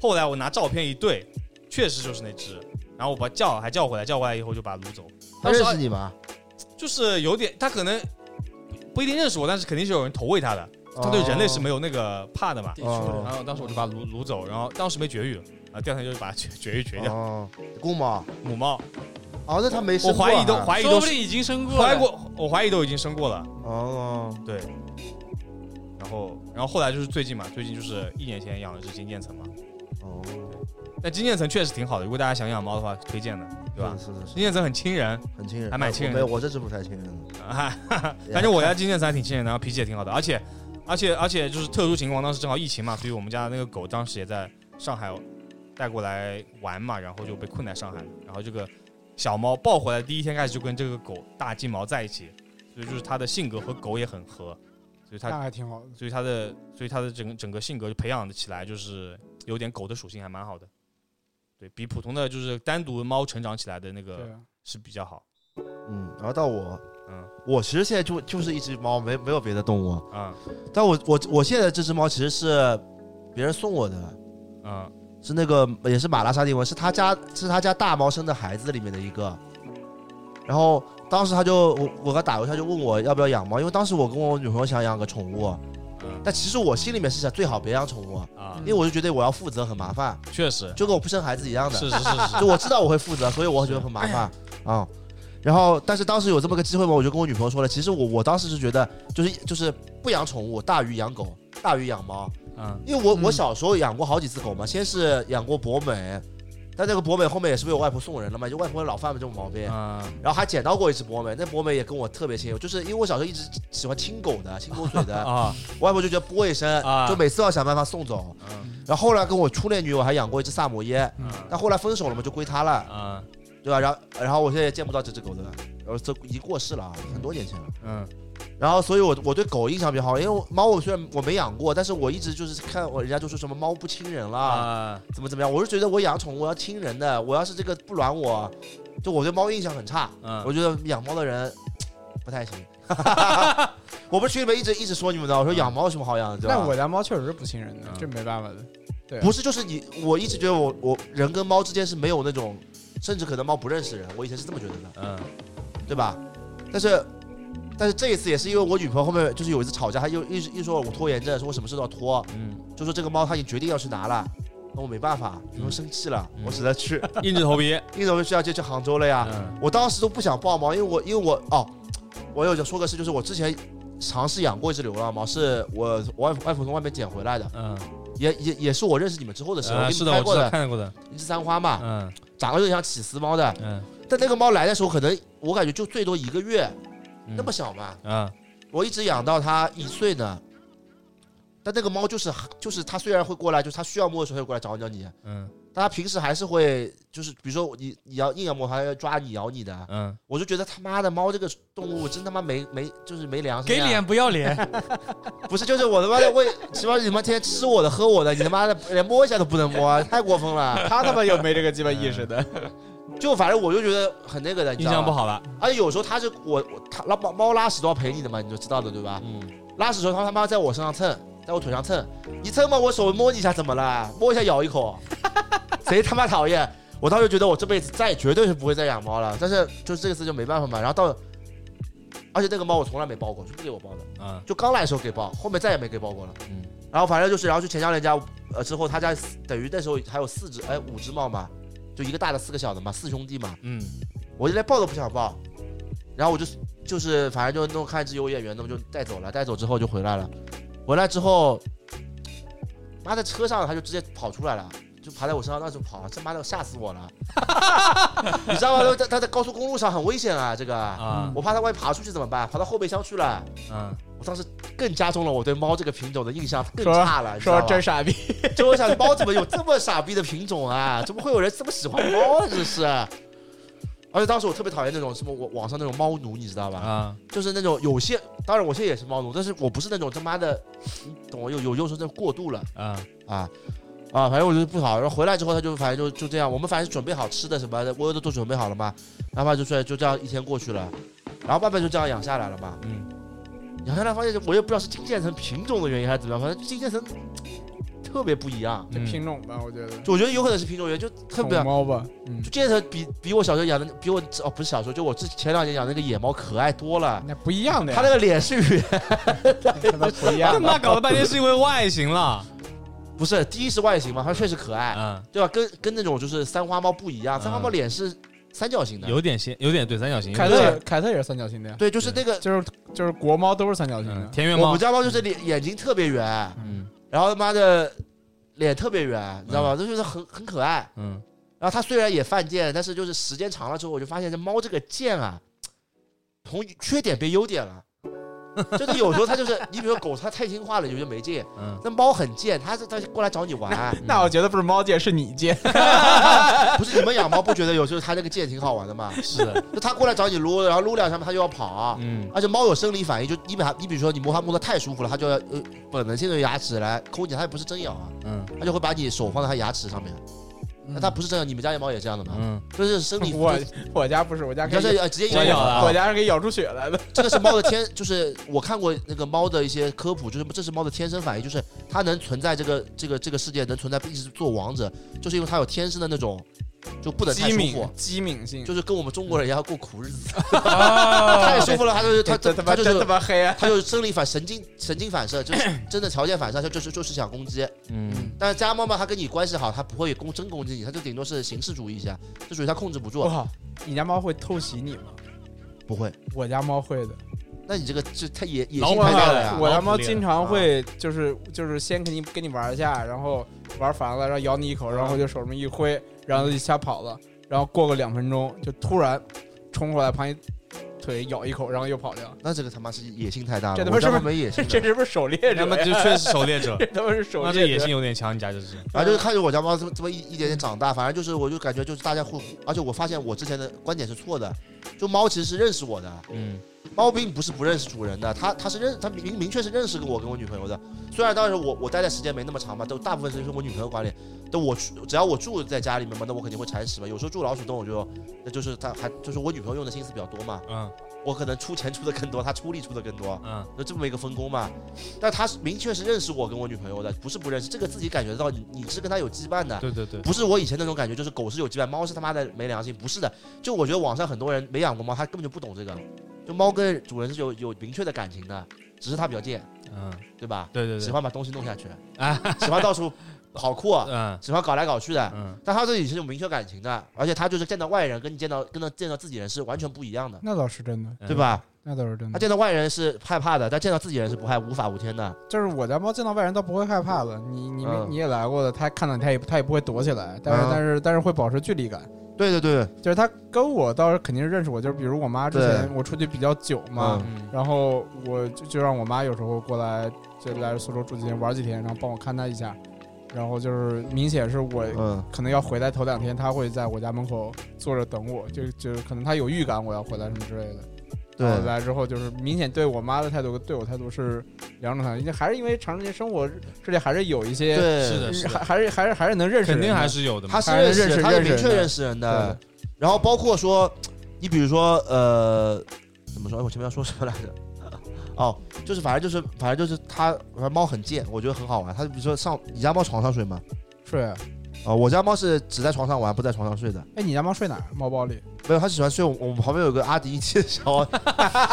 Speaker 4: 后来我拿照片一对，确实就是那只。然后我把它叫还叫回来，叫回来以后就把它掳走。
Speaker 1: 他
Speaker 4: 当时
Speaker 1: 认识你吗？
Speaker 4: 就是有点，它可能不一定认识我，但是肯定是有人投喂它的。它对人类是没有那个怕的嘛。
Speaker 2: 地区
Speaker 1: 哦
Speaker 4: 然
Speaker 2: 的，
Speaker 4: 哎后当时我就把它掳掳走，然后当时没绝育，啊，第二天就是把它绝绝育绝掉。
Speaker 1: 哦，公猫，
Speaker 4: 母猫，
Speaker 1: 哦，那他没生
Speaker 4: 我
Speaker 1: 过啊
Speaker 4: 怀疑都怀疑
Speaker 2: 说
Speaker 4: 都
Speaker 2: 不定已经生过
Speaker 4: 怀疑
Speaker 2: 了。
Speaker 4: 过，我怀疑都已经生过了。
Speaker 1: 哦，
Speaker 4: 对，然后然后后来就是最近嘛，最近就是一年前养了只金渐层嘛。
Speaker 1: 哦，
Speaker 4: 但金渐层确实挺好的，如果大家想养猫的话，推荐的，对吧？
Speaker 1: 是是是，
Speaker 4: 金渐层很亲人，
Speaker 1: 很亲人，
Speaker 4: 还蛮亲人
Speaker 1: 没有，
Speaker 4: 的
Speaker 1: 我这只不太亲人的，
Speaker 4: 啊， 反正我家金渐层还挺亲人的，然后脾气也挺好的，而且而且而且就是特殊情况，当时正好疫情嘛，所以我们家那个狗当时也在上海带过来玩嘛，然后就被困在上海了，然后这个小猫抱回来第一天开始就跟这个狗大金毛在一起，所以就是它的性格和狗也很合，所以它
Speaker 3: 那还挺好的，
Speaker 4: 所以他的所以他的整个整个性格就培养的起来，就是有点狗的属性还蛮好的，对比普通的就是单独猫成长起来的那
Speaker 3: 对
Speaker 4: 个
Speaker 3: 啊，
Speaker 4: 是比较好，
Speaker 1: 嗯，然后到我，
Speaker 4: 嗯
Speaker 1: 我其实现在就就是一只猫，没没有别的动物，
Speaker 4: 啊
Speaker 1: 但我我我现在这只猫其实是别人送我的，
Speaker 4: 啊
Speaker 1: 是那个也是马拉沙帝文，是他家是他家大猫生的孩子里面的一个。然后当时他就我我给他打邮他就问我要不要养猫，因为当时我跟我女朋友想养个宠物，
Speaker 4: 嗯
Speaker 1: 但其实我心里面是想最好别养宠物，
Speaker 4: 啊
Speaker 1: 因，为我就觉得我要负责很麻烦，
Speaker 4: 确实
Speaker 1: 就跟我不生孩子一样的，
Speaker 4: 是是是是，
Speaker 1: 就 我知道我会负责，所以我觉得很麻
Speaker 4: 哎
Speaker 1: 烦啊、然后，但是当时有这么个机会嘛，我就跟我女朋友说了，其实我我当时是觉得，就是就是不养宠物大于养狗，大于养猫，
Speaker 4: 嗯
Speaker 1: 因为我、
Speaker 2: 嗯
Speaker 1: 我小时候养过好几次狗嘛，先是养过博美，但那个博美后面也是被我外婆送人了嘛，就外婆老犯了这种毛病，
Speaker 4: 嗯
Speaker 1: 然后还捡到过一只博美，那博美也跟我特别亲，就是因为我小时候一直喜欢亲狗的，亲狗嘴的，
Speaker 4: 啊
Speaker 1: 我外婆就觉得啵一声，
Speaker 4: 啊
Speaker 1: 就每次要想办法送走。
Speaker 4: 嗯
Speaker 1: 然后后来跟我初恋女友还养过一只萨摩耶，
Speaker 4: 嗯
Speaker 1: 但后来分手了嘛，就归她了，
Speaker 4: 啊
Speaker 1: 对吧？然后然后我现在也见不到这只狗的，然后这已经过世了啊，很多年前了。
Speaker 4: 嗯
Speaker 1: 然后，所以我我对狗印象比较好，因为我猫我虽然我没养过，但是我一直就是看我人家就说什么猫不亲人啦，
Speaker 4: 啊
Speaker 1: 怎么怎么样，我是觉得我养宠物要亲人的，我要是这个不软我，就我对猫印象很差，
Speaker 4: 嗯
Speaker 1: 我觉得养猫的人嘖不太行。我不是群里面一直一直说你们的，我说养猫有什么好养的，对吧？
Speaker 3: 啊但我家猫确实是不亲人的
Speaker 4: 嗯，
Speaker 3: 这没办法 的，对啊
Speaker 1: 不是就是你，我一直觉得我我人跟猫之间是没有那种，甚至可能猫不认识人，我以前是这么觉得的。
Speaker 4: 嗯
Speaker 1: 对吧？但是，但是这一次也是因为我女朋友后面就是有一次吵架，她又一直一直说我拖延症，说我什么事都要拖，
Speaker 4: 嗯，
Speaker 1: 就说这个猫她已经决定要去拿了，那我没办法，女朋友生气了，
Speaker 4: 嗯
Speaker 1: 我只能 去，
Speaker 4: 硬着头皮，
Speaker 1: 硬着头皮去要就去杭州了呀。
Speaker 4: 嗯
Speaker 1: 我当时都不想抱猫，因为我因为我哦，我有说个事，就是我之前尝试养过一只流浪猫，是我我外外婆从外面捡回来的，
Speaker 4: 嗯，
Speaker 1: 也也也是我认识你们之后的事，我
Speaker 4: 啊
Speaker 1: 给你
Speaker 4: 是
Speaker 1: 们
Speaker 4: 的，
Speaker 1: 拍
Speaker 4: 我
Speaker 1: 过
Speaker 4: 知道
Speaker 1: 的，啊
Speaker 4: 看到过的，
Speaker 1: 一只三花嘛，
Speaker 4: 嗯
Speaker 1: 长得有点像起司猫的，
Speaker 4: 嗯
Speaker 1: 但那个猫来的时候，可能我感觉就最多一个月，
Speaker 4: 嗯
Speaker 1: 那么小嘛。
Speaker 4: 啊
Speaker 1: 我一直养到它一岁呢。但那个猫就是就是它虽然会过来，就是它需要摸的时候它会过来找找你，
Speaker 4: 嗯
Speaker 1: 但它平时还是会就是比如说你你要硬要摸它，它要抓你咬你的。
Speaker 4: 嗯
Speaker 1: 我就觉得他妈的猫这个动物真他妈没没就是没良心、
Speaker 2: 给
Speaker 1: 啊，
Speaker 2: 脸不要脸，
Speaker 1: 不是就是我他妈的喂，起码你他妈天天吃我的喝我的，你他妈的连摸一下都不能摸，啊太过分了。
Speaker 3: 他他妈又没这个鸡巴意识的，
Speaker 4: 嗯
Speaker 1: 就反正我就觉得很那个的，你
Speaker 4: 印
Speaker 1: 知道
Speaker 4: 象
Speaker 1: 吗
Speaker 4: 不，好了，
Speaker 1: 而且有时候它是我我它拉猫猫拉屎都要陪你的嘛，你就知道的对吧？
Speaker 4: 嗯
Speaker 1: 拉屎的时候，他他妈在我身上蹭，在我腿上蹭，你蹭嘛，我手摸你一下怎么了？摸一下咬一口，谁他妈讨厌？我当时觉得我这辈子再绝对是不会再养猫了，但是就是这次就没办法嘛。然后到，而且那个猫我从来没抱过，就不给我抱的，
Speaker 4: 啊
Speaker 1: 就刚来的时候给抱，后面再也没给抱过了。
Speaker 4: 嗯
Speaker 1: 然后反正就是，然后去钱江人家，呃，之后他家等于那时候还有四只，哎，五只猫嘛，就一个大的，四个小的嘛，四兄弟嘛，
Speaker 4: 嗯
Speaker 1: 我就连抱都不想抱。然后我就就是反正就弄看只有眼缘，那么就带走了，带走之后就回来了，回来之后，妈在车上他就直接跑出来了，就爬在我身上到处跑，这妈的吓死 我了，你知道吗？它它在高速公路上很危险啊，这个，
Speaker 4: 啊
Speaker 1: 我怕它万一爬出去怎么办？爬到后备箱去了。
Speaker 4: 嗯，
Speaker 1: 我当时更加重了我对猫这个品种的印象，更
Speaker 3: 说
Speaker 1: 差了，你知道
Speaker 3: 说
Speaker 1: 吧
Speaker 3: 真傻逼，
Speaker 1: 就我想，猫怎么有这么傻逼的品种啊？ 怎么会有人这么喜欢猫啊？真是。而且当时我特别讨厌那种什么网网上那种猫奴，你知道吧？
Speaker 4: 啊
Speaker 1: 就是那种有些，当然我现在也是猫奴，但是我不是那种他妈的，你懂我有有有时候真的过度了
Speaker 4: 啊
Speaker 1: 啊啊，反正我觉得不好。然后回来之后，他就反正就就这样，我们反正准备好吃的什么的，我都都准备好了嘛，然后爸就说就这样一天过去了，然后爸爸就这样养下来了嘛。
Speaker 4: 嗯
Speaker 1: 养下来发现我也不知道是金渐层品种的原因还是怎么样，反正金渐层特别不一样。
Speaker 4: 嗯
Speaker 3: 这品种吧，我觉得。
Speaker 1: 就我觉得有可能是品种原因，就特别
Speaker 3: 宠猫吧，嗯
Speaker 1: 就，这头比比我小时候养的，比我哦不是小时候，就我之前两年养的那个野猫可爱多了。
Speaker 3: 那不一样
Speaker 4: 啊
Speaker 3: 的呀，
Speaker 1: 它那个脸是圆，
Speaker 3: 跟它不一
Speaker 4: 他
Speaker 3: 样
Speaker 4: 妈
Speaker 3: 的。
Speaker 4: 搞了半天是因为外形了，
Speaker 1: 不是第一是外形嘛，它确实可爱，
Speaker 4: 嗯，
Speaker 1: 对吧？跟跟那种就是三花猫不一样，
Speaker 4: 嗯
Speaker 1: 三花猫脸是三角形的，
Speaker 4: 有点像，有点对三角形，
Speaker 3: 凯
Speaker 4: 有
Speaker 3: 特
Speaker 4: 点
Speaker 3: 也凯特也是三角形的呀，
Speaker 1: 对，就是那个
Speaker 3: 就是就是国猫都是三角形
Speaker 4: 嗯
Speaker 3: 的，
Speaker 4: 田园
Speaker 1: 我
Speaker 4: 猫
Speaker 1: 们，家猫就是脸眼睛特别圆，
Speaker 4: 嗯
Speaker 1: 然后他妈的脸特别圆，你知道吗？这就是很很可爱。
Speaker 4: 嗯
Speaker 1: 然后它虽然也犯贱，但是就是时间长了之后，我就发现这猫这个贱啊，从缺点变优点了。 就是有时候它就是，你比如说狗，它太听话了，有些没劲。
Speaker 4: 嗯，
Speaker 1: 那猫很贱，它是它过来找你玩。啊
Speaker 3: 那我觉得不是猫界，是你界。
Speaker 1: 不是你们养猫不觉得有时候它那个贱挺好玩的吗？
Speaker 4: 是的，
Speaker 1: 就它过来找你撸，然后撸两下嘛，它就要跑。 啊
Speaker 4: 嗯
Speaker 1: 而且猫有生理反应，就你把它，你比如说你摸它摸的太舒服了，它就要呃本能性的牙齿来抠你，它也不是真咬啊，
Speaker 4: 嗯
Speaker 1: 它就会把你手放在它牙齿上面。那它不是这样，你们家的猫也这样的吗？
Speaker 4: 嗯，
Speaker 1: 就是生 理，
Speaker 3: 我
Speaker 1: 就是
Speaker 3: 我家不是，我家可
Speaker 1: 就
Speaker 3: 以
Speaker 1: 是呃直接
Speaker 4: 真咬
Speaker 1: 咬
Speaker 4: 了啊
Speaker 3: 我家是给咬出血来的。
Speaker 1: 这个是猫的天，就是我看过那个猫的一些科普，就是这是猫的天生反应，就是它能存在这个这个这个世界，能存在一直做王者，就是因为它有天生的那种，就不能太
Speaker 3: 机
Speaker 1: 舒
Speaker 3: 敏
Speaker 1: 服，
Speaker 3: 机敏性，
Speaker 1: 就是跟我们中国人一样过苦日子，
Speaker 2: 啊
Speaker 3: 哦
Speaker 1: 太舒 服了，它就是它
Speaker 3: 这他妈
Speaker 1: 它就
Speaker 3: 真他
Speaker 1: 是。
Speaker 3: 妈黑啊！
Speaker 1: 它就是生理反神经神经反射，就是 真的条件反射，它就是就是想攻击。
Speaker 4: 嗯
Speaker 1: 但是家猫嘛，它跟你关系好，它不会攻真攻击你，它就顶多是形式主义一下，这属于它控制不
Speaker 3: 我
Speaker 1: 住。
Speaker 3: 靠，你家猫会偷袭你吗？
Speaker 1: 不会，
Speaker 3: 我家猫会的，
Speaker 1: 那你这个这它野野
Speaker 4: 老
Speaker 1: 性
Speaker 4: 虎
Speaker 1: 太
Speaker 4: 怕
Speaker 1: 大了啊
Speaker 4: 了
Speaker 1: 呀。
Speaker 3: 我家
Speaker 4: 老
Speaker 3: 猫
Speaker 4: 虎猎
Speaker 3: 经常会就是就是先跟你跟你玩一下，然后玩烦了，然后咬你一口，然后就手这么一挥，然后就吓跑了，然后过个两分钟就突然冲过来把你腿咬一口，然后又跑掉。
Speaker 1: 那这个他妈是野性太大了，
Speaker 3: 这他妈
Speaker 1: 我家
Speaker 3: 是不
Speaker 1: 猫
Speaker 3: 是
Speaker 1: 没野性的。
Speaker 3: 这是不是狩猎
Speaker 4: 那
Speaker 3: 者
Speaker 4: 么
Speaker 3: 呀？
Speaker 4: 就确实狩猎者，
Speaker 3: 这他妈是狩
Speaker 4: 那这
Speaker 3: 猎
Speaker 4: 野
Speaker 3: 者
Speaker 4: 性。有点强，你家这是，
Speaker 1: 然后就是看着我家猫这么这么一一点点长大，反正就是我就感觉就是大家互，而且我发现我之前的观点是错的，就猫其实是认识我的，
Speaker 4: 嗯
Speaker 1: 猫并不是不认识主人的，它它是认它明明确是认识我跟我女朋友的，虽然当时我我待的时间没那么长嘛，都大部分是跟我女朋友管理，但我去只要我住在家里面嘛，那我肯定会铲屎嘛，有时候住老鼠洞我就那就是它还就是我女朋友用的心思比较多嘛，
Speaker 4: 嗯
Speaker 1: 我可能出钱出的更多，她出力出的更多，
Speaker 4: 嗯
Speaker 1: 有这么一个分工嘛。但他是明确是认识我跟我女朋友的，不是不认识，这个自己感觉到你你是跟他有羁绊的。
Speaker 4: 对对对，
Speaker 1: 不是我以前那种感觉，就是狗是有羁绊，猫是他妈的没良心。不是的，就我觉得网上很多人没养过猫，他根本就不懂这个。就猫跟主人是有有明确的感情的，只是它比较贱，
Speaker 4: 嗯
Speaker 1: 对吧？
Speaker 4: 对对
Speaker 1: 喜
Speaker 4: 对，
Speaker 1: 欢把东西弄下去，
Speaker 4: 啊
Speaker 1: 喜欢到处跑酷，啊
Speaker 4: 嗯
Speaker 1: 喜欢搞来搞去的。
Speaker 4: 嗯
Speaker 1: 但它这里是有明确感情的，而且它就是见到外人，跟你见到跟到见到自己人是完全不一样的，
Speaker 3: 那倒是真
Speaker 4: 嗯
Speaker 3: 的，
Speaker 1: 对吧？
Speaker 3: 那倒是真
Speaker 1: 它
Speaker 3: 的。
Speaker 1: 见到外人是害怕的，但见到自己人是不害无法无天的。
Speaker 3: 就是我家猫见到外人倒不会害怕的，你你
Speaker 1: 嗯
Speaker 3: 你也来过的，它看到你它也它也不会躲起来，但是
Speaker 1: 嗯
Speaker 3: 但是但是会保持距离感。
Speaker 1: 对对对，
Speaker 3: 就是他跟我倒是肯定是认识我，就是比如我妈之前我出去比较久嘛，
Speaker 1: 嗯
Speaker 4: 嗯
Speaker 3: 然后我就就让我妈有时候过来，就来苏州住几天玩几天，然后帮我看她一下，然后就是明显是我
Speaker 1: 嗯，
Speaker 3: 可能要回来头两天，她会在我家门口坐着等我，就就可能她有预感我要回来什么之类的。
Speaker 1: 对
Speaker 3: 然后来之后就是明显对我妈的态度跟对我态度是两种态度，因为还是因为长时间生活之里还是有一些，
Speaker 1: 对，
Speaker 4: 是的是
Speaker 3: 还
Speaker 4: 的，
Speaker 3: 还是还是还是能认识人
Speaker 4: 肯
Speaker 3: 的，
Speaker 4: 定还是有的嘛
Speaker 1: 他，是认
Speaker 3: 还是认
Speaker 1: 识，
Speaker 3: 识
Speaker 1: 他是
Speaker 3: 认识
Speaker 1: 明确
Speaker 3: 人的
Speaker 1: 认识人
Speaker 3: 对
Speaker 1: 的。然后包括说，你比如说，呃，怎么说？哎我前面要说什么来着？哦，就是反正就是反正就是它，反正猫很贱，我觉得很好玩。它比如说上你家猫床上睡吗？
Speaker 3: 睡。
Speaker 1: 哦，我家猫是只在床上玩，不在床上睡的。
Speaker 3: 哎，你家猫睡哪儿？猫包里？
Speaker 1: 没有，它喜欢睡我我们旁边有个阿迪机的小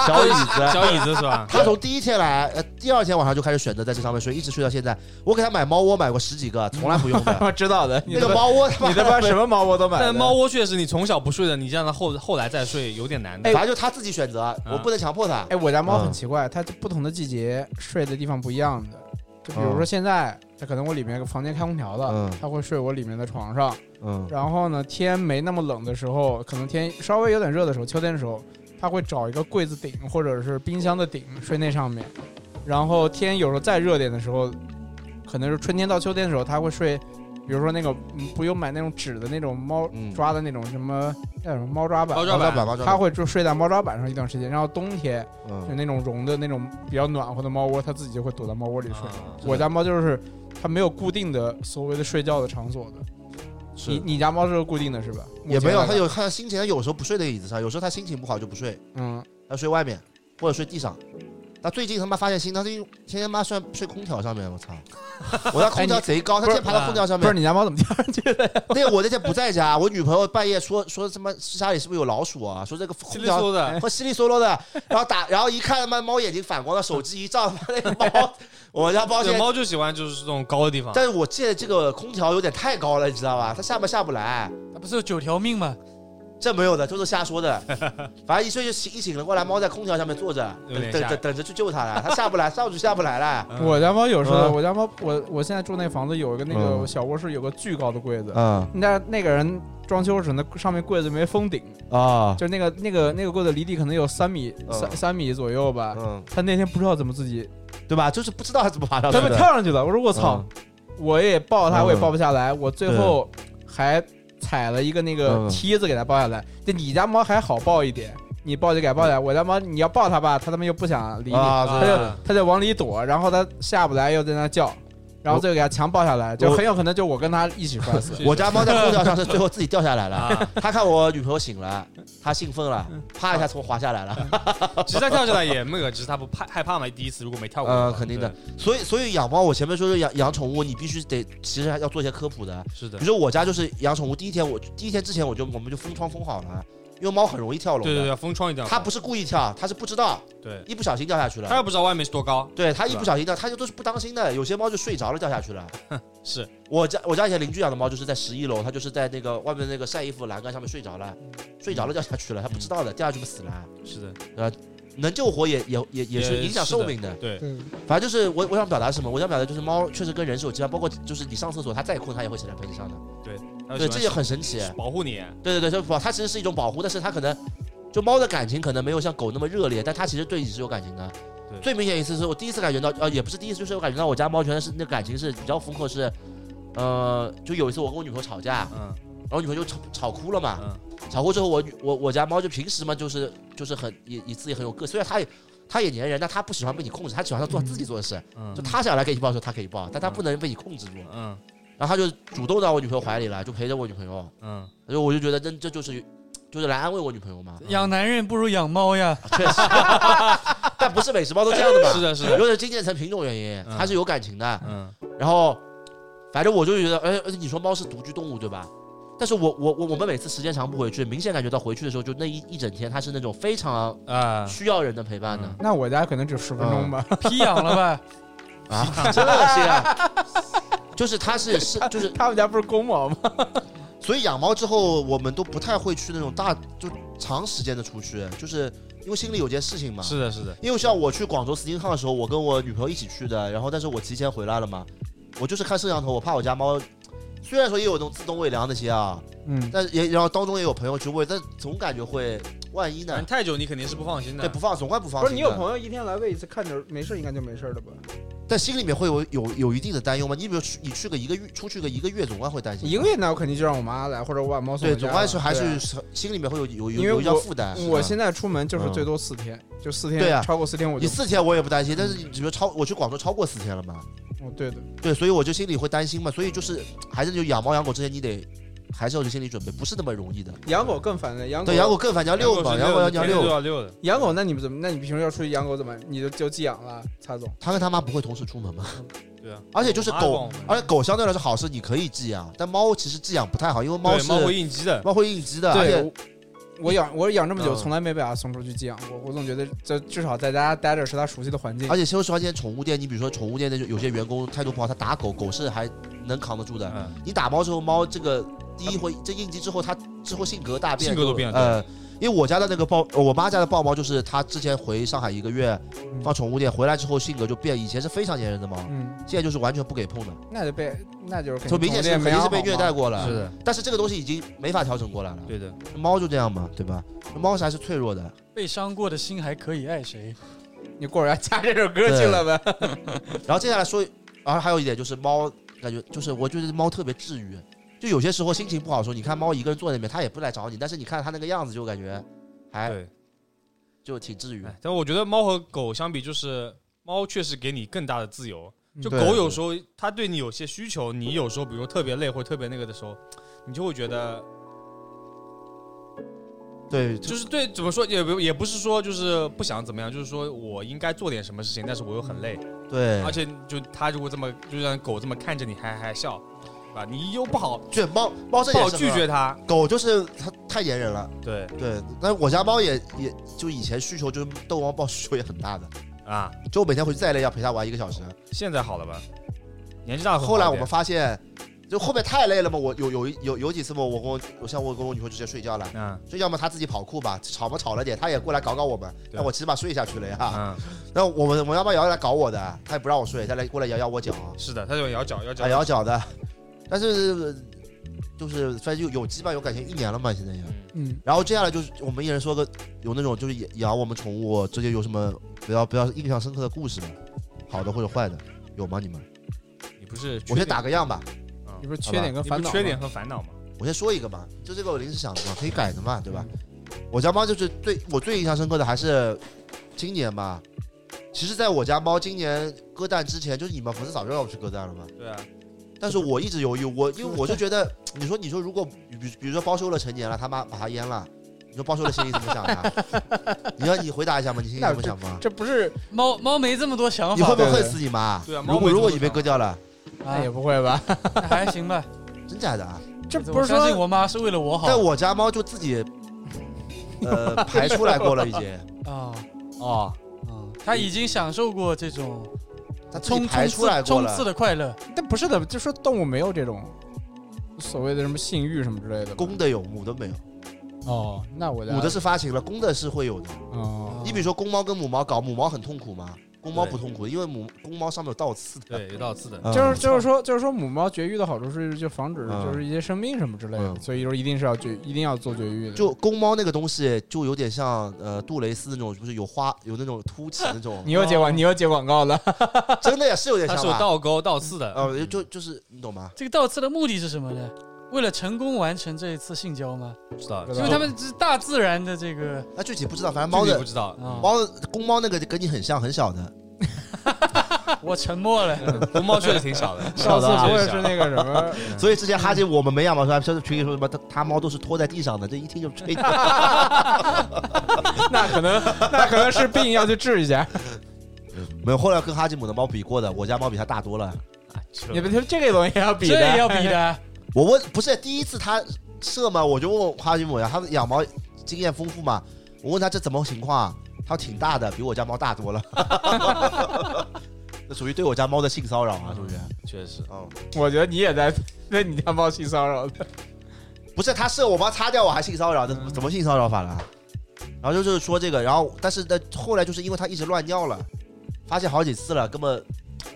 Speaker 1: 小椅子。
Speaker 4: 小椅子是吧？
Speaker 1: 它从第一天来，呃，第二天晚上就开始选择在这上面睡，一直睡到现在。我给它买猫窝，买过十几个，从来不用 的。
Speaker 3: 我 知道的，你
Speaker 1: 那
Speaker 3: 的
Speaker 1: 个猫窝，他妈
Speaker 3: 你他妈什么猫我都买。
Speaker 4: 但猫，窝确实，你从小不睡的，你让它后后来再睡有点难的。
Speaker 1: 反正就它自己选
Speaker 3: 哎
Speaker 1: 择，我不能强迫它。
Speaker 3: 哎，我家猫很奇怪，它就不同的季节睡的地方不一样的。就比如说现在，它可能我里面房间开空调的，
Speaker 1: 嗯
Speaker 3: 它会睡我里面的床上。
Speaker 1: 嗯
Speaker 3: 然后呢，天没那么冷的时候，可能天稍微有点热的时候，秋天的时候，它会找一个柜子顶或者是冰箱的顶睡那上面。然后天有时候再热点的时候，可能是春天到秋天的时候，它会睡，比如说那个嗯不用买那种纸的那种猫
Speaker 1: 嗯
Speaker 3: 抓的那种什么那种猫抓板
Speaker 4: 猫，抓
Speaker 1: 猫抓
Speaker 4: 板
Speaker 1: 板，猫抓
Speaker 3: 它
Speaker 1: 板，
Speaker 3: 会就睡在猫抓板上一段时间。然后冬天就
Speaker 1: 嗯，
Speaker 3: 那种绒的那种比较暖和的猫窝，它自己就会躲到猫窝里睡。
Speaker 4: 啊
Speaker 3: 我家猫就是它没有固定的所谓的睡觉的场所的。
Speaker 1: 是
Speaker 3: 你你家猫是有固定的是吧？
Speaker 1: 也没有，它
Speaker 3: 它
Speaker 1: 有它心情，它有时候不睡在椅子上，有时候它心情不好就不睡，
Speaker 3: 嗯
Speaker 1: 它睡外面或者睡地上。它最近他妈发现新，它最近天天妈睡睡空调上面，我 操！我家空调贼高，它
Speaker 3: 不
Speaker 1: 直
Speaker 3: 是
Speaker 1: 接爬到空调上
Speaker 3: 不是
Speaker 1: 面。
Speaker 3: 你家猫怎么跳上去的？
Speaker 1: 那个我那天不在家，我女朋友半夜说说他妈家里是不是有老鼠啊？说这个空
Speaker 4: 稀里
Speaker 1: 调
Speaker 4: 嗖的，
Speaker 1: 我稀里嗦嗦的，然后打，然后一看他妈猫眼睛反光了，手机一照，妈那个 猫，我家猫现
Speaker 4: 对，
Speaker 1: 在，
Speaker 4: 猫就喜欢就是这种高的地方。
Speaker 1: 但是我借的这个空调有点太高了，你知道吧？它下巴下不来，
Speaker 2: 嗯它不是有九条命吗？
Speaker 1: 这没有的，都是瞎说的。反正一睡就醒，一醒了过来，猫在空调上面坐着，
Speaker 4: 有
Speaker 1: 等
Speaker 4: 点
Speaker 1: 等
Speaker 4: 吓
Speaker 1: 等
Speaker 4: 人
Speaker 1: 等着去救它了，它下不来，上去下不来了。
Speaker 4: 嗯
Speaker 3: 我家猫有时候，
Speaker 1: 嗯
Speaker 3: 我家猫，我我现在住那房子有一个那
Speaker 1: 嗯
Speaker 3: 个小卧室，有个巨高的柜子。
Speaker 1: 嗯
Speaker 3: 那那个人装修时，那上面柜子没封顶，
Speaker 1: 啊，
Speaker 3: 就是那个那个那个柜子离地可能有三米
Speaker 1: 嗯
Speaker 3: 三三米左右吧。
Speaker 1: 嗯，
Speaker 3: 他那天不知道怎么自己，
Speaker 1: 对吧？就是不知道它怎么爬上
Speaker 3: 他
Speaker 1: 去
Speaker 3: 们
Speaker 1: 的。
Speaker 3: 跳上去了。我说我操，我也抱它，
Speaker 1: 啊嗯
Speaker 3: 我也抱不下来。我最后还踩了一个那个
Speaker 1: 嗯
Speaker 3: 梯子给它抱下来。就你家猫还好抱一点，你抱就给它抱下来。我家猫你要抱它吧，它他妈又不想理你，
Speaker 1: 嗯啊
Speaker 3: 它
Speaker 1: 对
Speaker 3: 就
Speaker 4: 啊
Speaker 3: 它就往里躲，然后它下不来又在那叫，然后最后给它强抱下来，就
Speaker 1: 我
Speaker 3: 很有可能就我跟它一起 摔死。
Speaker 1: 我家猫在空调上是最后自己掉下来了，
Speaker 4: 啊，
Speaker 1: 它看我女朋友醒了，它兴奋了，啪一下从我滑下来了。
Speaker 4: 其实它跳下来也那个， 只是它不怕害怕嘛。第一次如果没跳过的话，
Speaker 1: 呃，肯定的
Speaker 4: 对，。
Speaker 1: 所以，所以养猫，我前面说的养养宠物，你必须得，其实还要做一些科普的。
Speaker 4: 是的
Speaker 1: 比如，说我家就是养宠物，第一天我第一天之前我就我们就封窗封好了，因为猫很容易跳楼
Speaker 4: 对对
Speaker 1: 的。
Speaker 4: 对，封窗一定要
Speaker 1: 它不是故意跳，它是不知道，
Speaker 4: 对，
Speaker 1: 一不小心掉下去
Speaker 4: 它
Speaker 1: 了。
Speaker 4: 也不知道外面是多高，
Speaker 1: 对，它一
Speaker 4: 是吧
Speaker 1: 不小心掉，它就都是不当心的。有些猫就睡着了掉下去了。
Speaker 4: 是
Speaker 1: 我家我家以前邻居养的猫就是在十一楼，它就是在那个外面那个晒衣服栏杆上面睡着了，睡着了掉下去了，它不知道的，掉下去不死了。
Speaker 4: 是的，
Speaker 1: 能救活也也也也是
Speaker 4: 也
Speaker 1: 影响
Speaker 4: 是的
Speaker 1: 寿命的。
Speaker 4: 对，
Speaker 1: 反正就是我我想表达是什么？我想表达就是猫确实跟人是有羁绊，包括就是你上厕所它再困它也会起来陪你上的。
Speaker 4: 它
Speaker 1: 对，
Speaker 4: 就喜欢
Speaker 1: 这也很神奇。
Speaker 4: 保护你，
Speaker 1: 对对对，就保它其实是一种保护，但是它可能就猫的感情可能没有像狗那么热烈，但它其实对你是有感情的
Speaker 4: 对。
Speaker 1: 最明显一次是我第一次感觉到，呃，也不是第一次，就是我感觉到我家猫全是那感情是比较丰厚，是，呃，就有一次我跟我女朋友吵架，
Speaker 4: 嗯
Speaker 1: 然后我女朋友就吵吵哭了嘛，
Speaker 4: 嗯，
Speaker 1: 吵过之后我，女我我家猫就平时嘛，就是就是很也也自己很有个性，虽然它也它也粘人，但它不喜欢被你控制，它喜欢做自己做的事。
Speaker 4: 嗯
Speaker 1: 就它想来给你抱的时候，它可以抱，但它不能被你控制住。
Speaker 4: 嗯
Speaker 1: 然后它就主动到我女朋友怀里了，就陪着我女朋友。
Speaker 4: 嗯，
Speaker 1: 所以我就觉得这这就是就是来安慰我女朋友嘛，
Speaker 2: 养男人不如养猫呀。
Speaker 1: 确实。 但不是每只猫都这样的
Speaker 4: 是
Speaker 1: 嘛，
Speaker 4: 的，是的，
Speaker 1: 有点经典层品种原因，
Speaker 4: 嗯
Speaker 1: 它是有感情的。
Speaker 4: 嗯，
Speaker 1: 然后反正我就觉得，哎，而且你说猫是独居动物对吧？但是我我我我们每次时间长不回去，明显感觉到回去的时候，就那一一整天，它是那种非常
Speaker 4: 啊，
Speaker 1: 需要人的陪伴的
Speaker 4: 嗯
Speaker 3: 那我家可能只有十分钟
Speaker 1: 嗯
Speaker 3: 吧。
Speaker 2: 皮痒了吧？
Speaker 1: 啊，真恶心啊！ 就是它是是就是，
Speaker 3: 他们家不是公猫吗？
Speaker 1: 所以养猫之后，我们都不太会去那种大就长时间的出去，就是因为心里有件事情嘛。
Speaker 4: 是的，是的，
Speaker 1: 因为像我去广州斯金康的时候，我跟我女朋友一起去的，然后但是我提前回来了嘛，我就是看摄像头，我怕我家猫，虽然说也有那种自动喂粮那些啊，
Speaker 3: 嗯，
Speaker 1: 但也然后当中也有朋友去喂，但总感觉会万一
Speaker 4: 反
Speaker 1: 呢
Speaker 4: 正，太久你肯定是不放心
Speaker 1: 对，
Speaker 4: 的
Speaker 1: 不，放总归不放
Speaker 3: 啊不
Speaker 1: 心的。
Speaker 3: 是你有朋友一天来喂一次，看着没事应该就没事了吧？
Speaker 1: 但心里面会有有有一定的担忧吗？你比如去你去个一个月，出去个一个月，总归会担心。
Speaker 3: 一个月那我肯定就让我妈来，或者我把猫送
Speaker 1: 对，
Speaker 3: 回家
Speaker 1: 总
Speaker 3: 了。
Speaker 1: 归是还
Speaker 3: 对啊
Speaker 1: 是心里面会有有有
Speaker 3: 因为
Speaker 1: 有一点
Speaker 3: 我
Speaker 1: 负担。是
Speaker 3: 我
Speaker 1: 吧
Speaker 3: 现在出门就是最多四天，就四天，
Speaker 1: 啊嗯对啊
Speaker 3: 超过四天我
Speaker 1: 你
Speaker 3: 就，
Speaker 1: 四天我也不担心，但是你比如超我去广州超过四天了嘛，
Speaker 3: 哦，对的，
Speaker 1: 对，所以我就心里会担心嘛，所以就是还是就养猫养狗之前你得还是要有心理准备，不是那么容易的。
Speaker 3: 养狗更烦的，养狗
Speaker 1: 对，养狗更烦，你要遛嘛，养狗要你要
Speaker 4: 六
Speaker 1: 遛，
Speaker 4: 要六的，
Speaker 3: 养狗那你们怎么？那你平时要出去养狗怎么？你就就寄养了，蔡总。
Speaker 1: 他跟他妈不会同时出门嘛，
Speaker 4: 对啊，
Speaker 1: 而且就是狗，
Speaker 4: 我妈管我们
Speaker 1: 而且狗相对来说好是你可以寄养，但猫其实寄养不太好，因为猫
Speaker 4: 对
Speaker 1: 是
Speaker 4: 猫会应激的，
Speaker 1: 猫会应激的，啊而且
Speaker 3: 我我养我养这么久，
Speaker 1: 嗯
Speaker 3: 从来没把它送出去寄养过。我总觉得，这至少在家待着是它熟悉的环境
Speaker 1: 而。且说实话，现在宠物店，你比如说宠物店的有些员工态度不好，他打狗，狗是还能扛得住的。
Speaker 4: 嗯，
Speaker 1: 你打猫之后，猫这个第一回这应激之后，它之后性格大变，
Speaker 4: 性格都变了
Speaker 1: 呃，因为我家的那个豹，呃我妈家的豹猫就是它之前回上海一个月
Speaker 3: 嗯
Speaker 1: 放宠物店回来之后性格就变，以前是非常粘人的猫，
Speaker 3: 嗯，
Speaker 1: 现在就是完全不给碰的，
Speaker 3: 那就被那就是
Speaker 1: 就明显是肯定是被虐待
Speaker 3: 过。
Speaker 1: 过了。
Speaker 4: 是的，
Speaker 1: 但是这个东西已经没法调整过来了。
Speaker 4: 对的，
Speaker 1: 猫就这样嘛，对吧？猫是还是脆弱的，
Speaker 2: 被伤过的心还可以爱谁？
Speaker 3: 你过来加这首歌进来呗。
Speaker 1: 然后接下来说，然后还有一点就是猫，感觉就是我觉得猫特别治愈。就有些时候心情不好的时候，你看猫一个人坐在那边，它也不来找你，但是你看它那个样子，就感觉还
Speaker 4: 对。
Speaker 1: 就挺治愈。
Speaker 4: 哎但我觉得猫和狗相比，就是猫确实给你更大的自由。就
Speaker 1: 嗯对
Speaker 4: 狗有时候它对你有些需求，你有时候比如特别累或特别那个的时候，你就会觉得
Speaker 1: 对，就
Speaker 4: 就是对怎么说也不也不是说就是不想怎么样，就是说我应该做点什么事情，但是我又很累，
Speaker 1: 对
Speaker 4: 而。且就它如果这么就让狗这么看着你还还笑，对吧？你又不好
Speaker 1: 对猫猫哦这
Speaker 4: 不
Speaker 1: 也
Speaker 4: 好
Speaker 1: 是
Speaker 4: 拒绝它，
Speaker 1: 狗就是它太粘人了。
Speaker 4: 对
Speaker 1: 对，但我家猫也也就以前需求就是逗猫抱需求也很大的，
Speaker 4: 啊，
Speaker 1: 就我每天回去再累要陪它玩一个小时。
Speaker 4: 现在好了吧？年纪大了会好
Speaker 1: 后
Speaker 4: 一点，
Speaker 1: 来我们发现，就后面太累了嘛，我有有一有有几次嘛，我跟我我像我跟我女朋友直接睡觉了。
Speaker 4: 嗯
Speaker 1: 睡觉嘛，他自己跑酷吧，吵嘛吵了点，他也过来搞搞我们，
Speaker 4: 对
Speaker 1: 那我起码睡下去了呀。
Speaker 4: 嗯，
Speaker 1: 那我们我要不要来搞我的，他也不让我睡，他来过来咬咬我脚，
Speaker 4: 是的，它就咬脚咬脚
Speaker 1: 啊，咬脚的。但是呃就是反正有有羁绊有感情一年了嘛，现在也。
Speaker 4: 嗯
Speaker 2: 嗯，
Speaker 1: 然后接下来就是我们一人说个有那种就是养养我们宠物之间有什么比较比较印象深刻的故事吗？好的或者坏的，有吗？你们？
Speaker 4: 你不是缺
Speaker 1: 我先
Speaker 4: 点
Speaker 1: 打个样吧，
Speaker 4: 嗯
Speaker 3: 你不是缺点跟
Speaker 4: 你不
Speaker 3: 烦
Speaker 4: 是
Speaker 3: 恼？
Speaker 4: 缺点。和烦恼吗？
Speaker 1: 我先说一个嘛，就这个我临时想的嘛，可以改的嘛，对吧？我家猫就是最我最印象深刻的还是今年吧。其实，在我家猫今年割蛋之前，就是你们不是早就让我去割蛋了吗？
Speaker 4: 对啊，
Speaker 1: 但是我一直犹豫，我因为我就觉得，你说你说如果比比如说包修了成年了，他妈把它阉了，你说包修的心里怎么想呀？ 你要你回答一下嘛，你心里怎么想嘛？
Speaker 3: 这不是
Speaker 2: 猫猫没这么多想
Speaker 1: 你会
Speaker 2: 法
Speaker 1: 不
Speaker 2: 吧，
Speaker 1: 会恨死你妈？
Speaker 4: 对啊猫
Speaker 1: 如果
Speaker 4: 会这么
Speaker 1: 如果你被割掉了，
Speaker 3: 那
Speaker 1: 哎
Speaker 2: 啊
Speaker 3: 也，不会 吧？
Speaker 2: 那还行吧。
Speaker 1: 真假的啊？
Speaker 3: 这
Speaker 2: 我
Speaker 3: 不是
Speaker 2: 相信
Speaker 3: 说
Speaker 2: 我妈是为了我好
Speaker 1: 在我家猫就自己呃排出来过了，已经，
Speaker 2: 啊
Speaker 3: 哦，
Speaker 2: 啊，她已经享受过这种
Speaker 1: 它自己
Speaker 2: 冲
Speaker 1: 排
Speaker 2: 冲
Speaker 1: 出来
Speaker 2: 刺
Speaker 1: 过
Speaker 2: 冲
Speaker 1: 了
Speaker 2: 刺。的快乐。
Speaker 3: 但不是的，就说动物没有这种所谓的什么性欲什么之类的吧。
Speaker 1: 公的有，母的没有。
Speaker 3: 哦，那我家
Speaker 1: 母的是发情了，公的是会有的。
Speaker 3: 哦，
Speaker 1: 你比如说公猫跟母猫搞，母猫很痛苦吗？公猫
Speaker 4: 对
Speaker 1: 不痛苦，因为母公猫上面有倒刺的。
Speaker 4: 对，有 倒刺的。
Speaker 1: 嗯，
Speaker 3: 就是就是说就是说母猫绝育的好处是就防止
Speaker 1: 嗯
Speaker 3: 就是一些生病什么之类的，
Speaker 1: 嗯
Speaker 3: 所以说一定是要绝一定要做绝
Speaker 4: 嗯
Speaker 3: 育的。
Speaker 1: 就公猫那个东西，就有点像呃杜蕾斯那种，就是有花有那种凸起那种
Speaker 3: 你，又接
Speaker 2: 哦
Speaker 3: 广你又接广告了，
Speaker 1: 真的也是有点
Speaker 4: 它
Speaker 1: 像
Speaker 4: 是有
Speaker 1: 吧？
Speaker 4: 倒钩倒刺的，嗯
Speaker 1: 呃，就就是你懂吗？
Speaker 2: 这个倒刺的目的是什么呢？为了成功完成这一次性交吗？
Speaker 1: 呃
Speaker 4: 知道
Speaker 3: 对
Speaker 2: 因
Speaker 3: 吧
Speaker 2: 为他们是大自然的这个
Speaker 1: 那具体不知道，反正
Speaker 4: 猫
Speaker 1: 猫
Speaker 4: 的不
Speaker 1: 的
Speaker 4: 知道， 嗯
Speaker 2: 啊，
Speaker 1: 猫公猫那个跟你很像，很小的，
Speaker 2: 我沉默了。
Speaker 4: 公嗯猫确实 挺小的，
Speaker 1: 小
Speaker 3: 上
Speaker 1: 的
Speaker 3: 次
Speaker 1: 啊
Speaker 3: 不会是那个什么？
Speaker 1: 所以之前哈吉我们没养猫，他群里说什么他他猫都是拖在地上的，这一听就吹牛。
Speaker 3: 那可能那可能是病要去治一下。
Speaker 1: 没有，后来跟哈吉姆的猫比过的，我家猫比它大多了。
Speaker 3: 你
Speaker 4: 哎
Speaker 3: 们说这个东西要比
Speaker 2: 这
Speaker 3: 的，
Speaker 2: 也要比的，
Speaker 1: 我问，不是第一次他射嘛，我就问哈吉姆呀，他养猫经验丰富嘛，我问他这怎么情况啊，他说挺大的，比我家猫大多了。 这属于对我家猫的性骚扰啊，是不是？
Speaker 4: 确实。
Speaker 1: 嗯，
Speaker 3: 我觉得你也在对你家猫性骚扰的。
Speaker 1: 不是他射我猫擦掉我还性骚扰，这怎么性骚扰法了？然后就是说这个，然后但是呢，后来就是因为他一直乱尿了，发现好几次了，根本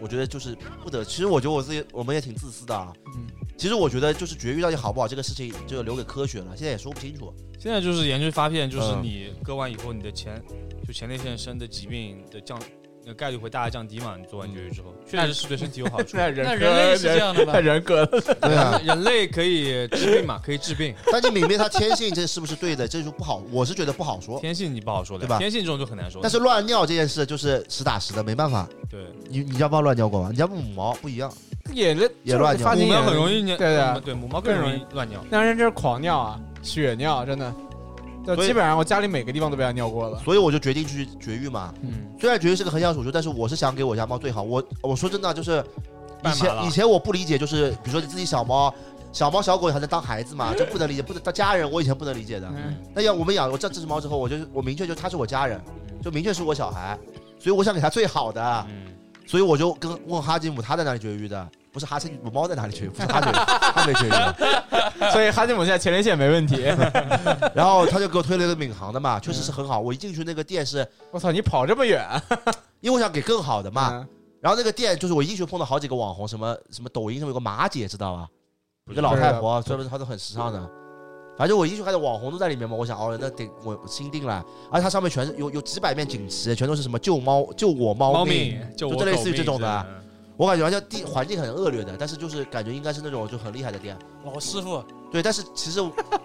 Speaker 1: 我觉得就是不得。其实我觉得我自己我们也挺自私的啊。
Speaker 3: 嗯
Speaker 1: 其实我觉得就是绝育到底好不好这个事情，就留给科学了，现在也说不清楚。
Speaker 4: 现在就是研究发现，就是
Speaker 1: 嗯
Speaker 4: 你割完以后，你的前就前列腺生的疾病的降，那个概率会大大降低嘛？你做完绝育之
Speaker 1: 嗯
Speaker 4: 后，确实是对身体有好处。
Speaker 3: 那人
Speaker 2: 那
Speaker 3: 格
Speaker 2: 人类是这样的吧
Speaker 3: 那？人格
Speaker 1: 对啊，
Speaker 4: 人类可以治病嘛？可以治病，
Speaker 1: 但你泯灭他天性，这是不是对的？这就不好，我是觉得不好说。
Speaker 4: 天性你不好说的，
Speaker 1: 对吧
Speaker 4: 天性这种就很难说。
Speaker 1: 但是乱尿这件事就是实打实的，没办法。
Speaker 4: 对，
Speaker 1: 你你家猫乱尿过吗？你家母猫不一样，
Speaker 3: 也
Speaker 1: 也乱
Speaker 3: 就
Speaker 1: 尿
Speaker 3: 是发
Speaker 4: 母
Speaker 3: 现
Speaker 4: 猫
Speaker 3: 也
Speaker 4: 很容易尿，
Speaker 3: 对的
Speaker 1: 啊
Speaker 4: 嗯对，母猫更容易乱尿。
Speaker 3: 但是这是狂尿啊，血尿真的，就
Speaker 1: 所以
Speaker 3: 基本上我家里每个地方都被它尿过了。
Speaker 1: 所以我就决定去绝育嘛。
Speaker 3: 嗯，
Speaker 1: 虽然绝育是个横向手术，但是我是想给我家猫最好。我我说真的，啊就是以
Speaker 4: 半马了
Speaker 1: 前以前我不理解，就是比如说你自己小猫。小猫小狗还能当孩子嘛？这不能理解，不能当家人，我以前不能理解的。
Speaker 3: 嗯
Speaker 1: 那要我们养我这这只猫之后，我就我明确就它是我家人，就明确是我小孩，所以我想给它最好的。
Speaker 4: 嗯，
Speaker 1: 所以我就跟问哈吉姆他在哪里绝育的，不是哈士奇母猫在哪里绝育，不是哈绝育， 哈没绝育。
Speaker 3: 所以哈基姆现在前列腺没问 题。
Speaker 1: 然后他就给我推了一个闵行的嘛，确实是很好。我一进去那个店是，
Speaker 3: 我操，你跑这么远
Speaker 1: 因为我想给更好的嘛。
Speaker 3: 嗯
Speaker 1: 然后那个店就是我一进去碰到好几个网红，什么什么抖音上面有个马姐，知道吧？
Speaker 4: 不
Speaker 1: 一
Speaker 4: 知
Speaker 1: 个
Speaker 4: 道
Speaker 1: 老太婆，专门穿的很时尚的。反正我一进去看到网红都在里面嘛，我想哦，那得我心定了。而且它上面全是有有几百面锦旗，全都是什么救猫救我猫
Speaker 4: 猫
Speaker 1: 命。
Speaker 4: 命，就
Speaker 1: 就
Speaker 4: 我
Speaker 1: 这类似于
Speaker 4: 狗
Speaker 1: 这种的
Speaker 4: 命之类
Speaker 1: 我感觉好像地环境很恶劣的，但是就是感觉应该是那种就很厉害的店。
Speaker 2: 老师傅，
Speaker 1: 对，但是其实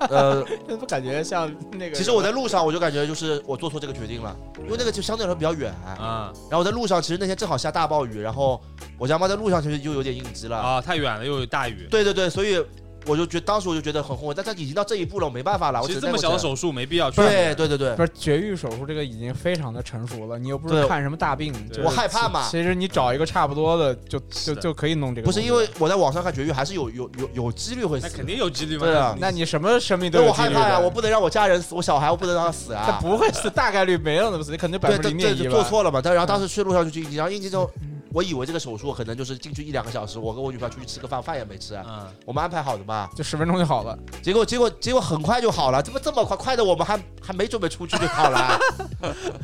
Speaker 1: 呃，
Speaker 3: 这不感觉像那个？
Speaker 1: 其实我在路上我就感觉就是我做错这个决定了，因为那个就相对来说比较远。
Speaker 4: 的啊
Speaker 1: 然后我在路上，其实那天正好下大暴雨，然后我家妈在路上其实就有点应激了。
Speaker 4: 啊，太远了，又有大雨。
Speaker 1: 对对对，所以我就觉当时我就觉得很后悔，但他已经到这一步了，我没办法啊了。我
Speaker 4: 其
Speaker 1: 只
Speaker 4: 实这
Speaker 1: 能
Speaker 4: 么
Speaker 1: 再
Speaker 4: 小的
Speaker 1: 过去
Speaker 4: 手术没必要去。啊
Speaker 1: 对对对对，
Speaker 3: 不是绝育手术这个已经非常的成熟了，你又不是
Speaker 1: 对
Speaker 3: 看什么大病，就是
Speaker 1: 我害怕嘛
Speaker 3: 其实你找一个差不多的就是就
Speaker 4: 的
Speaker 3: 就可以弄这个
Speaker 1: 不
Speaker 3: 东西。
Speaker 1: 是因为我在网上看绝育，还是有有有有几率会死
Speaker 4: 那
Speaker 1: 的。
Speaker 4: 肯定有几率嘛。
Speaker 1: 对啊
Speaker 3: 那你什么生命都
Speaker 1: 对
Speaker 3: 有
Speaker 1: 我
Speaker 3: 几
Speaker 1: 害
Speaker 3: 率
Speaker 1: 怕呀、
Speaker 3: 的
Speaker 1: 我 不能让我家人死，我小孩我不能让他死
Speaker 3: 他
Speaker 1: 啊。
Speaker 3: 不会是大概率没有那么死，你肯定百
Speaker 1: 对，
Speaker 3: 分之
Speaker 1: 这
Speaker 3: 零
Speaker 1: 这
Speaker 3: 点一
Speaker 1: 就
Speaker 3: 吧。
Speaker 1: 做错了嘛？但然后当时去路上就去应激，然后应激之后，我以为这个手术可能就是进去一两个小时，我跟我女朋友出去吃个饭，饭也没吃，啊
Speaker 4: 嗯，
Speaker 1: 我们安排好的嘛。
Speaker 3: 就十分钟就好了。
Speaker 1: 结果结果结果很快就好了，怎么这么快？快的我们还还没准备出去就好了，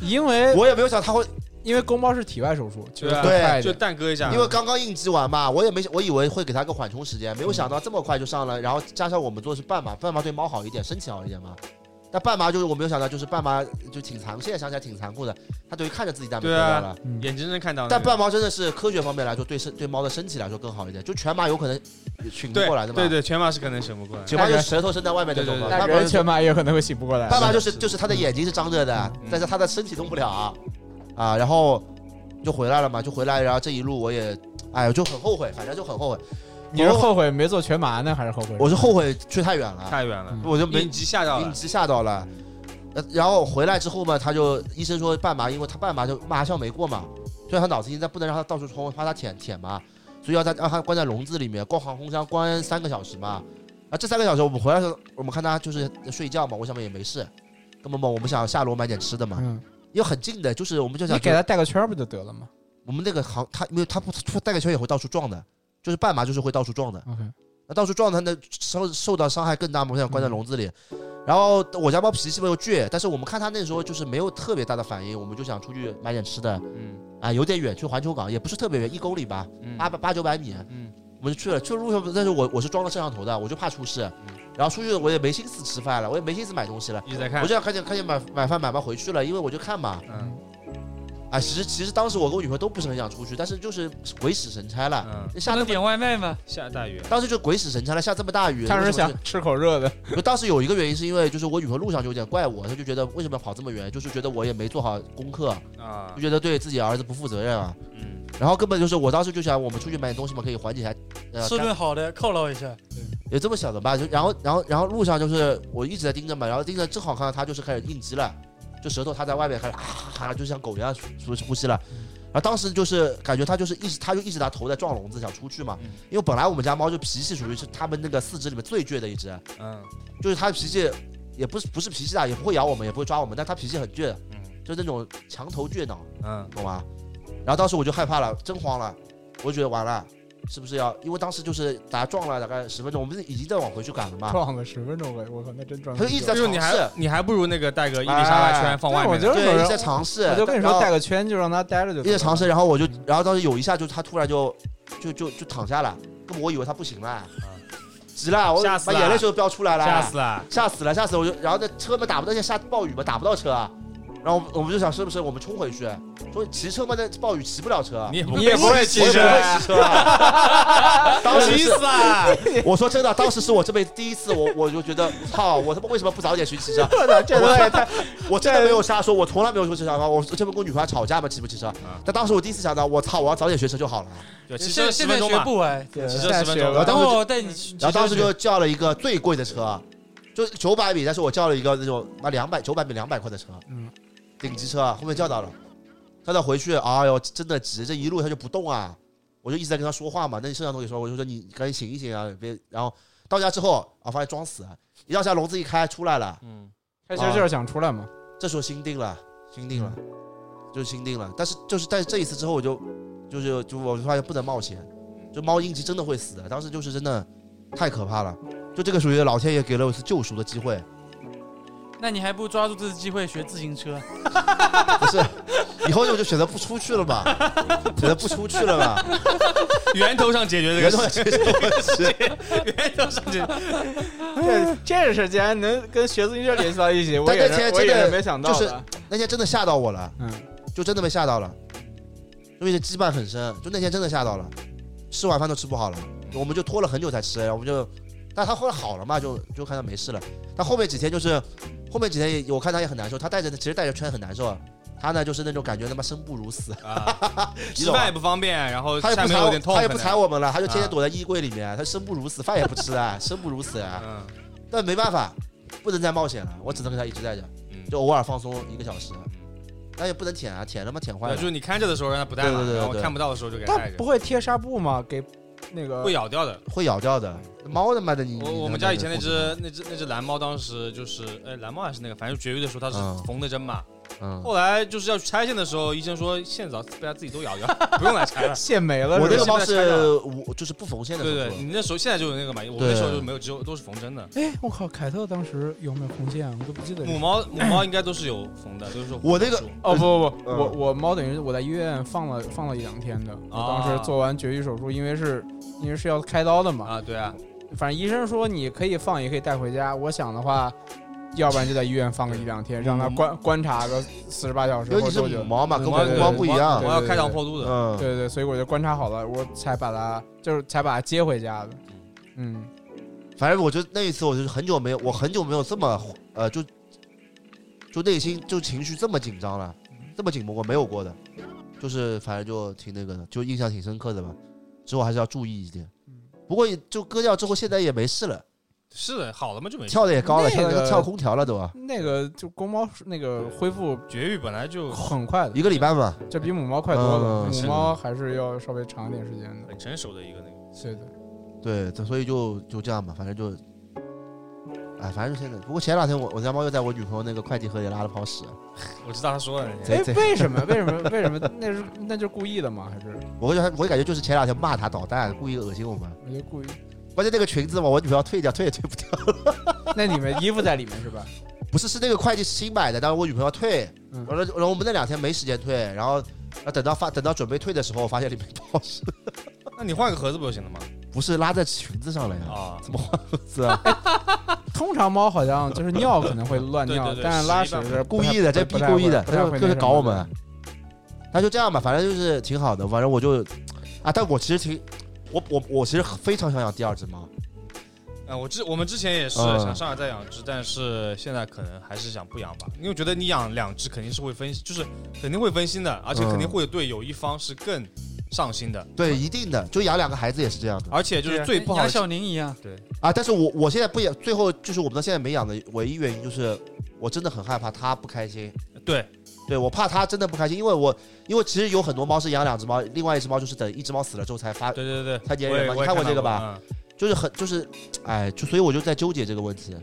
Speaker 3: 因为
Speaker 1: 我也没有想他会，
Speaker 3: 因为宫包是体外手术，就是
Speaker 4: 对
Speaker 3: 很
Speaker 4: 啊
Speaker 3: 快
Speaker 4: 就
Speaker 3: 的。
Speaker 4: 蛋哥一下，
Speaker 1: 因为刚刚应激完嘛，我也没我以为会给他个缓冲时间，没有想到这么快就上了，然后加上我们做的是半麻，半麻对猫好一点，身体好一点嘛。但半麻就是我没有想到，就是半麻就挺残，现在想起来挺残酷的，它等于看着自己蛋白
Speaker 4: 对
Speaker 1: 回
Speaker 4: 啊
Speaker 1: 来了。
Speaker 3: 嗯
Speaker 4: 眼睁睁看到那个，
Speaker 1: 但半毛真的是科学方面来说，对身对猫的身体来说更好一点。就全麻有可能醒不
Speaker 4: 对
Speaker 1: 过来的嘛，嗯
Speaker 4: 对对，全麻是可能醒不过来。
Speaker 1: 全麻就是舌头伸在外面那种嘛。
Speaker 4: 对
Speaker 1: 半
Speaker 3: 但
Speaker 1: 毛
Speaker 3: 人
Speaker 1: 就是
Speaker 3: 全麻也有可能会醒不过来。
Speaker 1: 半毛就是是
Speaker 4: 是
Speaker 1: 就是他的眼睛是张着的
Speaker 4: 嗯，
Speaker 1: 但是他的身体动不了啊，啊然后就回来了嘛，就回来，然后这一路我也，哎，我就很后悔，反正就很后悔。
Speaker 3: 你是后悔没做全麻呢，还是后悔？
Speaker 1: 我是后悔去太远了，
Speaker 4: 太远了，
Speaker 1: 我就没
Speaker 4: 应急吓到
Speaker 1: 应
Speaker 4: 了。
Speaker 1: 激吓到了。呃然后回来之后嘛，他就医生说半麻，因为他半麻就麻效没过嘛，所以他脑子现在不能让他到处冲，怕他舔舔嘛，所以要他让他关在笼子里面，逛航空箱关三个小时嘛。啊，这三个小时我们回来的时候，我们看他就是睡觉嘛，我想嘛也没事，那么嘛我们想下楼买点吃的嘛，
Speaker 3: 嗯，
Speaker 1: 因为很近的，就是我们就
Speaker 3: 你
Speaker 1: 想
Speaker 3: 给他带个圈儿不就得了吗
Speaker 1: 我们那个航他没有他不他带个圈也会到处撞的，就是半麻就是会到处撞的。
Speaker 3: ？OK，
Speaker 1: 那到处撞它，那受受到伤害更大嘛，我想关在笼子里。然后我家猫脾气没有倔，但是我们看它那时候就是没有特别大的反应，我们就想出去买点吃的，
Speaker 4: 嗯
Speaker 1: 啊，有点远，去环球港也不是特别远，一公里吧，
Speaker 4: 嗯
Speaker 1: 八百八九百米，
Speaker 4: 嗯
Speaker 1: 我们就去了。去了路上，但是我我是装了摄像头的，我就怕出事
Speaker 4: 嗯。
Speaker 1: 然后出去我也没心思吃饭了，我也没心思买东西了，
Speaker 4: 一直在
Speaker 1: 我
Speaker 4: 看
Speaker 1: 就，想看见看见买买饭买饭回去了，因为我就看嘛。
Speaker 4: 嗯
Speaker 1: 啊，其实其实当时我跟我女朋友都不是很想出去，但是就是鬼使神差了，
Speaker 4: 嗯，
Speaker 1: 下
Speaker 2: 还能
Speaker 1: 那么
Speaker 2: 点外卖吗？
Speaker 4: 下大雨，
Speaker 1: 当时就鬼使神差了，嗯下这么大雨，
Speaker 3: 当
Speaker 1: 为
Speaker 3: 时
Speaker 1: 什么
Speaker 3: 想吃口热的，
Speaker 1: 就当时有一个原因是因为就是我女朋友路上就有点怪我，她就觉得为什么要跑这么远，就是觉得我也没做好功课，
Speaker 4: 啊
Speaker 1: 就，觉得对自己儿子不负责任啊。
Speaker 4: 嗯，
Speaker 1: 然后根本就是我当时就想我们出去买点东西嘛，可以缓解一下，呃，
Speaker 2: 吃
Speaker 1: 干
Speaker 2: 顿好的犒劳一下。
Speaker 1: 也这么想的吧。就然后然后然后路上就是我一直在盯着嘛，然后盯着正好看到她就是开始应激了，就舌头她在外面开始啊哈哈，就像狗一样呼呼吸了。然后当时就是感觉她就是一直她就一直拿头在撞笼子想出去嘛
Speaker 4: 嗯，
Speaker 1: 因为本来我们家猫就脾气属于是它们那个四只里面最倔的一只，
Speaker 4: 嗯
Speaker 1: 就是它脾气也不是不是脾气大，也不会咬我们，也不会抓我们，但它脾气很倔，
Speaker 4: 嗯
Speaker 1: 就是那种墙头倔脑，
Speaker 4: 嗯，
Speaker 1: 懂吗？然后当时我就害怕了，真慌了，我就觉得完了，是不是要？因为当时就是打撞了大概十分钟，我们已经在往回去赶了嘛。
Speaker 3: 撞了十分钟，我我靠，那真撞
Speaker 1: 啊他
Speaker 3: 了
Speaker 1: 就
Speaker 3: 十
Speaker 1: 一
Speaker 3: 分
Speaker 1: 直
Speaker 3: 钟。
Speaker 1: 在
Speaker 4: 就是
Speaker 1: 尝
Speaker 4: 哎你
Speaker 1: 试哎
Speaker 4: 还，你还不如那个带个伊丽莎白圈放外
Speaker 3: 但我
Speaker 4: 面
Speaker 3: 觉，得
Speaker 1: 对，
Speaker 3: 有
Speaker 1: 一直
Speaker 3: 人
Speaker 1: 在尝试。
Speaker 3: 我就跟你
Speaker 1: 然
Speaker 3: 说，
Speaker 1: 后
Speaker 3: 带个圈就让他待着就。
Speaker 1: 一直尝试，。然后我就，然后当时有一下就他突然就就就就躺下了，根本我以为他不行了，急了，我
Speaker 4: 吓死
Speaker 1: 把
Speaker 4: 了
Speaker 1: 眼泪就飙出来了，
Speaker 4: 吓死了，
Speaker 1: 吓死了，吓死了！我就然后那车嘛打不到，现在下暴雨嘛打不到车啊，然后我们我们就想是不是我们冲回去，说骑车嘛那暴雨骑不了车啊，
Speaker 4: 你也
Speaker 3: 你也不会
Speaker 1: 我
Speaker 3: 骑
Speaker 1: 也不
Speaker 3: 车
Speaker 1: 会骑车啊。 当时
Speaker 4: 急
Speaker 1: 是
Speaker 4: 死 了，
Speaker 1: 我说真的，当时是我这辈子第一次，我 我就觉得操，我他妈为什么不早点学骑车？
Speaker 3: 我操， 这东西太
Speaker 1: 我真的 没有瞎说，我从来没有说骑车好，我这不跟我女朋友吵架嘛，骑不骑车？但当时我第一次想到，我操，我要早点学车就好了。
Speaker 4: 对，骑
Speaker 2: 现
Speaker 4: 车
Speaker 2: 在
Speaker 4: 十
Speaker 2: 现
Speaker 4: 分
Speaker 2: 在
Speaker 4: 钟
Speaker 2: 学
Speaker 4: 嘛，
Speaker 2: 不完，
Speaker 4: 骑车
Speaker 3: 下
Speaker 4: 十分
Speaker 3: 雪
Speaker 4: 钟
Speaker 1: 了
Speaker 3: 了。
Speaker 2: 等会儿我带你去。
Speaker 1: 然后当时
Speaker 2: 骑车
Speaker 1: 就叫了一个最贵的车，啊就九百米，但是我叫了一个那种妈两百九百米两百块的车，啊
Speaker 3: 嗯
Speaker 1: 顶级车啊，后面叫到了，叫到回去，哎呦，真的急，这一路他就不动啊，我就一直在跟他说话嘛，那摄像头也说，我就说你赶紧醒一醒啊，别，然后到家之后啊，发现装死，一到家笼子一开出来了，
Speaker 4: 嗯，
Speaker 3: 他其实就是想出来嘛。
Speaker 1: 这时候心定了，心定了，就心定了，但是就是在这一次之后，我就就是就我就发现不能冒险，就猫应急真的会死的，当时就是真的太可怕了。就这个属于老天爷给了我一次救赎的机会，
Speaker 2: 那你还不抓住这次机会学自行车？
Speaker 1: 不是， 以后我就选择不出去了吧，选择不出去了吧，
Speaker 4: 源头上解决这
Speaker 1: 别
Speaker 4: 个
Speaker 1: 这么
Speaker 4: 事，
Speaker 1: 解决问题。
Speaker 4: 源 头上解决。
Speaker 3: 这这事竟然能跟学自行车联系到一起，我
Speaker 1: 啊但
Speaker 3: 也
Speaker 1: 这些
Speaker 3: 是我也
Speaker 1: 真的
Speaker 3: 是没想到
Speaker 1: 就是嗯
Speaker 3: 的。
Speaker 1: 那天真的吓到我了，
Speaker 3: 嗯，
Speaker 1: 就真的被吓到了，因为这羁绊很深，就那天真的吓到了，吃晚饭都吃不好了，我们就拖了很久才吃，然后我们就，但他后来好了嘛，就就看他没事了，但后面几天就是，后面几天也我看他也很难受，他带着其实带着圈很难受啊，他呢就是那种感觉他妈生不如 死，
Speaker 4: 啊，
Speaker 1: 你
Speaker 4: 吃
Speaker 1: 懂吗
Speaker 4: 饭也不方便，然后
Speaker 1: 他也
Speaker 4: 下
Speaker 1: 不
Speaker 4: 面
Speaker 1: 睬
Speaker 4: 有
Speaker 1: 我，
Speaker 4: 点痛，
Speaker 1: 他也不睬
Speaker 4: 我。
Speaker 1: 我们了，他就天天
Speaker 4: 啊
Speaker 1: 躲在衣柜里面，他生不如死，饭也不吃 啊，生不如死啊，
Speaker 4: 嗯
Speaker 1: 但没办法，不能再冒险了，我只能跟他一直在这，
Speaker 4: 嗯，
Speaker 1: 就偶尔放松一个小时，但也不能舔啊，舔他妈舔坏了
Speaker 4: 对就。是你看着的时候让它不带
Speaker 1: 对对
Speaker 4: 了，
Speaker 1: 对
Speaker 4: 然后
Speaker 1: 对
Speaker 4: 看不到的时候就给它
Speaker 3: 它
Speaker 4: 带着
Speaker 3: 不，会贴纱布吗？给那个。
Speaker 4: 会咬掉的。
Speaker 1: 会咬掉的。猫他妈的你，
Speaker 4: 我
Speaker 1: 你
Speaker 4: 我们
Speaker 1: 能
Speaker 4: 家
Speaker 1: 不
Speaker 4: 以前
Speaker 1: 能
Speaker 4: 那
Speaker 1: 控制
Speaker 4: 只那只那只蓝猫，当时就是呃蓝猫还是那个，反正绝育的时候它
Speaker 1: 嗯
Speaker 4: 是缝的针嘛。
Speaker 1: 它，嗯，
Speaker 4: 后来就是要去拆线的时候，医生说线早被它自己都咬掉， 不用来拆 了
Speaker 3: 线没了
Speaker 1: 我
Speaker 3: 是
Speaker 1: 那
Speaker 3: 吧
Speaker 1: 个猫
Speaker 4: 现在拆
Speaker 1: 是
Speaker 4: 了
Speaker 1: 我就是不缝线的，
Speaker 4: 对对，对，你那时候现在就有那个嘛，我们那时候就没有，只有都是缝针的。
Speaker 3: 哎，我靠，凯特当时有没有红线啊？我都不记得。
Speaker 4: 母猫母猫应该都是有缝的，就是说
Speaker 1: 我那个
Speaker 3: 哦不不不，
Speaker 1: 嗯
Speaker 3: 我我猫等于是我在医院放了放了一两天的。我当时做完绝育手术，因为是因为是要开刀的嘛，
Speaker 4: 啊对啊，
Speaker 3: 反正医生说你可以放，也可以带回家。我想的话，要不然就在医院放个一两天，让它观观察个四十八小时
Speaker 1: 因为
Speaker 3: 或
Speaker 1: 你
Speaker 3: 者
Speaker 1: 是
Speaker 3: 多
Speaker 1: 母
Speaker 3: 久。
Speaker 1: 猫嘛，跟
Speaker 4: 母
Speaker 1: 我
Speaker 4: 猫
Speaker 1: 们猫不一样
Speaker 4: 我。
Speaker 3: 对
Speaker 4: 要开膛破肚的。
Speaker 1: 嗯，
Speaker 3: 对对，所以我就观察好了，我才把它就是才把它接回家的。嗯，
Speaker 1: 反正我觉得那一次，我就是很久没有，我很久没有这么呃，就就内心就情绪这么紧张了，
Speaker 4: 嗯
Speaker 1: 这么紧绷过没有过的，就是反正就挺那个的，就印象挺深刻的吧。之后还是要注意一点。
Speaker 4: 嗯
Speaker 1: 不过也就割掉之后，现在也没事了，
Speaker 4: 是的，好了嘛就没事。
Speaker 1: 跳的也高了，
Speaker 3: 那
Speaker 1: 现在
Speaker 3: 个
Speaker 1: 跳空调了都啊，
Speaker 3: 嗯那个就公猫那个恢复
Speaker 4: 绝育本来就
Speaker 3: 很快的，
Speaker 1: 一个礼拜嘛。
Speaker 3: 这比母猫快多了。
Speaker 1: 嗯
Speaker 3: 母
Speaker 1: 是
Speaker 3: 猫还是要稍微长一点时间的。
Speaker 4: 很成熟的一个那个。
Speaker 3: 对的。
Speaker 1: 对，这所以就就这样吧，反正就，哎，反正就现在。不过前两天我我家猫又在我女朋友那个快递盒里拉了泡屎，
Speaker 4: 我知道他说了那天，
Speaker 1: 贼
Speaker 3: 哎，
Speaker 1: 贼。
Speaker 3: 为什么？为什么？为什么？那是那就是故意的吗？还是
Speaker 1: 我感觉我感觉就是前两天骂它捣蛋，故意恶心我们。
Speaker 3: 我觉得故意？
Speaker 1: 关键那个裙子嘛，我女朋友退掉，退也退不掉。
Speaker 3: 那你们衣服在里面是吧？
Speaker 1: 不是，是那个快递是新买的，但是我女朋友要退，
Speaker 3: 嗯
Speaker 1: 然后然后我们那两天没时间退，然后然后等到发等到准备退的时候，我发现里面 泡屎，
Speaker 4: 那你换个盒子不就行了吗？
Speaker 1: 不是拉在裙子上了呀，
Speaker 4: 啊，
Speaker 1: 是啊，
Speaker 3: 通常猫好像就是尿可能会乱尿，
Speaker 4: 对对对
Speaker 3: 但是拉
Speaker 4: 屎一
Speaker 3: 屎
Speaker 4: 般
Speaker 3: 是
Speaker 1: 故意的，这逼
Speaker 3: 不太
Speaker 1: 故意的，
Speaker 3: 不
Speaker 1: 他
Speaker 3: 太
Speaker 1: 就
Speaker 3: 会那
Speaker 1: 就是
Speaker 3: 什
Speaker 1: 搞
Speaker 3: 么
Speaker 1: 我们。那就这样吧，反正就是挺好的，反正我就啊，但我其实挺，我我我其实非常想养第二只猫，
Speaker 4: 啊，我之我们之前也是
Speaker 1: 嗯
Speaker 4: 想上来再养只，但是现在可能还是想不养吧，因为觉得你养两只肯定是会分，就是肯定会分心的，而且肯
Speaker 1: 嗯
Speaker 4: 定会对有一方是更上心的，
Speaker 1: 对，一定的，就养两个孩子也是这样的
Speaker 4: 而且就是最不好
Speaker 2: 像
Speaker 4: 的是
Speaker 2: 小宁一样，
Speaker 1: 啊。但是我我现在不养，最后就是我们到现在没养的唯一原因就是，我真的很害怕它不开心，
Speaker 4: 对
Speaker 1: 对我怕它真的不开心，因为我因为其实有很多猫是养两只猫，另外一只猫就是等一只猫死了之后才发，
Speaker 4: 对对对，
Speaker 1: 它粘
Speaker 4: 我也
Speaker 1: 人嘛，你
Speaker 4: 我也
Speaker 1: 看过
Speaker 4: 看
Speaker 1: 这个
Speaker 4: 到
Speaker 1: 吧？？
Speaker 3: 嗯
Speaker 1: 就是很就是，哎，就所以我就在纠结这个问题。
Speaker 3: 嗯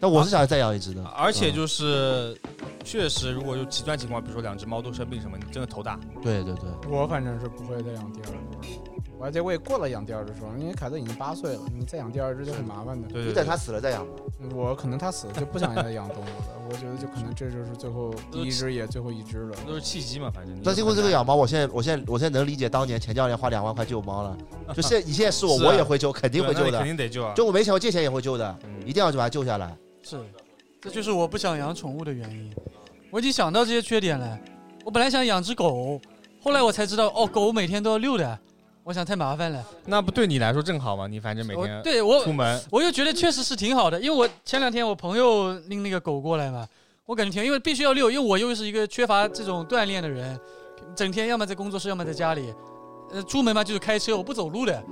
Speaker 1: 但我是想再养一只的
Speaker 4: 嗯，而且
Speaker 1: 嗯
Speaker 4: 就是确实，如果有极端情况，比如说两只猫都生病什么，你真的头大。
Speaker 1: 对对对，
Speaker 3: 我反正是不会再养第二只了。而且我也过了养第二只时候，因为凯特已经八岁了，你再养第二只就很麻烦的。
Speaker 4: 对
Speaker 1: 你
Speaker 4: 对
Speaker 1: 等
Speaker 4: 对，
Speaker 1: 它死了再养吧。
Speaker 3: 我可能它死了就不想再养动物了，我觉得就可能这就是最后第一只也最后一只了。
Speaker 4: 都是啊契机嘛，反正。
Speaker 1: 那经过这个，养猫，我现在我现在我现在能理解当年钱教练花两万块救猫了。就现在你现在是我，
Speaker 4: 是啊
Speaker 1: 我也会救，肯
Speaker 4: 对
Speaker 1: 定会
Speaker 4: 那你
Speaker 1: 救
Speaker 4: 肯
Speaker 1: 的。
Speaker 4: 定得救啊！
Speaker 1: 就我没钱，我借钱也会救的，
Speaker 4: 嗯
Speaker 1: 一定要就把它救下来。
Speaker 2: 是，这就是我不想养宠物的原因。我已经想到这些缺点了。我本来想养只狗，后来我才知道，哦，狗每天都要遛的，我想太麻烦了。
Speaker 4: 那不对你来说正好嘛，你反正每
Speaker 2: 我
Speaker 4: 天
Speaker 2: 对我
Speaker 4: 出门
Speaker 2: 我又觉得确实是挺好的，因为我前两天我朋友拎那个狗过来嘛，我感觉挺，因为必须要遛，因为我又是一个缺乏这种锻炼的人，整天要么在工作室，要么在家里，呃，出门嘛就是开车，我不走路的。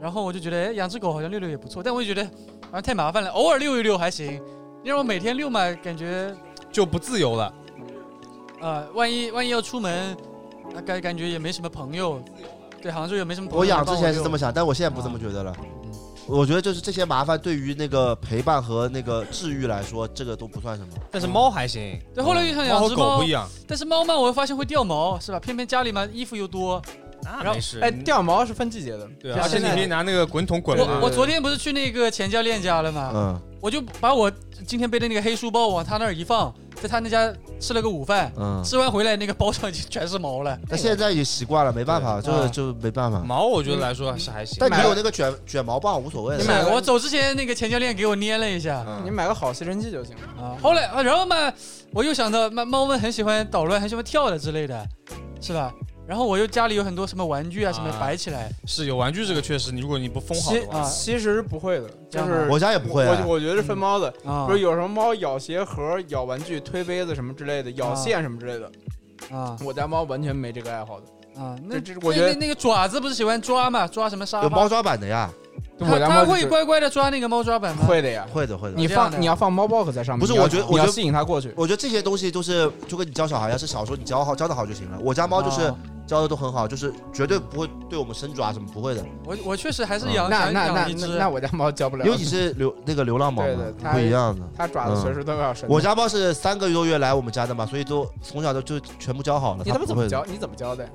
Speaker 2: 然后我就觉得，哎，养只狗好像遛遛也不错，但我就觉得好像太麻烦了，偶尔遛一遛还行，你让我每天遛嘛，感觉
Speaker 4: 就不自由了。
Speaker 2: 啊、万一万一要出门，那感感觉也没什么朋友，对，杭州也没什么朋友。
Speaker 1: 我养之前是这么
Speaker 2: 想，
Speaker 1: 想，但我现在不这么觉得了。我觉得就是这些麻烦对于那个陪伴和那个治愈来说，这个都不算什么。
Speaker 4: 但是猫还行，
Speaker 2: 对，后来又想
Speaker 4: 猫
Speaker 2: 养
Speaker 4: 和
Speaker 2: 只
Speaker 4: 狗
Speaker 2: 猫
Speaker 4: 不一，样。
Speaker 2: 但是猫嘛，我又发现会掉毛，是吧？偏偏家里嘛衣服又多，
Speaker 4: 那
Speaker 2: 然后
Speaker 4: 没事，
Speaker 3: 哎，掉毛是分季节的，
Speaker 4: 对
Speaker 3: 就
Speaker 4: 啊，而且
Speaker 3: 现
Speaker 4: 你
Speaker 3: 在
Speaker 4: 可以拿那个滚筒滚啊
Speaker 2: 我
Speaker 4: 嘛。
Speaker 2: 我昨天不是去那个钱教练家了吗？
Speaker 1: 嗯
Speaker 2: 我就把我今天背的那个黑书包往他那儿一放，在他那家吃了个午饭，
Speaker 1: 嗯。
Speaker 2: 吃完回来那个包上已经全是毛了。
Speaker 1: 但现在已经习惯了，没办法，
Speaker 3: 对
Speaker 1: 就是
Speaker 3: 啊
Speaker 1: 就没办法。
Speaker 4: 毛我觉得来说是还行，
Speaker 1: 但你
Speaker 3: 买
Speaker 1: 有
Speaker 3: 了
Speaker 1: 那个卷卷毛棒无所谓
Speaker 3: 你
Speaker 1: 的。
Speaker 3: 买个
Speaker 2: 我走之前那个钱教练给我捏了一下
Speaker 1: 嗯
Speaker 3: 你买个好吸尘器就行了。
Speaker 2: 啊，后来啊，然后嘛，我又想到猫猫们很喜欢捣乱，很喜欢跳的之类的，是吧？然后我又家里有很多什么玩具啊什么
Speaker 4: 啊
Speaker 2: 摆起来，
Speaker 4: 是有玩具这个确实，你如果你不封好
Speaker 3: 其
Speaker 4: 的话，
Speaker 2: 啊
Speaker 3: 其实不会的，
Speaker 2: 这
Speaker 3: 就
Speaker 2: 样
Speaker 3: 是
Speaker 2: 吗
Speaker 1: 我家也不会啊，
Speaker 3: 我我觉得是分猫的，
Speaker 2: 啊
Speaker 3: 不是有什么猫咬鞋盒、咬玩具、推杯子什么之类的，咬
Speaker 2: 啊
Speaker 3: 线什么之类的。
Speaker 2: 啊
Speaker 3: 我家猫完全没这个爱好的，
Speaker 2: 啊，那
Speaker 3: 这这我觉得
Speaker 2: 那那个爪子不是喜欢抓嘛，抓什么沙
Speaker 1: 有
Speaker 2: 发啊
Speaker 1: 猫？抓板的呀，
Speaker 3: 我
Speaker 2: 它
Speaker 3: 家猫
Speaker 2: 它
Speaker 3: 就
Speaker 2: 会
Speaker 3: 是
Speaker 2: 乖乖的抓那个猫抓板吗？
Speaker 3: 会的呀。
Speaker 1: 会的会的。
Speaker 3: 你
Speaker 2: 这样的
Speaker 3: 放你要放猫 box 在上面，
Speaker 1: 不是
Speaker 3: 你要
Speaker 1: 我觉得我
Speaker 3: 你要
Speaker 1: 觉得
Speaker 3: 吸引它过去。
Speaker 1: 我觉得这些东西就是就跟你教小孩一样，是小时候你教好教的好就行了。我家猫就是
Speaker 4: 哦
Speaker 2: 啊
Speaker 1: 教的都很好，就是绝对不会对我们伸爪什么不会的，
Speaker 2: 我我确实还是养
Speaker 3: 那
Speaker 2: 想
Speaker 3: 那那
Speaker 2: 养一
Speaker 3: 那
Speaker 2: 只
Speaker 3: 那我家猫教不了，
Speaker 1: 因为你是流那个流浪猫
Speaker 3: 对
Speaker 1: 嘛
Speaker 3: 的，它
Speaker 1: 不一样的。
Speaker 3: 它爪子随时都要伸。
Speaker 1: 嗯我家猫是三个多月来我们家的嘛，所以都从小就就全部教好了。
Speaker 3: 你
Speaker 1: 它
Speaker 3: 他妈
Speaker 1: 不
Speaker 3: 怎
Speaker 1: 会
Speaker 3: 么
Speaker 1: 的
Speaker 3: 教？你怎么教的？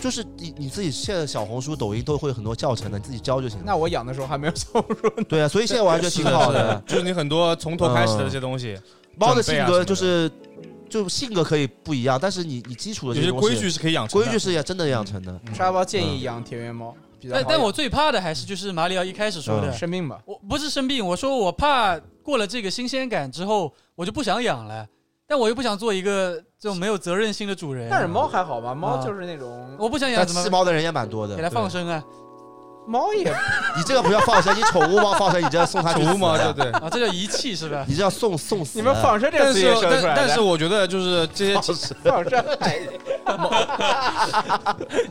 Speaker 1: 就是你你自己现在小红书、抖音都会有很多教程的，你自己教就行了。
Speaker 3: 那我养的时候还没有教过。
Speaker 1: 对啊，所以现在我还觉得挺好
Speaker 4: 是的
Speaker 1: 的。
Speaker 4: 就是你很多从头开始的这些东西，
Speaker 3: 嗯
Speaker 1: 猫的性
Speaker 4: 准备啊什么
Speaker 1: 格
Speaker 4: 的
Speaker 1: 就是就性格可以不一样，但是你你基础的这
Speaker 4: 有
Speaker 1: 些
Speaker 4: 些
Speaker 1: 东西
Speaker 4: 规矩是可以养成
Speaker 1: 规
Speaker 4: 的。
Speaker 1: 矩是也真的养成的。
Speaker 4: 嗯
Speaker 3: 沙包建议养田园猫，比较好
Speaker 2: 但
Speaker 3: 养。
Speaker 2: 但我最怕的还是就是马里奥一开始说的，
Speaker 3: 生病吧，
Speaker 2: 我不是生病，我说我怕过了这个新鲜感之后，我就不想养了，但我又不想做一个这种没有责任心的主人。
Speaker 3: 但是猫还好吧？猫
Speaker 2: 啊
Speaker 3: 就是那种
Speaker 2: 我不想养
Speaker 4: 啊
Speaker 1: 但
Speaker 2: 怎么
Speaker 1: 吃
Speaker 2: 办
Speaker 1: 猫的人也蛮多的
Speaker 2: 给。它放生啊？
Speaker 3: 猫也
Speaker 1: 你这个不要放生，你宠物猫放生，你这要送它去
Speaker 4: 宠物嘛，
Speaker 1: 死
Speaker 4: 对
Speaker 1: 啊
Speaker 4: 不对？
Speaker 2: 啊，这叫遗弃是吧？
Speaker 1: 你这要送送死。啊
Speaker 3: 你们放生这个
Speaker 4: 但
Speaker 3: 词
Speaker 4: 是
Speaker 3: 也说得
Speaker 4: 但
Speaker 3: 出来的
Speaker 4: 但是我觉得就是 这些其实
Speaker 3: 放生，哎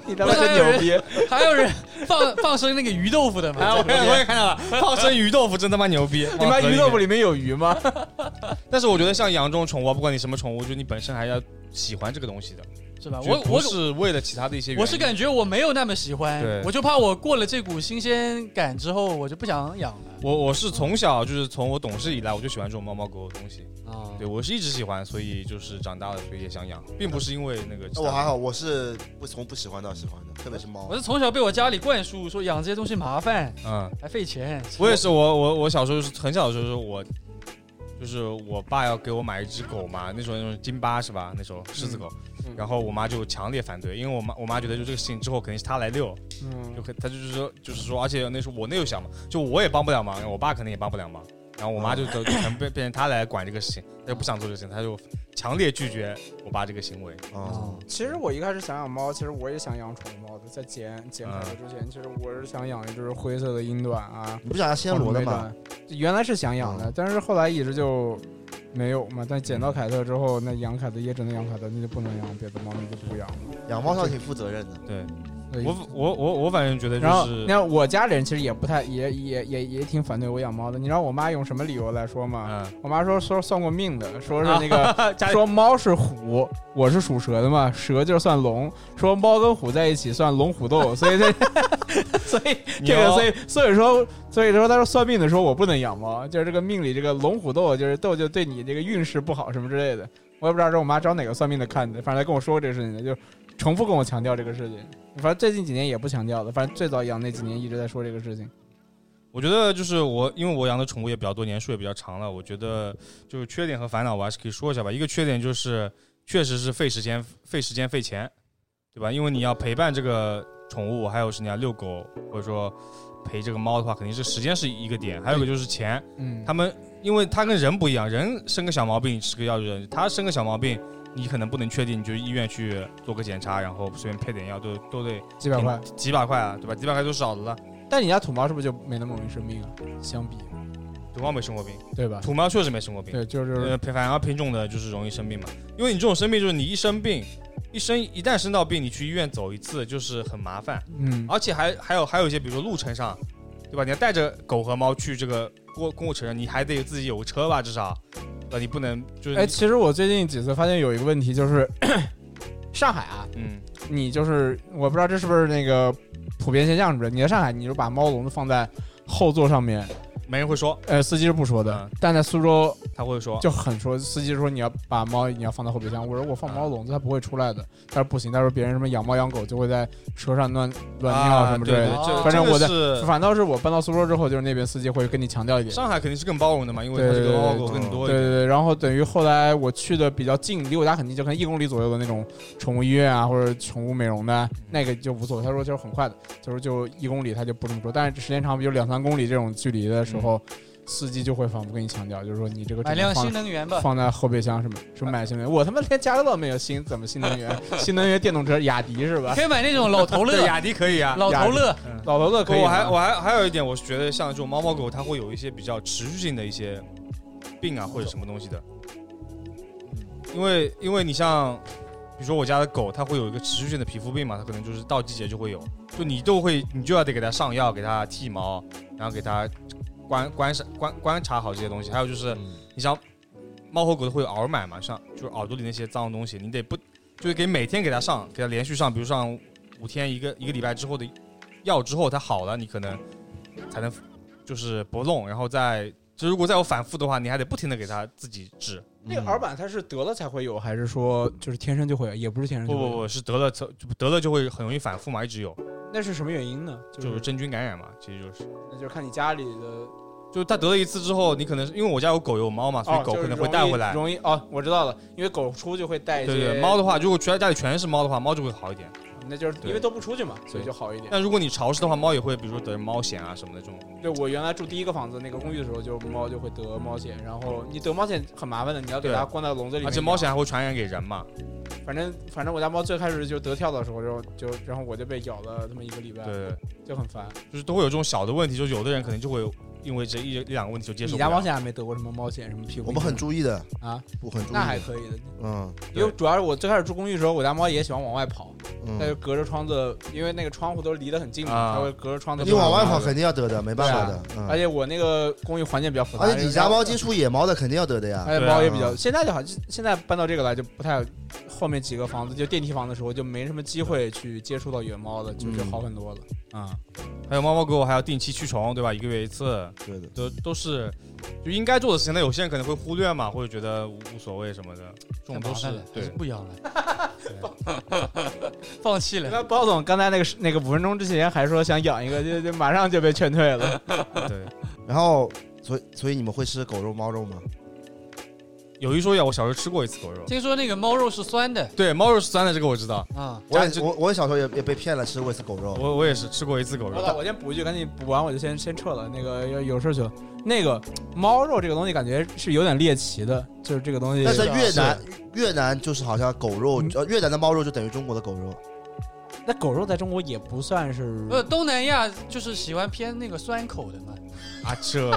Speaker 3: 你他妈真牛逼！
Speaker 2: 还有人放放生那个鱼豆腐的
Speaker 4: 哎，
Speaker 2: 嘛
Speaker 4: 我？也我也看到了，放生鱼豆腐真他妈牛逼！
Speaker 3: 你妈
Speaker 4: 哇
Speaker 3: 鱼豆腐。
Speaker 4: 可以
Speaker 3: 里面有鱼吗？
Speaker 4: 但是我觉得像养这种宠物，不管你什么宠物，就你本身还要喜欢这个东西的。
Speaker 2: 是吧？
Speaker 4: 就
Speaker 2: 我
Speaker 4: 不
Speaker 2: 我
Speaker 4: 是为了其他的一些原因，
Speaker 2: 我是感觉我没有那么喜欢
Speaker 4: 对，
Speaker 2: 我就怕我过了这股新鲜感之后，我就不想养了
Speaker 4: 我我是从小就是从我懂事以来，我就喜欢这种猫猫狗狗的东西。
Speaker 2: 啊
Speaker 4: 对我是一直喜欢，所以就是长大了，所以也想养，并不是因为那个。
Speaker 1: 那我还好，，我是不从不喜欢到喜欢的，特别是猫
Speaker 2: 我。是从小被我家里灌输说养这些东西麻烦，
Speaker 4: 嗯，
Speaker 2: 还费钱。
Speaker 4: 我也是，我我我小时候是很小的时候，是我就是我爸要给我买一只狗嘛，那时候那种金巴是吧？那时候狮子狗，
Speaker 3: 嗯
Speaker 4: 然后我妈就强烈反对，因为我妈我妈觉得就这个事情之后肯定是她来遛，就
Speaker 3: 嗯，
Speaker 4: 很她就是说就是说，而且那时候我那又想嘛，就我也帮不了忙，我爸肯定也帮不了忙。然后我妈就就
Speaker 3: 嗯
Speaker 4: 全部变变成她来管这个事情，她就不想做这个事情，她就强烈拒绝我爸这个行为。
Speaker 1: 哦，
Speaker 3: 其实我一开始想养猫，其实我也想养宠物猫的，在捡捡凯子之前，其实我是想养一只灰色的英短啊，
Speaker 1: 你不想要暹罗的吗？
Speaker 3: 原来是想养的，但是后来一直就没有嘛。但捡到凯特之后，那养凯特也只能养凯特，那就不能养别的猫咪，就不养了。
Speaker 1: 养猫上挺负责任的。
Speaker 4: 对
Speaker 3: 对
Speaker 4: 我我我我反正觉得
Speaker 3: 嗯然后
Speaker 4: 就，
Speaker 3: 你
Speaker 4: 是，
Speaker 3: 看我家里人其实也不太，也也也也挺反对我养猫的。你知道我妈用什么理由来说吗？
Speaker 4: 嗯，
Speaker 3: 我妈说说算过命的，说是那个、
Speaker 4: 啊 家里
Speaker 3: 说猫是虎，我是属蛇的嘛，蛇就算龙。说猫跟虎在一起算龙虎斗，所以 这所以这个
Speaker 4: 牛
Speaker 3: 所以所以说所以说他说算命的说我不能养猫，就是这个命里这个龙虎斗就是斗就对你这个运势不好什么之类的。我也不知道是我妈找哪个算命的看的，反正她跟我说过这个事情的，就重复跟我强调这个事情。反正最近几年也不强调了，反正最早养那几年一直在说这个事情。
Speaker 4: 我觉得就是我，因为我养的宠物也比较多，年数也比较长了。我觉得就是缺点和烦恼，我还是可以说一下吧。一个缺点就是确实是费时间、费时间、费钱，对吧？因为你要陪伴这个宠物，还有是你要遛狗，或者说陪这个猫的话，肯定是时间是一个点，还有一个就是钱。
Speaker 3: 嗯，
Speaker 4: 他们因为它跟人不一样，人生个小毛病吃个药就忍，它生个小毛病。你可能不能确定，你就医院去做个检查，然后随便配点药，都都得
Speaker 3: 几百块。
Speaker 4: 几百块啊，对吧？几百块都少的了。
Speaker 3: 但你家土猫是不是就没那么容易生病啊？相比，
Speaker 4: 土猫没生过病，
Speaker 3: 对吧？
Speaker 4: 土猫确实没生过病。
Speaker 3: 对，就是
Speaker 4: 呃，品反而品种的就是容易生病嘛，因为你这种生病就是你一生病，一生一旦生到病，你去医院走一次就是很麻烦，
Speaker 3: 嗯，
Speaker 4: 而且还还有还有一些，比如说路程上，对吧？你要带着狗和猫去这个过公共城市，你还得自己有个车吧，至少，对吧？你不能就是你
Speaker 3: 哎，其实我最近几次发现有一个问题，就是上海啊，
Speaker 4: 嗯，
Speaker 3: 你就是我不知道这是不是那个普遍现象，是不是？你在上海，你就把猫笼子放在后座上面，
Speaker 4: 没人会说，
Speaker 3: 呃，司机是不说的，
Speaker 4: 嗯哦
Speaker 3: 但在苏州，
Speaker 4: 他会说
Speaker 3: 就很说司机说你要把猫你要放到后备箱，我说我
Speaker 4: 嗯
Speaker 3: 放猫笼子它不会出来的，他说不行，他说别人什么养猫养狗就会在车上乱乱尿
Speaker 4: 啊
Speaker 3: 什么之
Speaker 4: 对
Speaker 3: 类
Speaker 4: 对
Speaker 3: 的。
Speaker 4: 这
Speaker 3: 反正
Speaker 4: 这个
Speaker 3: 我在
Speaker 4: 是
Speaker 3: 反倒是我搬到苏州之后，就是那边司机会跟你强调一点。
Speaker 4: 上海肯定是更包容的嘛，因为
Speaker 3: 对
Speaker 4: 它这
Speaker 3: 对
Speaker 4: 个
Speaker 3: 对
Speaker 4: 猫狗更多
Speaker 3: 对
Speaker 4: 一
Speaker 3: 对
Speaker 4: 点。
Speaker 3: 对，然后等于后来我去的比较近，离我家很近，就可能一公里左右的那种宠物医院啊，或者宠物美容的那个就无所谓。他说就是很快的，就是就一公里他就不这么说，但是时间长，比如两三公里这种距离的时候，
Speaker 4: 嗯
Speaker 3: 司机就会反复跟你强调，就是说你这个
Speaker 2: 买
Speaker 3: 只
Speaker 2: 辆
Speaker 3: 能
Speaker 2: 新
Speaker 3: 放
Speaker 2: 能源吧。
Speaker 3: 放在后备箱什么什么买新能 源，我他妈连加热都没有新，怎么新能源？新能源电动车雅迪是吧
Speaker 2: 可？以买那种老头
Speaker 4: 对
Speaker 2: 乐，
Speaker 4: 雅迪可以啊。
Speaker 2: 老头乐，
Speaker 3: 老头乐可以
Speaker 4: 我
Speaker 3: 吗，
Speaker 4: 还我还还有一点，我是觉得像这种猫猫狗，它会有一些比较持续性的一些病啊或者什么东西的，因为因为你像比如说我家的狗，它会有一个持续性的皮肤病嘛，它可能就是到季节就会有，就你都会你就要得给它上药，给它剃毛，然后给它观观察观观察好这些东西，还有就是
Speaker 1: 嗯
Speaker 4: 你像猫和狗都会有耳螨嘛，像就是耳朵里那些脏的东西，你得不就是给每天给它上，给它连续上，比如上五天一个一个礼拜之后的药之后它好了，你可能才能就是不弄，然后再就如果再有反复的话，你还得不停的给它自己治。
Speaker 3: 那个耳板它是得了才会有，还是说就是天生就会有？也不是天生
Speaker 4: 不
Speaker 3: 就会有
Speaker 4: 不不是得了就得了就会很容易反复嘛，一直有，
Speaker 3: 那是什么原因呢？
Speaker 4: 就是是真菌感染嘛，其实就是。
Speaker 3: 那就是看你家里的
Speaker 4: 就是它得了一次之后，你可能是因为我家有狗有猫嘛，啊所以狗可能会带回来。
Speaker 3: 哦容易哦，我知道了，因为狗出去会带一
Speaker 4: 对
Speaker 3: 些
Speaker 4: 对，猫，的话，如果全家里全是猫的话，猫就会好一点。
Speaker 3: 那就是因为都不出去嘛，所以就好一点。
Speaker 4: 但如果你潮湿的话，猫也会，比如说得猫癣啊什么的这种。
Speaker 3: 对，我原来住第一个房子那个公寓的时候，就猫就会得猫癣，然后你得猫癣很麻烦的，你要给
Speaker 4: 对
Speaker 3: 它关在笼子里面
Speaker 4: 而
Speaker 3: 养。
Speaker 4: 且啊猫癣还会传染给人嘛。
Speaker 3: 反正反正我家猫最开始就得跳蚤的时候，然后就然后我就被咬了他妈一个礼拜，
Speaker 4: 对，
Speaker 3: 就很烦。
Speaker 4: 就是都会有这种小的问题，就是有的人可能就会因为这一一两个问题就接受
Speaker 3: 你
Speaker 4: 不了。
Speaker 3: 家猫癣还没得过什么猫癣什么屁股？
Speaker 1: 我们很注意的
Speaker 3: 啊，
Speaker 1: 我很注意
Speaker 3: 那还
Speaker 1: 的，
Speaker 3: 可以的，
Speaker 1: 嗯
Speaker 3: 因为主要是我最开始住公寓的时候，我家猫也喜欢往外跑，它就
Speaker 1: 嗯，
Speaker 3: 隔着窗子，因为那个窗户都离得很近嘛，
Speaker 4: 啊
Speaker 3: 它会隔着窗子。
Speaker 1: 你往外跑肯定要得的，没办法的，嗯，
Speaker 3: 而且我那个公寓环境比较复杂，
Speaker 1: 而且你家猫接
Speaker 3: 然后，
Speaker 1: 触野猫的肯定要得的呀，
Speaker 3: 而且
Speaker 4: 对
Speaker 3: 哎猫也
Speaker 1: 啊
Speaker 3: 比较，现在就好，现在搬到这个来就不太，后面几个房子就电梯房的时候就没什么机会去接触到野猫了，就是
Speaker 1: 嗯
Speaker 3: 好很多了。啊，
Speaker 4: 嗯还有猫猫狗狗还要定期驱虫，对吧？一个月一次，
Speaker 1: 对的，
Speaker 4: 都都是就应该做的事情。那有些人可能会忽略嘛，或者觉得无无所谓什么的，这种
Speaker 2: 太
Speaker 4: 都
Speaker 2: 麻
Speaker 4: 是
Speaker 2: 烦了，还
Speaker 4: 对
Speaker 2: 是。不养了， 放弃了。
Speaker 3: 那包总刚才那个那个五分钟之前还说想养一个，就就马上就被劝退 了。
Speaker 4: 对，
Speaker 1: 然后所以所以你们会吃狗肉猫肉吗？
Speaker 4: 有一说一啊，我小时候吃过一次狗肉。
Speaker 2: 听说那个猫肉是酸的
Speaker 4: 对，猫肉是酸的，这个我知道。
Speaker 2: 啊，
Speaker 1: 我
Speaker 4: 这
Speaker 1: 也我我小时候也也被骗了吃过一次狗肉，
Speaker 4: 我我也是吃过一次狗
Speaker 3: 我
Speaker 4: 肉，
Speaker 3: 操！我先补一句，赶紧补完我就先先撤了。那个有有事去了。那个猫肉这个东西感觉是有点猎奇的，就是这个东西。
Speaker 1: 但是越南越南就是好像狗肉
Speaker 3: 嗯，
Speaker 1: 呃，越南的猫肉就等于中国的狗肉，
Speaker 3: 那狗肉在中国也不算是
Speaker 2: 呃，东南亚就是喜欢偏那个酸口的嘛。
Speaker 4: 啊这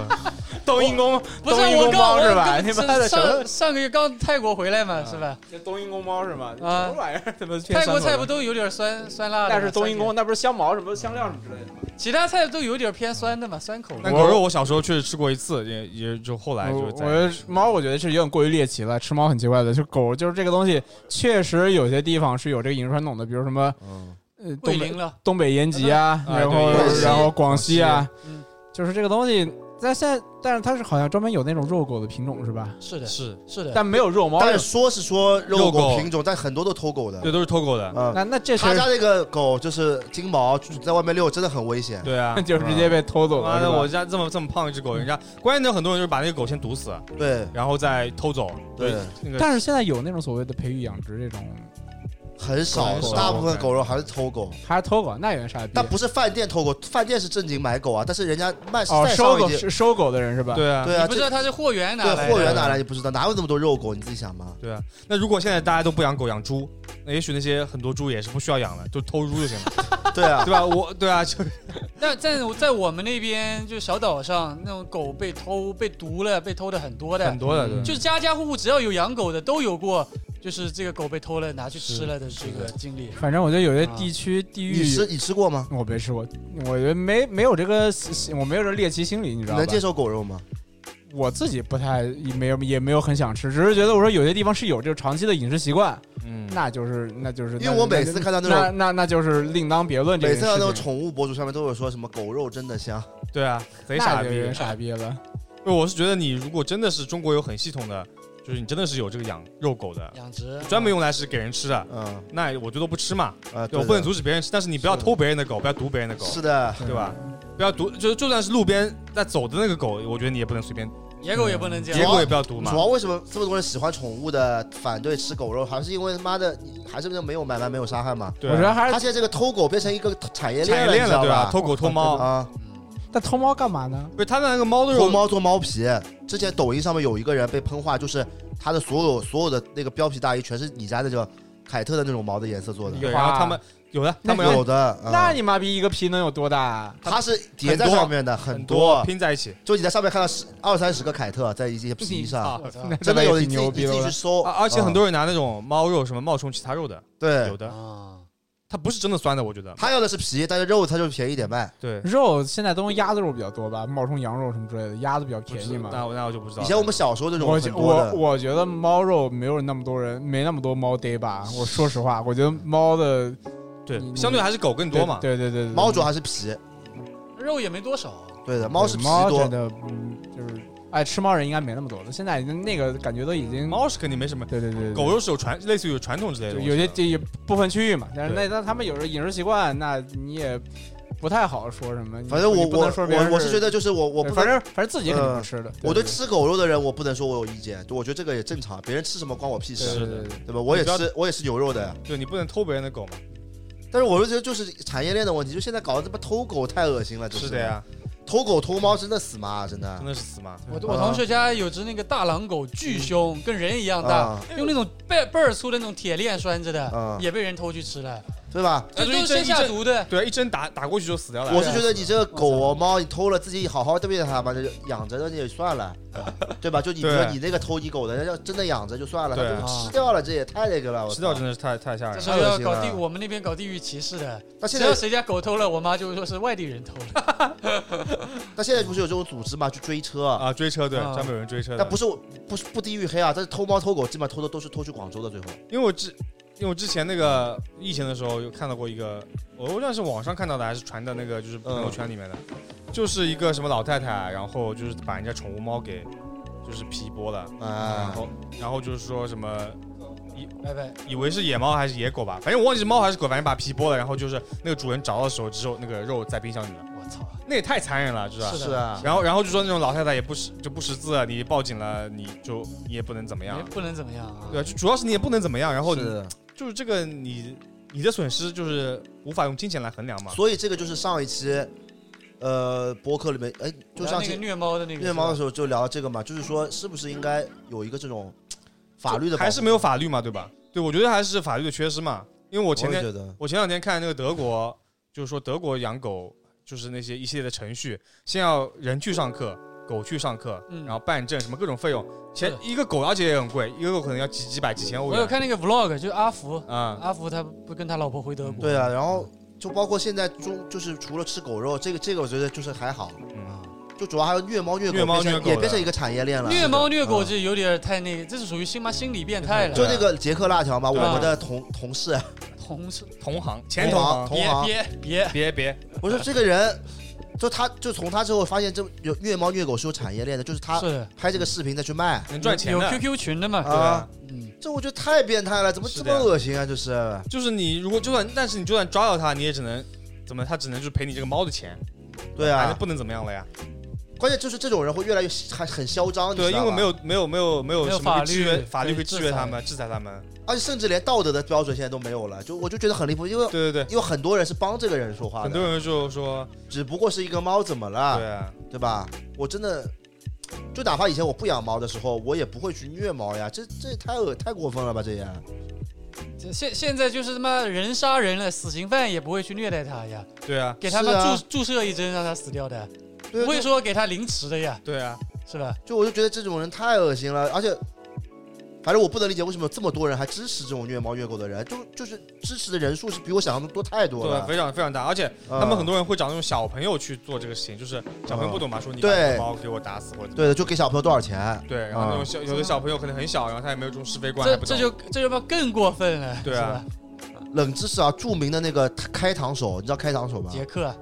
Speaker 3: 冬阴功，
Speaker 2: 不是啊
Speaker 3: 冬阴
Speaker 2: 我
Speaker 3: 功
Speaker 2: 刚
Speaker 3: 猫
Speaker 2: 我
Speaker 3: 是吧？
Speaker 2: 刚
Speaker 3: 你妈的什么
Speaker 2: 上上个月刚泰国回来嘛，是吧？
Speaker 3: 这冬阴功猫是吗？什
Speaker 2: 啊
Speaker 3: 么玩意儿？怎么偏
Speaker 2: 泰国
Speaker 3: 酸口
Speaker 2: 菜
Speaker 3: 的
Speaker 2: 不？都有点酸酸辣的嘛？
Speaker 3: 但是冬阴功
Speaker 2: 酸
Speaker 3: 那不是香茅什么香料什么之类的吗？
Speaker 2: 甜，其他菜都有点偏酸的嘛，酸口
Speaker 4: 那
Speaker 2: 的。
Speaker 4: 狗肉我小时候确实吃过一次，也也就后来哎就
Speaker 3: 我
Speaker 4: 再
Speaker 3: 觉得猫，我觉得是有点过于猎奇了。吃猫很奇怪的，就狗就是这个东西，确实有些地方是有这个饮食传统的，比如什么
Speaker 1: 嗯，
Speaker 3: 呃
Speaker 2: 桂
Speaker 3: 东北
Speaker 2: 林了，
Speaker 3: 东北延吉啊，
Speaker 4: 啊
Speaker 3: 然后
Speaker 1: 对延吉
Speaker 3: 然后广西啊
Speaker 2: 嗯，
Speaker 3: 就是这个东西。但现在，但是它是好像专门有那种肉狗的品种是吧？
Speaker 2: 是的，
Speaker 4: 是，
Speaker 2: 是的。
Speaker 3: 但没有肉猫。
Speaker 1: 但是说是说肉狗
Speaker 4: 肉狗
Speaker 1: 品种，但很多都偷狗的，
Speaker 4: 对，都是偷狗的，
Speaker 1: 嗯，
Speaker 3: 那那这事
Speaker 1: 他家
Speaker 3: 儿。
Speaker 1: 那个狗就是金毛，就是在外面溜真的很危险。
Speaker 4: 对啊
Speaker 3: 就直接被偷走了
Speaker 4: 妈
Speaker 3: 是
Speaker 4: 的，
Speaker 3: 吧。
Speaker 4: 啊我家这么这么胖一只狗，人家关键的很多人就是把那个狗先毒死，
Speaker 1: 对
Speaker 4: 然后再偷走。
Speaker 1: 对，
Speaker 4: 那个
Speaker 3: 但是现在有那种所谓的培育养殖这种，
Speaker 1: 很少
Speaker 4: 狗，
Speaker 1: 大部分狗肉还是偷狗，
Speaker 3: 还是偷狗，那有点傻逼
Speaker 1: 但。不是饭店偷狗，饭店是正经买狗啊，但是人家卖是
Speaker 3: 哦，
Speaker 1: 再
Speaker 3: 收
Speaker 1: 上一
Speaker 3: 狗
Speaker 1: 级，
Speaker 3: 是收狗的人是吧？，
Speaker 4: 对啊，
Speaker 1: 对
Speaker 2: 你
Speaker 1: 啊，
Speaker 2: 不知
Speaker 1: 这
Speaker 2: 道它是货源哪
Speaker 1: 对
Speaker 2: 来的？
Speaker 1: 货源哪来你不知道，哪有那么多肉狗？你自己想 嘛。
Speaker 4: 对啊，那如果现在大家都不养狗，养猪，那也许那些很多猪也是不需要养了，就偷猪就行了，
Speaker 1: 对啊，
Speaker 4: 对吧？我，对啊，就
Speaker 2: 但在在我们那边，就小岛上那种狗被偷、被毒了、被偷的很多的
Speaker 4: 很，多的，对
Speaker 2: 就是家家户户只要有养狗的都有过，就是这个狗被偷了拿去吃了的这个经历。
Speaker 3: 反正我觉得有些地区地域
Speaker 1: 啊你吃你吃过吗？
Speaker 3: 我没吃过，我觉得没没有这个心，我没有这猎奇心理，你知
Speaker 1: 你
Speaker 3: 道吧
Speaker 1: 能？接受狗肉吗？
Speaker 3: 我自己不太没有也没有很想吃，只是觉得我说有些地方是有这个长期的饮食习惯，
Speaker 4: 嗯，
Speaker 3: 那就是那就是
Speaker 1: 因为我每次看到那
Speaker 3: 那
Speaker 1: 种
Speaker 3: 那那那就是另当别论这
Speaker 1: 每
Speaker 3: 个
Speaker 1: 次
Speaker 3: 事
Speaker 1: 看到那种
Speaker 3: 情
Speaker 1: 宠物博主上面都有说什么狗肉真的香，
Speaker 4: 对啊，贼
Speaker 3: 那
Speaker 4: 傻
Speaker 3: 就有
Speaker 4: 逼
Speaker 3: 点。傻逼了。
Speaker 4: 就我是觉得你如果真的是中国有很系统的，就是你真的是有这个养肉狗的，
Speaker 2: 养殖
Speaker 4: 专门用来是给人吃的，
Speaker 1: 嗯
Speaker 4: 那我觉得不吃嘛，
Speaker 1: 啊，
Speaker 4: 对我不能阻止别人吃，但是你不要
Speaker 1: 是
Speaker 4: 偷别人的狗，不要毒别人的狗，
Speaker 1: 是的，
Speaker 4: 对吧？不要毒，就就算是路边在走的那个狗，我觉得你也不能随便，
Speaker 2: 野狗也不能这
Speaker 4: 野
Speaker 2: 样，
Speaker 4: 狗也不要毒嘛
Speaker 1: 主。要为什么这么多人喜欢宠物的，反对吃狗肉，还是因为他妈的还是没有买卖没有伤害嘛？
Speaker 4: 对
Speaker 3: 我觉得
Speaker 4: 啊，
Speaker 3: 还
Speaker 1: 他
Speaker 3: 是，
Speaker 1: 现在这个偷狗变成一个产业链
Speaker 4: 产业链
Speaker 1: 你知
Speaker 4: 了，
Speaker 1: 道
Speaker 4: 对吧？
Speaker 1: 吧？
Speaker 4: 偷狗偷猫，
Speaker 1: 啊，
Speaker 2: 嗯
Speaker 3: 但偷猫干嘛呢？
Speaker 4: 不是他的那个猫的
Speaker 1: 偷
Speaker 4: 肉，
Speaker 1: 猫做猫皮。之前抖音上面有一个人被喷话，就是他的所有所有的那个膘皮大衣全是你家那种凯特的那种毛的颜色做的，
Speaker 4: 有然后他们有的，他们要
Speaker 1: 有的。嗯
Speaker 3: 那你妈逼一个皮能有多大啊？
Speaker 1: 它是叠在上面的，很多，
Speaker 4: 拼在一起。
Speaker 1: 就你在上面看到十二三十个凯特在一些皮衣上，
Speaker 2: 我 操
Speaker 1: 真的有你自
Speaker 3: 那也挺
Speaker 1: 己
Speaker 3: 牛
Speaker 1: 你
Speaker 3: 逼
Speaker 1: 自己去
Speaker 3: 的。
Speaker 1: 搜，
Speaker 4: 啊，而且
Speaker 1: 嗯
Speaker 4: 很多人拿那种猫肉什么冒充其他肉的，有
Speaker 1: 对，
Speaker 4: 的，
Speaker 2: 啊！
Speaker 4: 它不是真的酸的，我觉得。
Speaker 1: 他要的是皮，但是肉它就便宜点卖。
Speaker 4: 对，
Speaker 3: 肉现在都用鸭子肉比较多吧，冒充羊肉什么之类的，鸭子比较便宜嘛。
Speaker 4: 那我那我就不知道。
Speaker 1: 以前我们小时候那种
Speaker 3: 我
Speaker 1: 很
Speaker 3: 觉
Speaker 1: 多
Speaker 3: 我
Speaker 1: 的，
Speaker 3: 我觉得猫肉没有那么多人，没那么多猫逮吧。我说实话，我觉得猫的
Speaker 4: 对
Speaker 3: 你
Speaker 4: 相对还是狗更多嘛。
Speaker 3: 对对对对，
Speaker 1: 猫主要还是皮，
Speaker 2: 肉也没多少，
Speaker 1: 对的，
Speaker 3: 对
Speaker 1: 猫是皮
Speaker 3: 猫
Speaker 1: 多
Speaker 3: 真，的，嗯，就是哎，吃猫人应该没那么多了。现在已经那个感觉都已经，
Speaker 4: 猫是肯定没什么，
Speaker 3: 对对对，对
Speaker 4: 狗肉是有传，类似于有传统之类
Speaker 3: 对
Speaker 4: 的
Speaker 3: 就
Speaker 4: 东西
Speaker 3: 有
Speaker 4: 的。
Speaker 3: 些这部分区域嘛，但是
Speaker 4: 对
Speaker 3: 那那他们有时候饮食习惯，那你也不太好说什么。你
Speaker 1: 反正我
Speaker 3: 你不能
Speaker 1: 我
Speaker 3: 说别人
Speaker 1: 我我是觉得就是我我
Speaker 3: 对
Speaker 1: 不
Speaker 3: 反
Speaker 1: 能。
Speaker 3: 正反正自己肯定不吃的。
Speaker 1: 我对
Speaker 3: 对
Speaker 1: 吃狗肉的人，我不能说我有意见，我觉得这个也正常，别人吃什么关我屁
Speaker 3: 对
Speaker 1: 事，
Speaker 3: 对
Speaker 4: 是
Speaker 3: 对
Speaker 4: 的
Speaker 3: 对对
Speaker 1: 对吧？我也
Speaker 4: 你不要
Speaker 1: 吃，我也吃牛肉的，
Speaker 4: 对你不能偷别人的狗嘛。
Speaker 1: 但是我就觉得就是产业链的问题，就现在搞得这么偷狗太恶心了，就是
Speaker 4: 的，呀，
Speaker 1: 偷狗偷猫真的死妈，啊真的
Speaker 4: 真，的是死吗？
Speaker 2: 我我同学家有只那个大狼狗，
Speaker 4: 嗯
Speaker 2: 巨凶，跟人一样大，
Speaker 1: 啊
Speaker 2: 用那种倍倍儿粗的那种铁链拴着的，
Speaker 1: 嗯，
Speaker 2: 也被人偷去吃了，
Speaker 1: 对吧？
Speaker 2: 这
Speaker 4: 啊那就
Speaker 2: 都
Speaker 4: 一
Speaker 2: 是
Speaker 4: 针
Speaker 2: 先下毒的。
Speaker 4: 对啊，一针打打过去就死掉了。
Speaker 1: 我是觉得你这个狗啊猫，你偷了自己好好对待它嘛，就养着那就也算了，对吧？就你
Speaker 4: 对
Speaker 1: 说你那个偷你狗的，人家真的养着就算了，他
Speaker 4: 对啊
Speaker 1: 就吃掉了，这也太那个了。我操
Speaker 4: 吃掉真的是太太吓人
Speaker 2: 这
Speaker 4: 了。
Speaker 2: 时候要搞
Speaker 4: 啊
Speaker 2: 地，我们那边搞地域歧视的，
Speaker 1: 那
Speaker 2: 只
Speaker 1: 现
Speaker 2: 要
Speaker 1: 在
Speaker 2: 谁家狗偷了，我妈就会说是外地人偷 了。
Speaker 1: 那现在不是有这种组织嘛，去追车，
Speaker 4: 啊，追车对，
Speaker 2: 啊
Speaker 4: 专门有人追车的
Speaker 1: 但不。是我不是不地域黑啊，但是偷猫偷狗基本上偷的都是偷去广州的，最后
Speaker 4: 因为我之，因为我之前那个疫情的时候有看到过一个，我不知道是网上看到的还是传的那个，就是朋友圈里面的，就是一个什么老太太，然后就是把人家宠物猫给就是皮剥了，然
Speaker 1: 啊，
Speaker 4: 后然后就是说什么。
Speaker 2: 拜拜。
Speaker 4: 以为是野猫还是野狗吧，反正我忘记是猫还是狗，反正把皮剥了，然后就是那个主人找到的时候，只有那个肉在冰箱里了，
Speaker 2: 我操！
Speaker 4: 那也太残忍了，是吧？
Speaker 2: 是
Speaker 1: 是啊，
Speaker 4: 然后然后就说那种老太太也不识就不识字，你报警了你就你也不能怎么
Speaker 2: 也
Speaker 4: 样，
Speaker 2: 不能怎么样啊。
Speaker 4: 对吧？就主要是你也不能怎么样，然后你
Speaker 1: 是，
Speaker 4: 就是这个你你的损失就是无法用金钱来衡量嘛。
Speaker 1: 所以这个就是上一期，呃，播客里面，哎，就
Speaker 2: 然后
Speaker 1: 上
Speaker 2: 那个
Speaker 1: 期
Speaker 2: 虐猫的那个
Speaker 1: 虐猫的
Speaker 2: 是
Speaker 1: 时候就聊这个嘛，就是说是不是应该有一个这种法律的保护，
Speaker 4: 还是没有法律嘛，对吧？对，我觉得还是法律的缺失嘛。因为我
Speaker 1: 我
Speaker 4: 前
Speaker 1: 也
Speaker 4: 天
Speaker 1: 觉得。
Speaker 4: 我前两天看那个德国，就是说德国养狗就是那些一系列的程序，先要人去上课，狗去上课，
Speaker 2: 嗯
Speaker 4: 然后办证什么各种费用，前
Speaker 2: 是
Speaker 4: 一个狗而且也很贵，一个狗可能要几几百几千欧
Speaker 2: 吧。我有
Speaker 4: 元。
Speaker 2: 看那个 vlog，就是阿福，
Speaker 4: 啊，
Speaker 2: 阿福他不跟他老婆回德国。
Speaker 1: 对啊，然后就包括现在中，就是除了吃狗肉，这个这个我觉得就是还好，
Speaker 4: 嗯，
Speaker 1: 就主要还有虐猫虐狗，
Speaker 4: 虐猫
Speaker 1: 变成
Speaker 4: 虐狗
Speaker 1: 也
Speaker 4: 的
Speaker 1: 变成一个产业链了。
Speaker 2: 虐猫虐狗
Speaker 1: 嗯
Speaker 2: 这有点太那个，这是属于心妈心理变态了。
Speaker 1: 就那个杰克辣条嘛，我
Speaker 2: 对
Speaker 4: 啊
Speaker 1: 们的同同事，
Speaker 2: 同事，
Speaker 4: 同行前
Speaker 1: 同
Speaker 4: 同
Speaker 1: 行
Speaker 4: 行，
Speaker 1: 同行
Speaker 2: 别别别，
Speaker 4: 别别，
Speaker 1: 我说这个人，就他就从他之后发现这有虐猫虐狗是有产业链的，就是他
Speaker 2: 是的，
Speaker 1: 拍这个视频再去卖，
Speaker 4: 能赚钱
Speaker 2: 有
Speaker 4: 的。
Speaker 2: QQ 群的嘛？
Speaker 4: 对吧
Speaker 1: 啊，
Speaker 2: 嗯，
Speaker 1: 这我觉得太变态了，怎么
Speaker 4: 是
Speaker 1: 这
Speaker 4: 的
Speaker 1: 么恶心啊？就是
Speaker 4: 就是你如果就算，但是你就算抓到它，你也只能怎么，它只能就是赔你这个猫的钱，
Speaker 1: 对
Speaker 4: 反
Speaker 1: 啊
Speaker 4: 正，不能怎么样了呀。
Speaker 1: 关键就是这种人会越来越还很嚣张，你
Speaker 4: 对，
Speaker 1: 知道
Speaker 4: 因为
Speaker 1: 吧
Speaker 4: 没，有没有没有没有
Speaker 2: 没有
Speaker 4: 什么
Speaker 2: 法
Speaker 4: 会制约
Speaker 2: 律
Speaker 4: 法律
Speaker 2: 可以
Speaker 4: 会
Speaker 2: 制
Speaker 4: 制约
Speaker 2: 裁
Speaker 4: 他们，制裁他们。
Speaker 1: 而且甚至连道德的标准现在都没有了，就我就觉得很离谱，因为
Speaker 4: 对对对，
Speaker 1: 因为很多人是帮这个人说话
Speaker 4: 很
Speaker 1: 的
Speaker 4: 多，人就说，
Speaker 1: 只不过是一个猫怎么了？
Speaker 4: 对啊，
Speaker 1: 对吧？我真的，就哪怕以前我不养猫的时候，我也不会去虐猫呀，这这也太恶太过分了吧？这也
Speaker 2: 这现现在就是他妈人杀人了，死刑犯也不会去虐待他呀，
Speaker 4: 对啊，
Speaker 2: 给他
Speaker 1: 是啊
Speaker 2: 们注注射一针让他死掉的，
Speaker 1: 对
Speaker 2: 不会
Speaker 1: 就
Speaker 2: 说给他凌迟的呀，
Speaker 4: 对啊，
Speaker 2: 是吧？
Speaker 1: 就我就觉得这种人太恶心了，而且，反正我不能理解为什么有这么多人还支持这种虐猫虐狗的人，就就是支持的人数是比我想象的多太多
Speaker 4: 对啊，
Speaker 1: 了。
Speaker 4: 非常非常大，而且
Speaker 1: 嗯
Speaker 4: 他们很多人会找那种小朋友去做这个事情，就是小朋友不懂嘛，说你把
Speaker 1: 对
Speaker 4: 这个猫给我打死或者怎么
Speaker 1: 对的，嗯就给小朋友多少钱？
Speaker 4: 对，然后那种小有的小朋友可能很小，然后他也没有这种是非观，
Speaker 2: 这
Speaker 4: 还不
Speaker 2: 这
Speaker 4: 懂
Speaker 2: 就这就更过分了，
Speaker 4: 对啊
Speaker 2: 是吧，
Speaker 1: 冷知识啊，著名的那个开膛手，你知道开膛手吗？
Speaker 2: 杰克，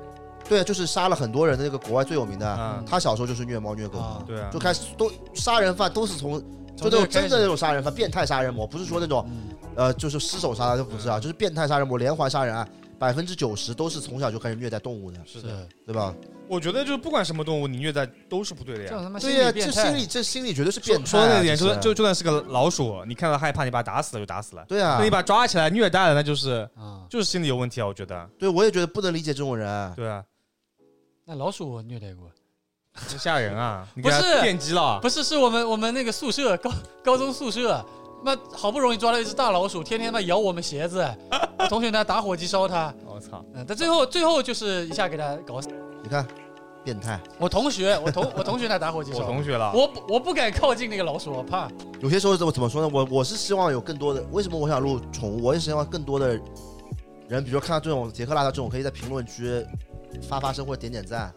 Speaker 1: 对，就是杀了很多人的那个国外最有名的，
Speaker 4: 嗯，
Speaker 1: 他小时候就是虐猫虐狗，
Speaker 2: 啊，
Speaker 4: 对啊
Speaker 1: 就，开始都杀人犯都是从就那种真的那种杀人犯，变态杀人魔，不是说那种
Speaker 2: 嗯
Speaker 1: 呃就是失手杀人，都不是啊，就是变态杀人魔，连环杀人案，百分之九十都是从小就开始虐待动物的，
Speaker 4: 是
Speaker 2: 是
Speaker 4: 的，
Speaker 1: 对吧？
Speaker 4: 我觉得就是不管什么动物，你虐待都是不对
Speaker 2: 这
Speaker 4: 的呀
Speaker 2: 种。他妈
Speaker 1: 对呀、
Speaker 2: 理
Speaker 1: 这
Speaker 2: 变
Speaker 1: 心
Speaker 2: 态，
Speaker 1: 理这心理绝对是
Speaker 4: 说
Speaker 1: 变态、
Speaker 4: 说
Speaker 1: 啊。
Speaker 4: 那点，
Speaker 1: 其
Speaker 4: 就
Speaker 1: 实
Speaker 4: 算就就算是个老鼠，你看到害怕，你把它打死了就打死了，
Speaker 1: 对啊
Speaker 4: 那你，把它抓起来虐待了，那就是
Speaker 2: 啊，
Speaker 4: 就是心理有问题啊，我觉得。
Speaker 1: 对我也觉得不能理解这种人。
Speaker 4: 对啊，
Speaker 2: 那老鼠我虐待过，
Speaker 4: 真吓人啊！你
Speaker 2: 不
Speaker 4: 给它
Speaker 2: 是
Speaker 4: 电击了，
Speaker 2: 不是，是我们我们那个宿舍高高中宿舍，妈好不容易抓了一只大老鼠，天天他妈咬我们鞋子，同学拿打火机烧它，
Speaker 4: 我操！
Speaker 2: 嗯，但最后最后就是一下给它搞死。
Speaker 1: 你看，变态。
Speaker 2: 我同学，我同我同学拿打火机
Speaker 4: 我
Speaker 2: 烧，
Speaker 4: 同学了，
Speaker 2: 我不我不敢靠近那个老鼠，我怕。
Speaker 1: 有些时候怎么怎么说呢？我我是希望有更多的，为什么我想录宠物？我也是希望更多的人，比如说看到这种杰克辣椒这种，可以在评论区发发声或者点点赞。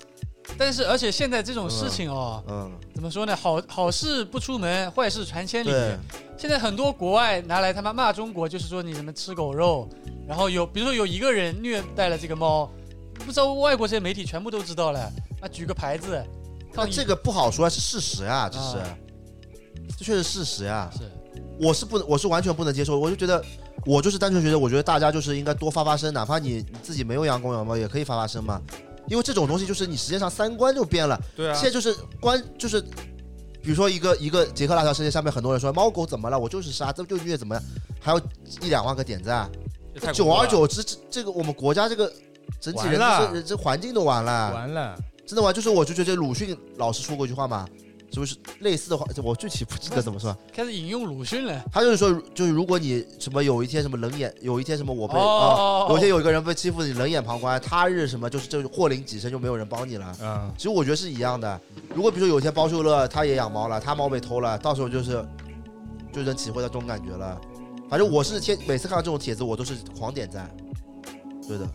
Speaker 2: 但是而且现在这种事情哦，
Speaker 1: 嗯，
Speaker 2: 怎么说呢？好好事不出门，坏事传千里。
Speaker 1: 对，
Speaker 2: 现在很多国外拿来他妈骂中国，就是说你什么吃狗肉，然后有比如说有一个人虐待了这个猫，不知道外国这些媒体全部都知道了，啊举个牌子
Speaker 1: 那
Speaker 4: 嗯
Speaker 2: 抗议
Speaker 1: 这个不好说，是事实呀、这是，
Speaker 2: 啊
Speaker 1: 这确实事实呀、
Speaker 2: 是
Speaker 1: 我是不能，我是完全不能接受。我就觉得，我就是单纯觉得，我觉得大家就是应该多发发声，哪怕你你自己没有养公养猫，也可以发发声嘛。因为这种东西就是你实际上三观就变了，
Speaker 4: 对啊
Speaker 1: 现，在就是观就是，比如说一个一个杰克辣条事件，下面很多人说猫狗怎么了，我就是杀，这就虐怎么样，还有一两万个点赞，
Speaker 4: 这太恐
Speaker 1: 久
Speaker 4: 怖
Speaker 1: 而
Speaker 4: 了
Speaker 1: 久之，这这个我们国家这个整体人
Speaker 4: 完
Speaker 1: 这
Speaker 4: 了
Speaker 1: 人这环境都完了，
Speaker 4: 完了，
Speaker 1: 真的完，就是我就觉得鲁迅老师说过一句话嘛，是不是类似的话，我具体不记得怎么说，
Speaker 2: 开始引用鲁迅了。
Speaker 1: 他就是说，就是如果你什么有一天什么冷眼，有一天什么我被啊、
Speaker 2: 哦哦哦
Speaker 1: 有一天有一个人被欺负，你冷眼旁观，他日什么就是就是祸临己身，就没有人帮你了。
Speaker 4: 嗯，
Speaker 1: 其实我觉得是一样的。如果比如说有一天包秀乐他也养猫了，他猫被偷了，到时候就是就能体会到这种感觉了。反正我是天每次看到这种帖子，我都是狂点赞。对的，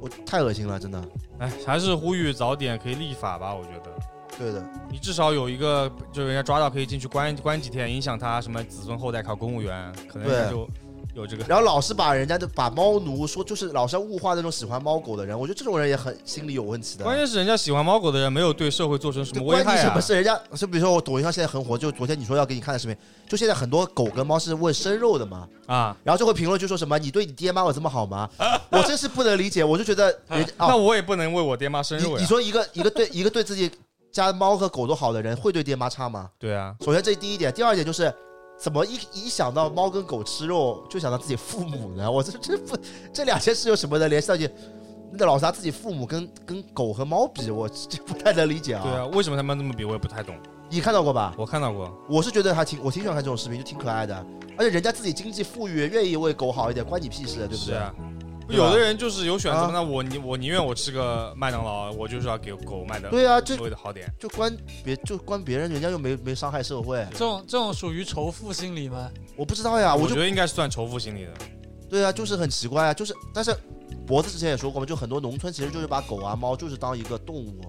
Speaker 1: 我太恶心了，真的。
Speaker 4: 哎，还是呼吁早点可以立法吧，我觉得。
Speaker 1: 对的，
Speaker 4: 你至少有一个，就是人家抓到可以进去关关几天，影响他什么子孙后代考公务员，可能
Speaker 1: 对
Speaker 4: 人家就有这个。
Speaker 1: 然后老是把人家的把猫奴说，就是老是要物化那种喜欢猫狗的人，我觉得这种人也很心理有问题的。
Speaker 4: 关键是人家喜欢猫狗的人没有对社会做成什
Speaker 1: 对
Speaker 4: 么危
Speaker 1: 关
Speaker 4: 害
Speaker 1: 你什
Speaker 4: 啊
Speaker 1: 么！事？人家就比如说我抖音上现在很火，就昨天你说要给你看的视频，就现在很多狗跟猫是喂生肉的嘛，
Speaker 4: 啊，
Speaker 1: 然后就会评论就说什么你对你爹妈有这么好吗？ 我真是不能理解，我就觉得人家
Speaker 4: 那
Speaker 1: 哦，
Speaker 4: 我也不能为我爹妈生
Speaker 1: 你
Speaker 4: 肉
Speaker 1: 你
Speaker 4: 呀。
Speaker 1: 说一个一个对一个对自己家猫和狗都好的人，会对爹妈差吗？
Speaker 4: 对啊，
Speaker 1: 首先这第一点，第二点就是。怎么一一想到猫跟狗吃肉，就想到自己父母呢？我这这不这两件事有什么的联系到一起？那老是拿自己父母跟跟狗和猫比，我这不太能理解啊。
Speaker 4: 对啊，为什么他们这么比，我也不太懂。
Speaker 1: 你看到过吧？
Speaker 4: 我看到过，
Speaker 1: 我是觉得还挺，我挺喜欢看这种视频，就挺可爱的。而且人家自己经济富裕，愿意为狗好一点，关你屁事，对不
Speaker 4: 是
Speaker 1: 对？
Speaker 4: 啊。
Speaker 1: 对吧
Speaker 4: 有的人就是有选择
Speaker 1: 啊，
Speaker 4: 那我宁我宁愿我吃个麦当劳，我就是要给狗麦的
Speaker 1: 对啊，就
Speaker 4: 稍微的好点。
Speaker 1: 就关别就关别人，人家又没没伤害社会。
Speaker 2: 这种这种属于仇富心理吗？
Speaker 1: 我不知道啊呀，我
Speaker 4: 我
Speaker 1: 就
Speaker 4: 觉得应该是算仇富心理的。
Speaker 1: 对啊，就是很奇怪啊，就是但是脖子之前也说过嘛，就很多农村其实就是把狗啊猫就是当一个动物，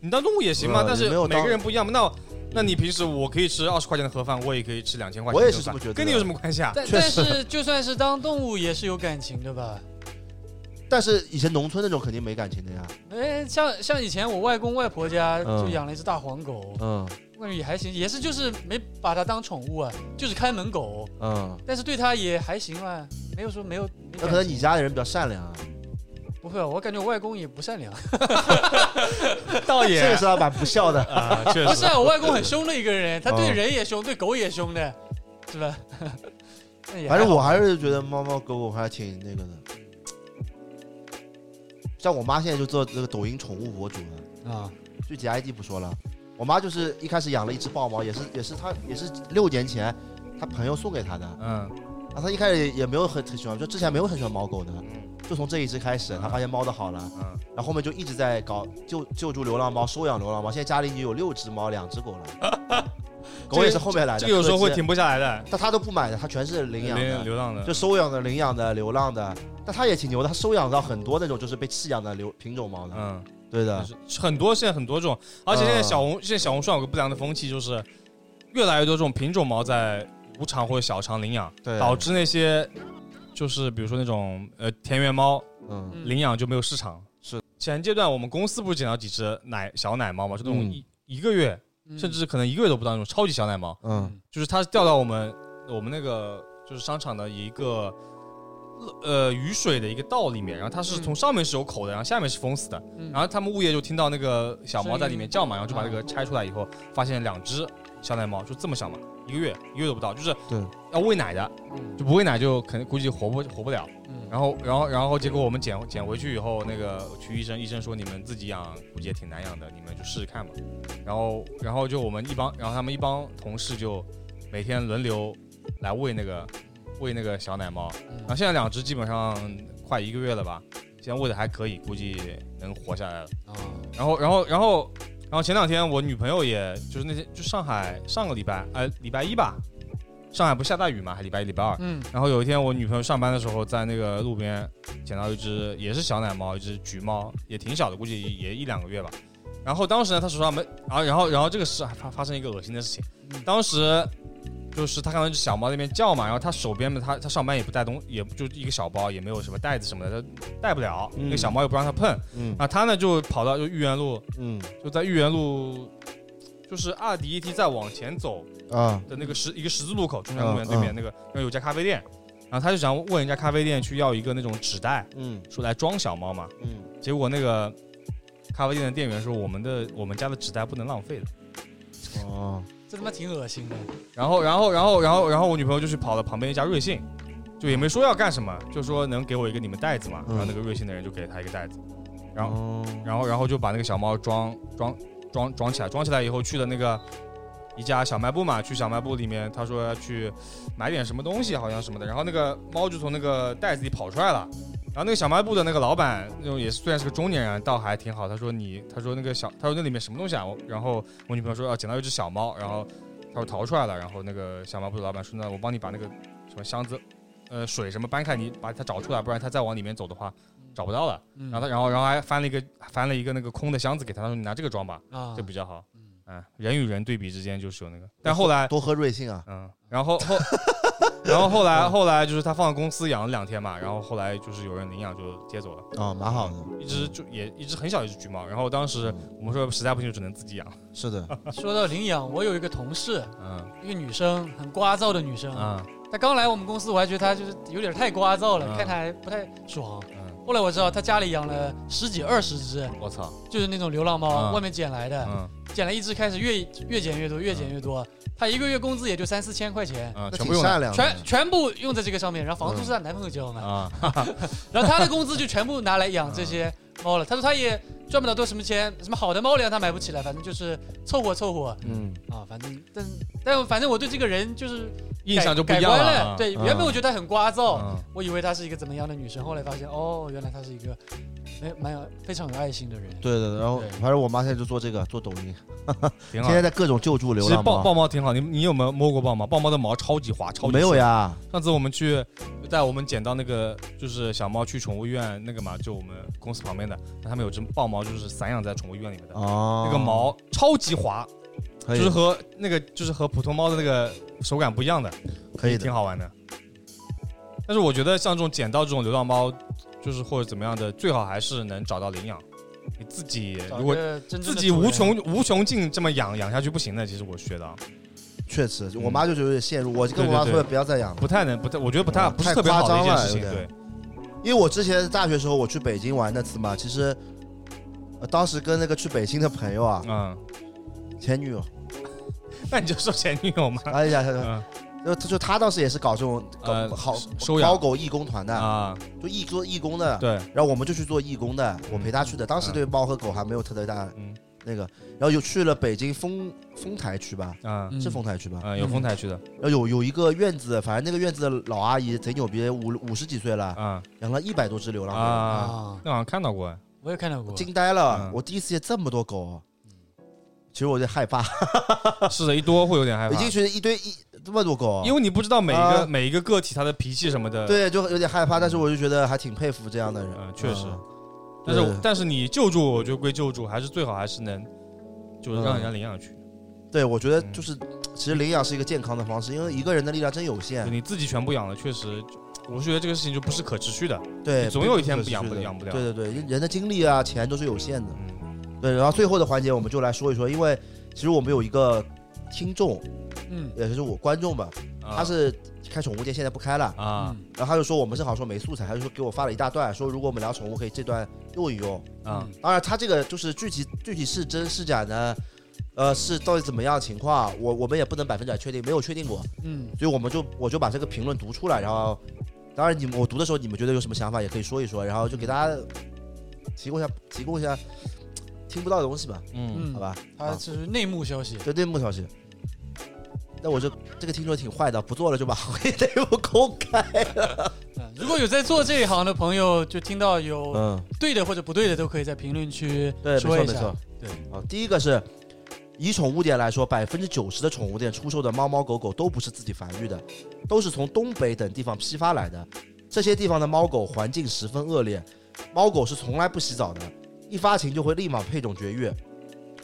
Speaker 4: 你当动物也行嘛，
Speaker 1: 呃
Speaker 4: 但是
Speaker 1: 没有当
Speaker 4: 每个人不一样嘛。那那你平时我可以吃二十块钱的盒饭，我也可以吃两千块钱
Speaker 1: 我
Speaker 4: 的
Speaker 1: 也
Speaker 4: 盒饭，
Speaker 1: 是这么觉得
Speaker 4: 跟你有什么关系 啊？
Speaker 2: 但
Speaker 1: 确
Speaker 2: 但
Speaker 1: 实
Speaker 2: 是就算是当动物也是有感情的吧？
Speaker 1: 但是以前农村那种肯定没感情的呀。
Speaker 2: 哎，像像以前我外公外婆家
Speaker 1: 嗯
Speaker 2: 就养了一只大黄狗，
Speaker 1: 嗯
Speaker 2: 外面也还行，也是就是没把它当宠物啊，就是看门狗，
Speaker 1: 嗯，
Speaker 2: 但是对它也还行啊，没有说没有。没
Speaker 1: 那
Speaker 2: 感
Speaker 1: 可能
Speaker 2: 情
Speaker 1: 你家的人比较善良啊，
Speaker 2: 不会啊，我感觉我外公也 不善良。
Speaker 4: 倒
Speaker 1: 这个是老板不孝的。
Speaker 4: 啊，确
Speaker 2: 不是
Speaker 4: 实，
Speaker 2: 啊，我外公很凶的一个人，他对
Speaker 1: 哦
Speaker 2: 人也凶，对狗也凶的，是 吧？那也还
Speaker 1: 反正
Speaker 2: 好
Speaker 1: 我还是觉得猫猫狗狗还挺那个的。像我妈现在就做那个抖音宠物博主了，
Speaker 2: 啊，
Speaker 1: 具体 ID 不说了。我妈就是一开始养了一只豹猫，也是也是她也是六年前她朋友送给她的。
Speaker 4: 嗯，
Speaker 1: 啊，她一开始也没有很很喜欢，就之前没有很喜欢猫狗的，就从这一只开始，她发现猫的好了，
Speaker 4: 嗯
Speaker 1: 然后后面就一直在搞救救助流浪猫、收养流浪猫。现在家里已经有六只猫、两只狗了， 狗也是后面来的。
Speaker 4: 这个有时候会
Speaker 1: 柯基，
Speaker 4: 停不下来的，
Speaker 1: 但她都不买的，她全哎是领嗯养的。
Speaker 4: 流浪的，
Speaker 1: 就收养的、领养的、流浪的，但他也挺牛的，他收养到很多那种就是被弃养的流品种猫的。
Speaker 4: 嗯，
Speaker 1: 对的，
Speaker 4: 就是很多现在很多这种，而且现在小
Speaker 1: 啊
Speaker 4: 红现在小红书上有个不良的风气，就是越来越多这种品种猫在无偿或者小偿领养，
Speaker 1: 对，
Speaker 4: 导致那些就是比如说那种呃田园猫
Speaker 1: 嗯，
Speaker 2: 嗯
Speaker 4: 领养就没有市场。
Speaker 1: 是，
Speaker 4: 其前阶段我们公司不是捡到几只奶小奶猫嘛，就那种
Speaker 1: 嗯
Speaker 4: 一、一个月
Speaker 2: 嗯
Speaker 4: 甚至可能一个月都不到那种超级小奶猫，
Speaker 1: 嗯
Speaker 4: 就是它掉到我们我们那个就是商场的一个呃雨水的一个道里面，然后它是从上面是有口的，然后下面是封死的，
Speaker 2: 嗯
Speaker 4: 然后他们物业就听到那个小猫在里面叫嘛，然后就把
Speaker 2: 声
Speaker 4: 那
Speaker 2: 音
Speaker 4: 个拆出来以后，发现两只小奶猫就这么小嘛，一个月一个月都不到，就是
Speaker 1: 对
Speaker 4: 要喂奶的，
Speaker 2: 嗯
Speaker 4: 就不喂奶就肯定估计活不活不了。
Speaker 2: 嗯
Speaker 4: 然后然后然后结果我们捡捡回去以后，那个去医生，医生说你们自己养估计也挺难养的，你们就试试看吧。然后然后就我们一帮，然后他们一帮同事就每天轮流来喂那个喂那个小奶猫，
Speaker 2: 嗯
Speaker 4: 然后现在两只基本上快一个月了吧，现在喂的还可以，估计能活下来了。
Speaker 1: 啊，
Speaker 4: 然后，然后，然后，然后前两天我女朋友也就是那天就上海上个礼拜，呃，礼拜一吧，上海不下大雨嘛，还礼拜一、礼拜二。
Speaker 2: 嗯
Speaker 4: 然后有一天我女朋友上班的时候，在那个路边捡到一只也是小奶猫，一只橘猫，也挺小的，估计也一两个月吧。然后当时呢，她手上没，然后然后然后这个事还发发生一个恶心的事情，当时就是她看到那只小猫在那边叫嘛，然后她手边嘛，她她上班也不带东，也就一个小包，也没有什么袋子什么的，她带不了，
Speaker 1: 嗯
Speaker 4: 那个小猫又不让她碰，
Speaker 1: 嗯
Speaker 4: 啊，她呢就跑到就豫园路，
Speaker 1: 嗯
Speaker 4: 就在豫园路，就是二 D E T 再往前走
Speaker 1: 啊
Speaker 4: 的那个十一个十字路口，中山公园
Speaker 1: 嗯
Speaker 4: 对面那个，那有家咖啡店，然后他就想问人家咖啡店去要一个那种纸袋，
Speaker 1: 嗯
Speaker 4: 说来装小猫嘛。
Speaker 1: 嗯，
Speaker 4: 结果那个咖啡店的店员说，我们的我们家的纸袋不能浪费的。
Speaker 1: 哦，
Speaker 2: 这他妈挺恶心的。
Speaker 4: 然后，然后，然后，然后，然后我女朋友就去跑了旁边一家瑞幸，就也没说要干什么，就说能给我一个你们袋子嘛。
Speaker 1: 嗯
Speaker 4: 然后那个瑞幸的人就给他一个袋子，然后，
Speaker 1: 后
Speaker 4: 然后，然后就把那个小猫装装装装起来，装起来以后去了那个一家小卖部嘛，去小卖部里面，他说要去买点什么东西，好像什么的。然后那个猫就从那个袋子里跑出来了。然后那个小卖部的那个老板，那种也是虽然是个中年人，倒还挺好。他说你，他说那个小，他说那里面什么东西啊？我然后我女朋友说啊，捡到一只小猫，然后他说逃出来了。然后那个小卖部的老板说那我帮你把那个什么箱子，呃，水什么搬开，你把它找出来，不然它再往里面走的话找不到了。
Speaker 2: 嗯
Speaker 4: 然后他，然后，然后还翻了一个翻了一个那个空的箱子给他，他说你拿这个装吧，
Speaker 2: 啊，
Speaker 4: 这比较好。
Speaker 2: 嗯
Speaker 4: 嗯，人与人对比之间就是有那个，但后来，
Speaker 1: 多喝瑞幸啊，
Speaker 4: 嗯，然后后， 然后后来后来就是他放公司养了两天嘛，然后后来就是有人领养就接走了，
Speaker 1: 啊，蛮好的，
Speaker 4: 一只就也一只很小一只橘猫，然后当时我们说实在不行就只能自己养，
Speaker 1: 是的，
Speaker 4: 啊
Speaker 2: 说到领养，我有一个同事，
Speaker 4: 嗯
Speaker 2: 一个女生，很聒噪的女生。
Speaker 4: 啊
Speaker 2: 她刚来我们公司，我还觉得她就是有点太聒噪了，
Speaker 4: 嗯
Speaker 2: 看她还不太爽。
Speaker 4: 嗯，
Speaker 2: 后来我知道她家里养了十几二十只，
Speaker 4: 我操，
Speaker 2: 就是那种流浪猫，
Speaker 4: 嗯
Speaker 2: 外面捡来的，
Speaker 4: 嗯
Speaker 2: 捡了一只开始越越捡越多，越捡越多。她一个月工资也就三四千块钱，
Speaker 4: 嗯，
Speaker 1: 那
Speaker 4: 全
Speaker 1: 挺
Speaker 4: 部用
Speaker 1: 善良的，
Speaker 2: 全全部用在这个上面，然后房租是她男朋友交嘛，
Speaker 4: 啊，
Speaker 2: 然后她的工资就全部拿来养这些
Speaker 4: 嗯
Speaker 2: 猫了。她说她也赚不了多什么钱，什么好的猫粮她买不起来，反正就是凑合凑合
Speaker 1: 嗯
Speaker 2: 啊，反正但但反正我对这个人就是
Speaker 4: 印象就不
Speaker 2: 改
Speaker 4: 一样
Speaker 2: 改观
Speaker 4: 了，啊
Speaker 2: 对，
Speaker 1: 嗯
Speaker 2: 原本我觉得她很聒噪，
Speaker 4: 嗯，
Speaker 2: 我以为她是一个怎么样的女生，后来发现哦，原来她是一个没蛮有非常有爱心的人。
Speaker 1: 对对对，然后
Speaker 2: 对
Speaker 1: 反正我妈现在就做这个，做抖音，
Speaker 4: 挺好
Speaker 1: 现。在在各种救助流
Speaker 4: 其实
Speaker 1: 浪
Speaker 4: 豹
Speaker 1: 猫，
Speaker 4: 豹猫挺好，你你有没有摸过豹猫？豹猫的毛超级滑，超级
Speaker 1: 没有
Speaker 4: 细
Speaker 1: 呀，
Speaker 4: 上次我们去带我们捡到那个就是小猫去宠物医院那个嘛，就我们公司旁边的，那他们有只豹猫，就是散养在宠物医院里面的，
Speaker 1: 哦，
Speaker 4: 那个毛超级滑，
Speaker 1: 可
Speaker 4: 就
Speaker 1: 以
Speaker 4: 是
Speaker 1: 的
Speaker 4: 和那个就是和普通猫的那个手感不一样的，
Speaker 1: 可以
Speaker 4: 挺
Speaker 1: 的，
Speaker 4: 好玩的。但是我觉得像这种捡到这种流浪猫，就是或者怎么样的，最好还是能找到领养。你自己
Speaker 2: 找
Speaker 4: 如
Speaker 2: 一
Speaker 4: 果
Speaker 2: 个真正的
Speaker 4: 自己
Speaker 2: 主人
Speaker 4: 无穷无穷尽这么养养下去不行的，其实我学的啊
Speaker 1: 确实，
Speaker 4: 嗯
Speaker 1: 我妈就觉得有点陷入，我跟
Speaker 4: 对
Speaker 1: 我
Speaker 4: 对
Speaker 1: 妈
Speaker 4: 对
Speaker 1: 说不要再养了
Speaker 4: 不，太能不太，我觉得不太
Speaker 1: 嗯
Speaker 4: 不是
Speaker 1: 太
Speaker 4: 特别好的一
Speaker 1: 夸
Speaker 4: 件
Speaker 1: 张了
Speaker 4: 事情。
Speaker 1: 有
Speaker 4: 对
Speaker 1: 点，因为我之前大学时候我去北京玩那次嘛，其实。呃当时跟那个去北京的朋友啊，
Speaker 4: 嗯，
Speaker 1: 前女友，
Speaker 4: 那你就说前女友嘛。
Speaker 1: 哎呀，
Speaker 4: 嗯
Speaker 1: 就就他当时也是搞这种
Speaker 4: 呃
Speaker 1: 搞好
Speaker 4: 收养
Speaker 1: 猫狗义工团的，
Speaker 4: 啊，
Speaker 1: 就义做义工的，
Speaker 4: 对，
Speaker 1: 然后我们就去做义工的，我陪他去的。当时
Speaker 4: 嗯
Speaker 1: 对猫和狗还没有特别大
Speaker 4: 嗯
Speaker 1: 那个，然后又去了北京丰丰台区吧，
Speaker 4: 啊
Speaker 2: 嗯
Speaker 1: 是丰台区吧？
Speaker 4: 啊，有丰台区的
Speaker 1: 然后有有一个院子，反正那个院子的老阿姨贼牛逼，五五十几岁了，
Speaker 4: 啊
Speaker 1: 养了一百多只流浪狗，
Speaker 4: 啊，
Speaker 2: 啊，
Speaker 4: 那好像看到过，
Speaker 2: 我也看到过，
Speaker 1: 惊呆了
Speaker 4: 嗯！
Speaker 1: 我第一次见这么多狗，啊其实我有点害怕，
Speaker 4: 哎是的，一多会有点害
Speaker 1: 北
Speaker 4: 怕
Speaker 1: 京，觉得一堆一这么多狗
Speaker 4: 因，为你不知道每一个
Speaker 1: 啊
Speaker 4: 每一个个体它的脾气什么的。，
Speaker 1: 对，就有点害怕。但是我就觉得还挺佩服这样的人，
Speaker 4: 嗯，确实
Speaker 1: 嗯。
Speaker 4: 但是我
Speaker 1: 对
Speaker 4: 但是你救助，我觉得归救助，还是最好还是能，就是让人家领养去，
Speaker 1: 对，我觉得
Speaker 4: 嗯
Speaker 1: 就是，其实领养是一个健康的方式，因为一个人的力量真有
Speaker 4: 就
Speaker 1: 限。
Speaker 4: 你自己全部养了，确实我是觉得这个事情就不是可持续的。
Speaker 1: 对，
Speaker 4: 总有一天
Speaker 1: 不
Speaker 4: 不养不养不了
Speaker 1: 对对对，人的精力啊，钱都是有限的。
Speaker 4: 嗯，
Speaker 1: 对，然后最后的环节我们就来说一说，因为其实我们有一个听众，
Speaker 2: 嗯，
Speaker 1: 也就是我观众吧，
Speaker 4: 啊
Speaker 1: 他是开宠物店，现在不开了。
Speaker 4: 啊
Speaker 2: 嗯
Speaker 1: 然后他就说我们正好说没素材，他就说给我发了一大段，说如果我们聊宠物可以这段用一用。
Speaker 4: 啊
Speaker 1: 当然，他这个就是具体具体是真是假呢？呃，是到底怎么样情况？啊我我们也不能百分之百确定，没有确定过，
Speaker 2: 嗯，
Speaker 1: 所以我们就我就把这个评论读出来，然后，当然你们我读的时候，你们觉得有什么想法也可以说一说，然后就给大家提供一下提供一下听不到的东西吧，
Speaker 4: 嗯
Speaker 2: 嗯
Speaker 1: 好吧？
Speaker 2: 他这是内幕消息，
Speaker 1: 就内幕消息。那我这这个听众挺坏的，不做了就把 行业内幕公开。
Speaker 2: 嗯如果有在做这一行的朋友，就听到有
Speaker 1: 嗯，
Speaker 2: 对的或者不对的，都可以在评论区
Speaker 1: 对，没
Speaker 2: 哦说
Speaker 1: 错
Speaker 2: 一
Speaker 1: 没
Speaker 2: 下
Speaker 1: 错。。
Speaker 2: 对
Speaker 1: 啊，第一个是以宠物店来说，百分之九十的宠物店出售的猫猫狗狗都不是自己繁育的，都是从东北等地方批发来的。这些地方的猫狗环境十分恶劣，猫狗是从来不洗澡的，一发情就会立马配种绝育。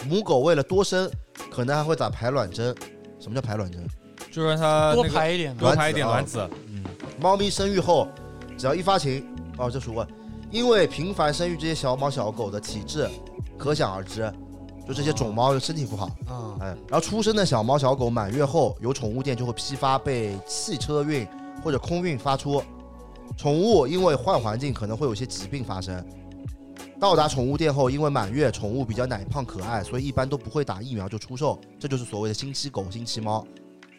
Speaker 1: 母狗为了多生，可能还会打排卵针。什么叫排卵针？
Speaker 4: 就让他
Speaker 2: 多
Speaker 4: 那个
Speaker 2: 排一啊点嘛。
Speaker 4: 多排一点
Speaker 1: 卵
Speaker 4: 卵
Speaker 1: 子
Speaker 4: 子。嗯
Speaker 1: 猫咪生育后，只要一发情，哦，这熟啊，因为频繁生育这些小猫小狗的体质，可想而知，就这些种猫身体不好。
Speaker 2: 嗯
Speaker 1: 哎，然后出生的小猫小狗满月后，由宠物店就会批发被汽车运或者空运发出。宠物因为换环境可能会有些疾病发生。到达宠物店后，因为满月，宠物比较奶胖可爱，所以一般都不会打疫苗就出售，这就是所谓的星期狗、星期猫。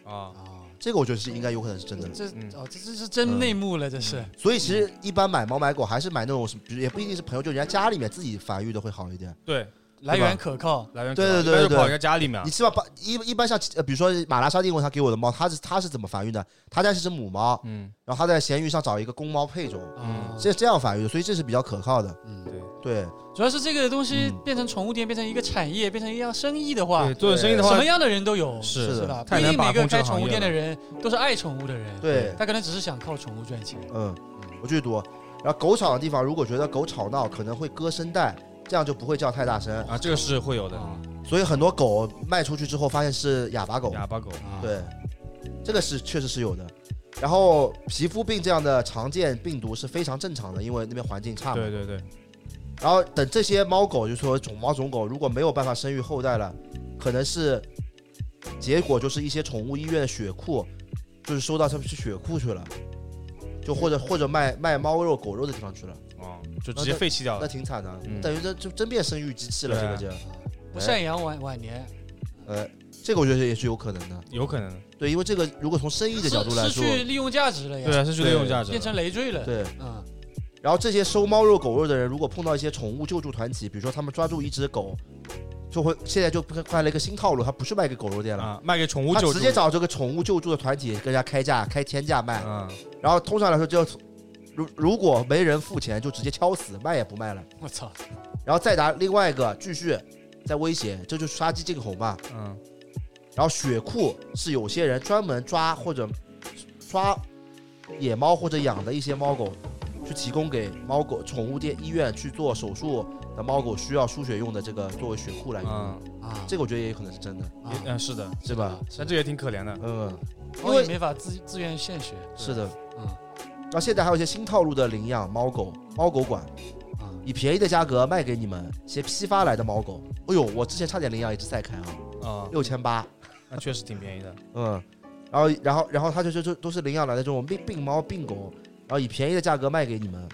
Speaker 4: 啊，
Speaker 2: 啊，
Speaker 1: 这个我觉得是应该有可能是嗯真的。
Speaker 2: 这
Speaker 4: 嗯
Speaker 2: 哦，这这是真内幕了，这是。
Speaker 1: 所以其实一般买猫买狗还是买那种什么，比如也不一定是朋友，就人家家里面自己繁育的会好一点。
Speaker 4: 对，
Speaker 2: 来源可靠，
Speaker 4: 来源
Speaker 1: 对对
Speaker 4: 可能
Speaker 1: 对
Speaker 4: 一般
Speaker 1: 对
Speaker 4: 就跑人家家里面
Speaker 1: 你。起码把一一般像呃，比如说马拉沙帝国，他给我的猫，它是它是怎么繁育的？他家是只母猫，
Speaker 4: 嗯，
Speaker 1: 然后他在闲鱼上找一个公猫配种，
Speaker 2: 啊
Speaker 1: 这这样繁育的，所以这是比较可靠的。
Speaker 2: 嗯，
Speaker 4: 对
Speaker 1: 对，
Speaker 2: 主要是这个东西
Speaker 1: 嗯
Speaker 2: 变成宠物店，变成一个产业，变成一样生意的话
Speaker 4: 对，，做生意的
Speaker 2: 什
Speaker 4: 话
Speaker 2: 么样的人都有，
Speaker 4: 是
Speaker 1: 是的
Speaker 2: 是吧？不
Speaker 4: 太
Speaker 2: 一
Speaker 4: 难
Speaker 2: 定
Speaker 4: 把
Speaker 2: 每个
Speaker 4: 控这
Speaker 2: 开
Speaker 4: 个行
Speaker 2: 宠物
Speaker 4: 业
Speaker 2: 店的
Speaker 4: 了
Speaker 2: 人都是爱宠物的人，
Speaker 1: 对
Speaker 2: 他可能只是想靠宠物赚钱。
Speaker 1: 嗯，我最多。然后狗吵的地方，如果觉得狗吵闹，可能会割声带，这样就不会叫太大声。
Speaker 4: 啊，这个是会有的。
Speaker 2: 啊
Speaker 1: 所以很多狗卖出去之后，发现是哑巴狗。
Speaker 4: 哑巴狗，
Speaker 2: 啊，
Speaker 1: 对，这个是确实是有的。然后皮肤病这样的常见病毒是非常正常的，因为那边环境差嘛。
Speaker 4: 对对对，
Speaker 1: 然后等这些猫狗，就说种猫种狗，如果没有办法生育后代了，可能是结果就是一些宠物医院的血库，就是收到他们去血库去了，就或者或者卖卖猫肉狗肉的地方去了，
Speaker 4: 哦，就直接废弃掉
Speaker 1: 那
Speaker 4: 了。
Speaker 1: 挺惨的，
Speaker 4: 嗯
Speaker 1: 等于这就真变生育机器了，这个
Speaker 4: 对啊
Speaker 1: 就，
Speaker 2: 不
Speaker 1: 哎
Speaker 2: 赡养晚晚年，
Speaker 1: 呃，这个我觉得也是有可能的，
Speaker 4: 有可能，
Speaker 1: 对，因为这个如果从生意的角度来
Speaker 2: 失
Speaker 1: 说，
Speaker 2: 去利用价值了
Speaker 4: 对
Speaker 2: 呀，
Speaker 4: 啊，失去利用价值了，
Speaker 2: 变成累赘了。
Speaker 1: 对。
Speaker 2: 嗯，
Speaker 1: 然后这些收猫肉狗肉的人，如果碰到一些宠物救助团体，比如说他们抓住一只狗，就会现在就快了一个新套路，他不是卖给狗肉店了，
Speaker 4: 啊，卖给宠物
Speaker 1: 他
Speaker 4: 救助，
Speaker 1: 直接找这个宠物救助的团体跟人家开价，开天价卖。
Speaker 4: 嗯，
Speaker 1: 然后通常来说就，如如果没人付钱，就直接敲死，卖也不卖了。
Speaker 2: 我操，
Speaker 1: 然后再拿另外一个继续再威胁，这就是杀鸡儆猴嘛。
Speaker 4: 嗯
Speaker 1: 然后血库是有些人专门抓或者抓野猫或者养的一些猫狗，去提供给猫狗宠物店医院去做手术的猫狗需要输血用的这个作为血库来用。
Speaker 4: 嗯，
Speaker 2: 啊，
Speaker 1: 这个我觉得也有可能是真的，
Speaker 2: 啊
Speaker 4: 也嗯是的，
Speaker 1: 是吧？
Speaker 4: 但这也挺可怜的。
Speaker 1: 嗯，因
Speaker 2: 我也
Speaker 1: 为
Speaker 2: 没法自自愿献血。
Speaker 1: 是的。
Speaker 2: 嗯
Speaker 1: 然后现在还有一些新套路的领养猫狗猫狗馆，
Speaker 2: 啊，
Speaker 1: 以便宜的价格卖给你们一些批发来的猫狗。哎呦，我之前差点领养一只赛凯啊，
Speaker 4: 啊，
Speaker 1: 六千八，
Speaker 4: 那确实挺便宜的。
Speaker 1: 嗯，然后然后然后他就就就都是领养来的这种病病猫病狗，然后以便宜的价格卖给你们，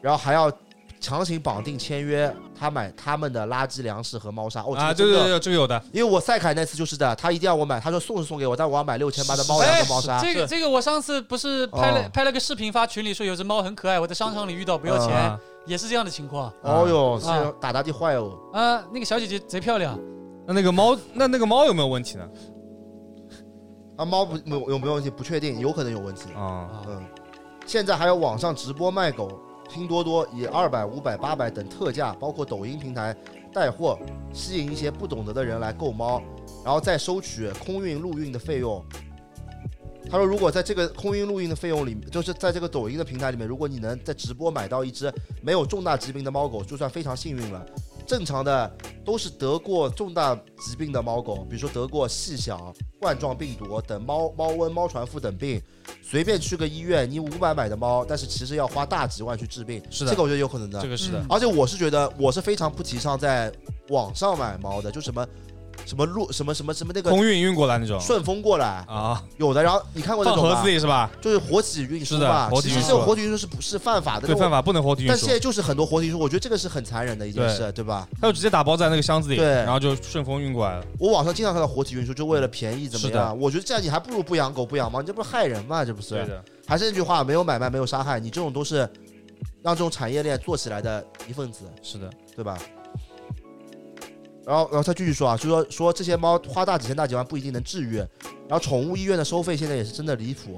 Speaker 1: 然后还要强行绑定签约他买他们的垃圾粮食和猫砂。哦，
Speaker 4: 啊，
Speaker 1: 这
Speaker 4: 对
Speaker 1: 个
Speaker 4: 对
Speaker 1: 真的，
Speaker 4: 对，这个有的，
Speaker 1: 因为我赛凯那次就是的，他一定要我买，他说送是送给我，但我要买六千八的猫粮和猫砂。
Speaker 2: 这个
Speaker 4: 是
Speaker 2: 这个，我上次不是拍了
Speaker 1: 啊哦
Speaker 2: 拍了个视频发群里说有只猫很可爱，我在商场里遇到不要
Speaker 1: 哎
Speaker 2: 钱，
Speaker 4: 啊，
Speaker 2: 也是这样的情况。
Speaker 1: 哦哟，是
Speaker 2: 啊
Speaker 1: 打大地坏哦，
Speaker 2: 啊，那个小姐姐贼漂亮，
Speaker 4: 那那个猫，那那个猫有没有问题呢？
Speaker 1: 啊猫不没有有没有问题？不确定，有可能有问题。
Speaker 4: 啊，
Speaker 2: 啊
Speaker 1: 嗯，现在还有网上直播卖狗，拼多多以二百、五百、八百等特价，包括抖音平台带货，吸引一些不懂得的人来购猫，然后再收取空运、陆运的费用。他说，如果在这个空运、陆运的费用里，就是在这个抖音的平台里面，如果你能在直播买到一只没有重大疾病的猫狗，就算非常幸运了。正常的都是得过重大疾病的猫狗，比如说得过细小、冠状病毒等猫猫瘟、猫传腹等病，随便去个医院，你五百买的猫，但是其实要花大几万去治病，
Speaker 4: 是的
Speaker 1: 这个我觉得有可能的
Speaker 4: 这。个是的
Speaker 2: 嗯，
Speaker 1: 而且我是觉得，我是非常不提倡在网上买猫的，就什么什么路什么什么什么那个
Speaker 4: 空运运过来那种
Speaker 1: 顺丰过来
Speaker 4: 啊，
Speaker 1: 有的，然后你看过那
Speaker 4: 放
Speaker 1: 种
Speaker 4: 盒
Speaker 1: 吧
Speaker 4: 子？里是吧？
Speaker 1: 就是活体运输
Speaker 4: 是的
Speaker 1: 嘛，
Speaker 4: 活体
Speaker 1: 其实
Speaker 4: 运
Speaker 1: 这种
Speaker 4: 输
Speaker 1: 活体运输是不是犯法的？
Speaker 4: 对，
Speaker 1: 但我
Speaker 4: 犯法不能活体运
Speaker 1: 但现
Speaker 4: 输，
Speaker 1: 在就是很多活体运输，我觉得这个是很残忍的一件事，对吧？
Speaker 4: 他就直接打包在那个箱子里，
Speaker 1: 对
Speaker 4: 然后就顺丰运过来了。
Speaker 1: 我网上经常看到活体运输，就为了便宜怎么
Speaker 4: 是的
Speaker 1: 样？我觉得这样你还不如不养狗不养猫，你这不是害人吗？这不是？
Speaker 4: 的，
Speaker 1: 还是那句话，没有买卖，没有杀害，你这种都是让这种产业链做起来的一份子，
Speaker 4: 是的，
Speaker 1: 对吧？然后，然后他继续说啊，就说说这些猫花大几千大几万不一定能治愈，然后宠物医院的收费现在也是真的离谱，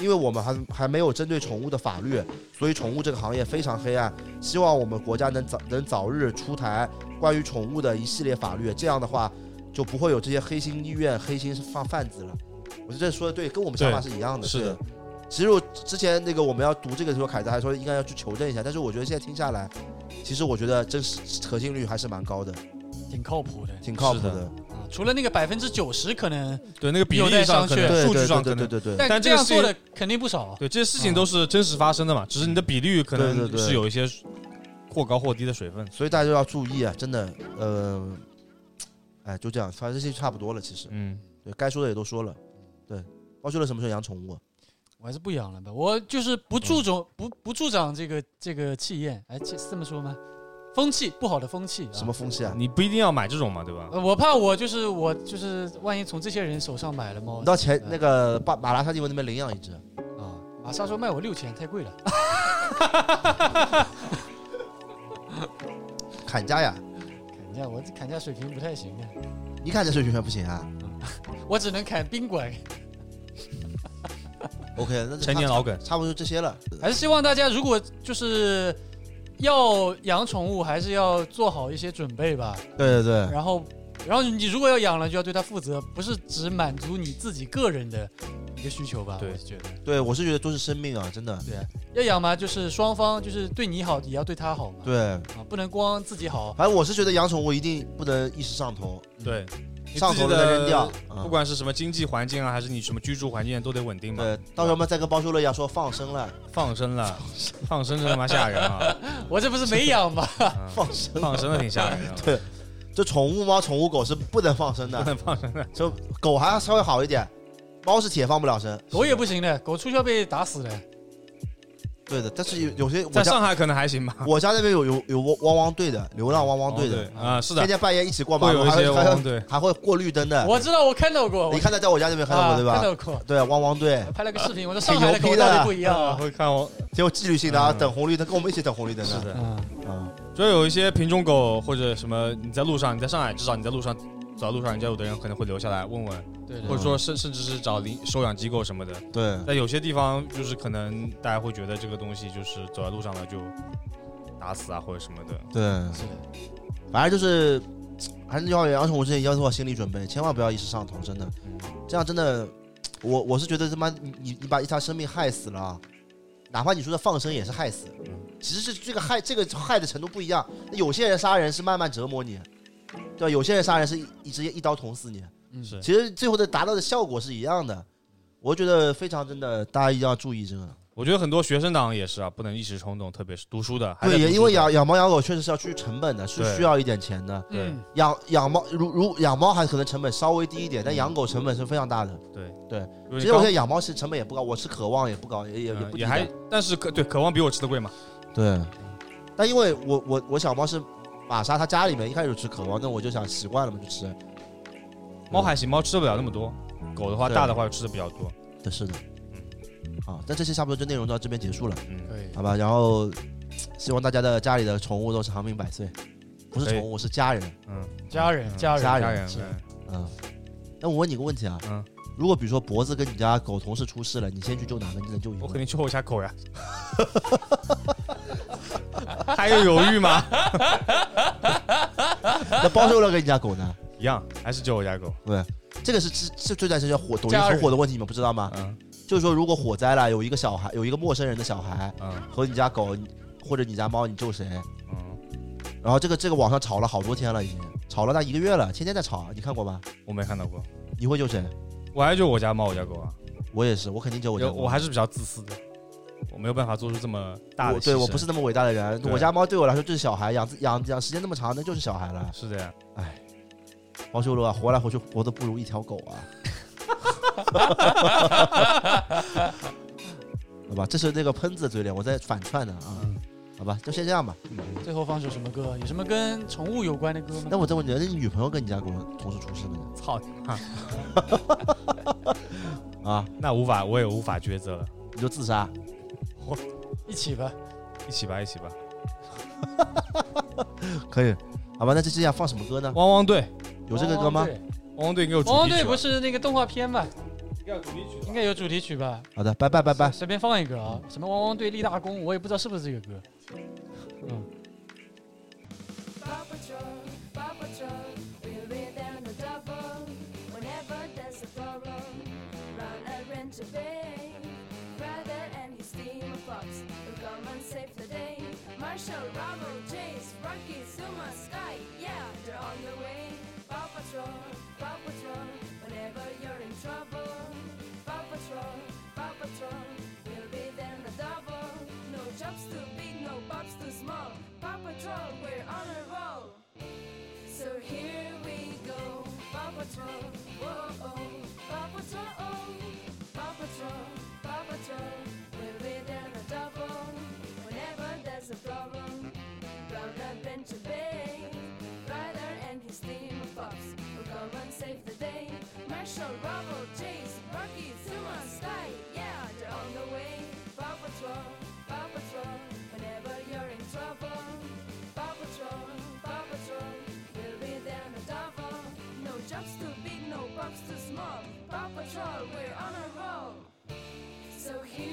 Speaker 1: 因为我们还还没有针对宠物的法律，所以宠物这个行业非常黑暗。希望我们国家能早能早日出台关于宠物的一系列法律，这样的话就不会有这些黑心医院、黑心贩贩子了。我觉得这说的对，跟我们想法是一样的。
Speaker 4: 是的
Speaker 1: 对。其实我之前那个我们要读这个的时候，凯子还说应该要去求证一下，但是我觉得现在听下来，其实我觉得真实可信率还是蛮高的，
Speaker 2: 挺靠谱的
Speaker 1: 挺靠谱
Speaker 4: 是的
Speaker 1: 的。
Speaker 2: 啊，除了那个百分之九十可能，
Speaker 4: 对那个比
Speaker 2: 有待
Speaker 4: 例上
Speaker 2: 商
Speaker 4: 可
Speaker 2: 榷
Speaker 4: 能，
Speaker 1: 对
Speaker 4: 数
Speaker 1: 对
Speaker 4: 据上
Speaker 1: 对对
Speaker 4: 可能，
Speaker 1: 对对对，
Speaker 2: 但
Speaker 4: 但
Speaker 2: 这
Speaker 4: 这
Speaker 2: 样
Speaker 4: 个事
Speaker 2: 做的肯定不少。啊
Speaker 4: 对这些事情都是真实发生的嘛，只是你的比率
Speaker 1: 嗯
Speaker 4: 可
Speaker 1: 对对
Speaker 4: 能
Speaker 1: 对
Speaker 4: 是有一些或高或低的水分。
Speaker 1: 所以大家要注意啊，真的，呃，哎，就这样，反正这些差不多了，其实
Speaker 4: 嗯，
Speaker 1: 对该说的也都说了，对。包修了什么时候养宠物啊？
Speaker 2: 我还是不养了吧，我就是不助长不不助长这个这个气焰，哎，这这么说吗？风气不好的风气，啊
Speaker 1: 什么？风气啊？
Speaker 4: 你不一定要买这种嘛，对吧？
Speaker 2: 呃我怕我就是我就是万一从这些人手上买了猫呃
Speaker 1: 你到前那个巴马拉沙地文那边领养一只，
Speaker 2: 啊，玛莎说卖我六千太贵了，
Speaker 1: 砍价呀？
Speaker 2: 砍价我这砍价水平不太行的，
Speaker 1: 你砍这水平还不行啊
Speaker 2: 我只能砍宾馆
Speaker 1: ？OK，那就
Speaker 4: 陈年
Speaker 1: 差
Speaker 4: 老梗，
Speaker 1: 差不多就这些了。
Speaker 2: 还是希望大家如果就是要养宠物，还是要做好一些准备吧。
Speaker 1: 对对对，
Speaker 2: 然后，然后你如果要养了，就要对它负责，不是只满足你自己个人的一个需求吧？
Speaker 4: 对
Speaker 2: 我是觉得
Speaker 1: 对我是觉得嗯都是生命啊，真的。
Speaker 2: 要养嘛，就是双方就是对你好，也要对它好嘛。
Speaker 1: 对，
Speaker 2: 啊，不能光自己好。
Speaker 1: 反正我是觉得养宠物一定不能一时上头，
Speaker 4: 对，你
Speaker 1: 上
Speaker 4: 自己
Speaker 1: 头了再扔掉
Speaker 4: 的。。
Speaker 1: 嗯
Speaker 4: 不管是什么经济环境啊，还是你什么居住环境啊都得稳定嘛。
Speaker 1: 对，到时候我们再跟包修乐一样说放生了，
Speaker 4: 放生了，放生真他妈吓人啊！
Speaker 2: 我这不是没养吗？
Speaker 4: 嗯
Speaker 1: 放生了。
Speaker 4: 放生的挺吓人的。
Speaker 1: 对这宠物猫、宠物狗是不能放生的，
Speaker 4: 放生的，
Speaker 1: 就狗还稍微好一点，猫是铁放不了生。
Speaker 2: 狗也不行的，狗出去要被打死的。
Speaker 1: 对的，但是有有些我
Speaker 4: 在
Speaker 1: 家
Speaker 4: 上海可能还行吧。
Speaker 1: 我家那边有有有汪汪汪队的，流浪汪汪队哦的，嗯
Speaker 4: 啊，是
Speaker 1: 天
Speaker 4: 的，
Speaker 1: 天半夜一起过马
Speaker 4: 会
Speaker 1: 路，
Speaker 4: 有一
Speaker 1: 还
Speaker 4: 些
Speaker 1: 会还
Speaker 4: 汪
Speaker 1: 会
Speaker 4: 汪队。
Speaker 1: 还会过绿灯 的。
Speaker 2: 我知道，我看到过，我
Speaker 1: 你看到在我家那边看到过对
Speaker 2: 啊看
Speaker 1: 吧？
Speaker 2: 到过，
Speaker 1: 对，汪汪队
Speaker 2: 我，拍了个视频，我说
Speaker 1: 挺
Speaker 2: 上海的
Speaker 1: 牛
Speaker 2: 狗
Speaker 1: 逼的
Speaker 2: 到底不一样
Speaker 4: 啊，
Speaker 2: 啊。
Speaker 4: 会看我，
Speaker 1: 挺有纪律性的啊，
Speaker 4: 嗯
Speaker 1: 等红绿灯，跟我们一起等红绿灯
Speaker 4: 是
Speaker 1: 的。
Speaker 4: 的，
Speaker 2: 嗯，
Speaker 1: 嗯，
Speaker 4: 就有一些品种狗或者什么，你在路上，你在上海，至少你在路上走在路上，人家有的人可能会留下来问问，
Speaker 2: 对
Speaker 4: 或
Speaker 2: 对
Speaker 4: 者说甚甚至是找领收养机构什么的。
Speaker 1: 对，
Speaker 4: 在有些地方，就是可能大家会觉得这个东西就是走在路上了就打死啊或者什么的。
Speaker 1: 对，
Speaker 2: 是的。
Speaker 1: 反正就是，嗯还是要养宠物之前要做好心理准备，千万不要一时上头，真的，这样真的，我我是觉得他妈你你你把一条生命害死了啊，哪怕你说的放生也是害死，其实是这个害这个害的程度不一样，有些人杀人是慢慢折磨你，对吧？有些人杀人是一一直接一刀捅死你，
Speaker 2: 嗯
Speaker 4: 是
Speaker 1: 其实最后的达到的效果是一样的，我觉得非常真的，大家一定要注意这个。
Speaker 4: 我觉得很多学生党也是啊，不能一时冲动，特别是读书的，还在
Speaker 1: 对，
Speaker 4: 读
Speaker 1: 也
Speaker 4: 书
Speaker 1: 因为
Speaker 4: 的
Speaker 1: 养养猫养狗确实是要去成本的，是
Speaker 4: 对
Speaker 1: 需要一点钱的。
Speaker 4: 对
Speaker 2: 嗯
Speaker 1: 养养猫，如如养猫还可能成本稍微低一点，但养狗成本是非常大的。
Speaker 4: 因为
Speaker 1: 其
Speaker 4: 你
Speaker 1: 实我
Speaker 4: 嗯刚
Speaker 1: 现在养猫其实成本也不高，我吃渴望也不高，也也也
Speaker 4: 嗯
Speaker 1: 不低
Speaker 4: 也
Speaker 1: 的
Speaker 4: 还，但是渴对渴望比我吃的贵嘛。
Speaker 1: 对。但因为我我我小猫是玛莎，她家里面一开始就吃渴望，那我就想习惯了嘛，就吃。
Speaker 4: 猫还行，猫吃不了那么多，狗的话
Speaker 1: 对
Speaker 4: 大的话吃的比较多。
Speaker 1: 对，是的。
Speaker 4: 嗯
Speaker 1: 好，那啊这期差不多就内容到这边结束了，
Speaker 4: 嗯，
Speaker 2: 可以。
Speaker 1: 好吧？然后希望大家的家里的宠物都是长命百岁，不是
Speaker 4: 可以
Speaker 1: 宠物是家人。
Speaker 2: 家人，
Speaker 4: 嗯
Speaker 2: 家人，
Speaker 1: 家人
Speaker 4: 家人
Speaker 2: 是
Speaker 4: 嗯
Speaker 1: 嗯。那我问你个问题啊，
Speaker 4: 嗯
Speaker 1: 如果比如说脖子跟你家狗同时出事了，你先去救哪个？你能救一
Speaker 4: 我肯
Speaker 1: 个？
Speaker 4: 定去后一下口呀。 还有犹豫吗？
Speaker 1: 那包修了跟你家狗呢？
Speaker 4: 一样，还是救我家狗。
Speaker 1: 这个是是是最近段时间火抖音
Speaker 2: 家
Speaker 1: 很
Speaker 2: 人
Speaker 1: 火的问题，你们不知道吗？
Speaker 4: 嗯
Speaker 1: 就是说，如果火灾了，有一个小孩，有一个陌生人的小孩
Speaker 4: 嗯
Speaker 1: 和你家狗你或者你家猫，你救谁？
Speaker 4: 嗯，
Speaker 1: 然后这个这个网上吵了好多天了，已经吵了那一个月了，天天在吵，你看过吗？
Speaker 4: 我没看到过，
Speaker 1: 你会救谁？
Speaker 4: 我还就我家猫我家狗啊，
Speaker 1: 我也是，我肯定就我家
Speaker 4: 我
Speaker 1: 猫
Speaker 4: 我还是比较自私的，我没有办法做出这么大的
Speaker 1: 我
Speaker 4: 牺
Speaker 1: 对我
Speaker 4: 牲
Speaker 1: 不是那么伟大的人，
Speaker 4: 对
Speaker 1: 我家猫对我来说就是小孩，养自养养时间那么长，那就是小孩了。
Speaker 4: 是的呀，
Speaker 1: 黄修罗啊，活来活去活得不如一条狗啊。好吧，这是那个喷子的嘴脸，我在反串呢啊。好吧，就先这样吧。
Speaker 2: 最后放首什么歌？有什么跟宠物有关的歌吗？
Speaker 1: 那我再问你，那你女朋友跟你家狗同时出事了呢？
Speaker 4: 操你妈，
Speaker 1: 啊，
Speaker 4: 那无法我也无法抉择了，
Speaker 1: 你就自杀？
Speaker 2: 一起吧。
Speaker 4: 一起吧一起吧，
Speaker 1: 可以。好吧，那就这样放什么歌呢？
Speaker 4: 汪汪队，
Speaker 1: 有这个歌吗
Speaker 2: 汪？汪队
Speaker 4: 汪汪队给我主
Speaker 2: 汪汪
Speaker 4: 题曲
Speaker 2: 队
Speaker 4: 吧
Speaker 2: 不是那个动画片吧？
Speaker 4: 应该有主题曲
Speaker 2: 应该有主题曲吧？
Speaker 1: 好的，拜拜拜拜。
Speaker 2: 随便放一个啊，什么汪汪队立大功，我也不知道是不是这个歌。
Speaker 5: Papa John, Papa John, we're within the double. Whenever there's a problem, run a wrench of bay. Brother and his team of cops will come and save the day. Marshall, Robert, Jace, Rocky, Zuma, Sky, yeah, they're on the way. Papa John, Papa John, whenever you're in trouble. Papa John, Papa John, we'll be there in the double. No jobs too big, no bobs too small. Paw Patrol, we're on a roll. So here we go, Paw Patrol, whoa oh, Paw Patrol, oh. Paw Patrol, Paw Patrol, we're with an double. Whenever there's a problem, round Adventure Bay, Ryder and his team of pups will come and save the day. Marshall, Robo, Chase, Rocky, Zuma, Sky, yeah, they're on the way. Paw Patrol, Paw Patrol, whenever you're in trouble. Paw Patrol, Paw Patrol, we'll be there in a double. No jobs too big, no bumps too small. Paw Patrol, we're on a roll. So here oh,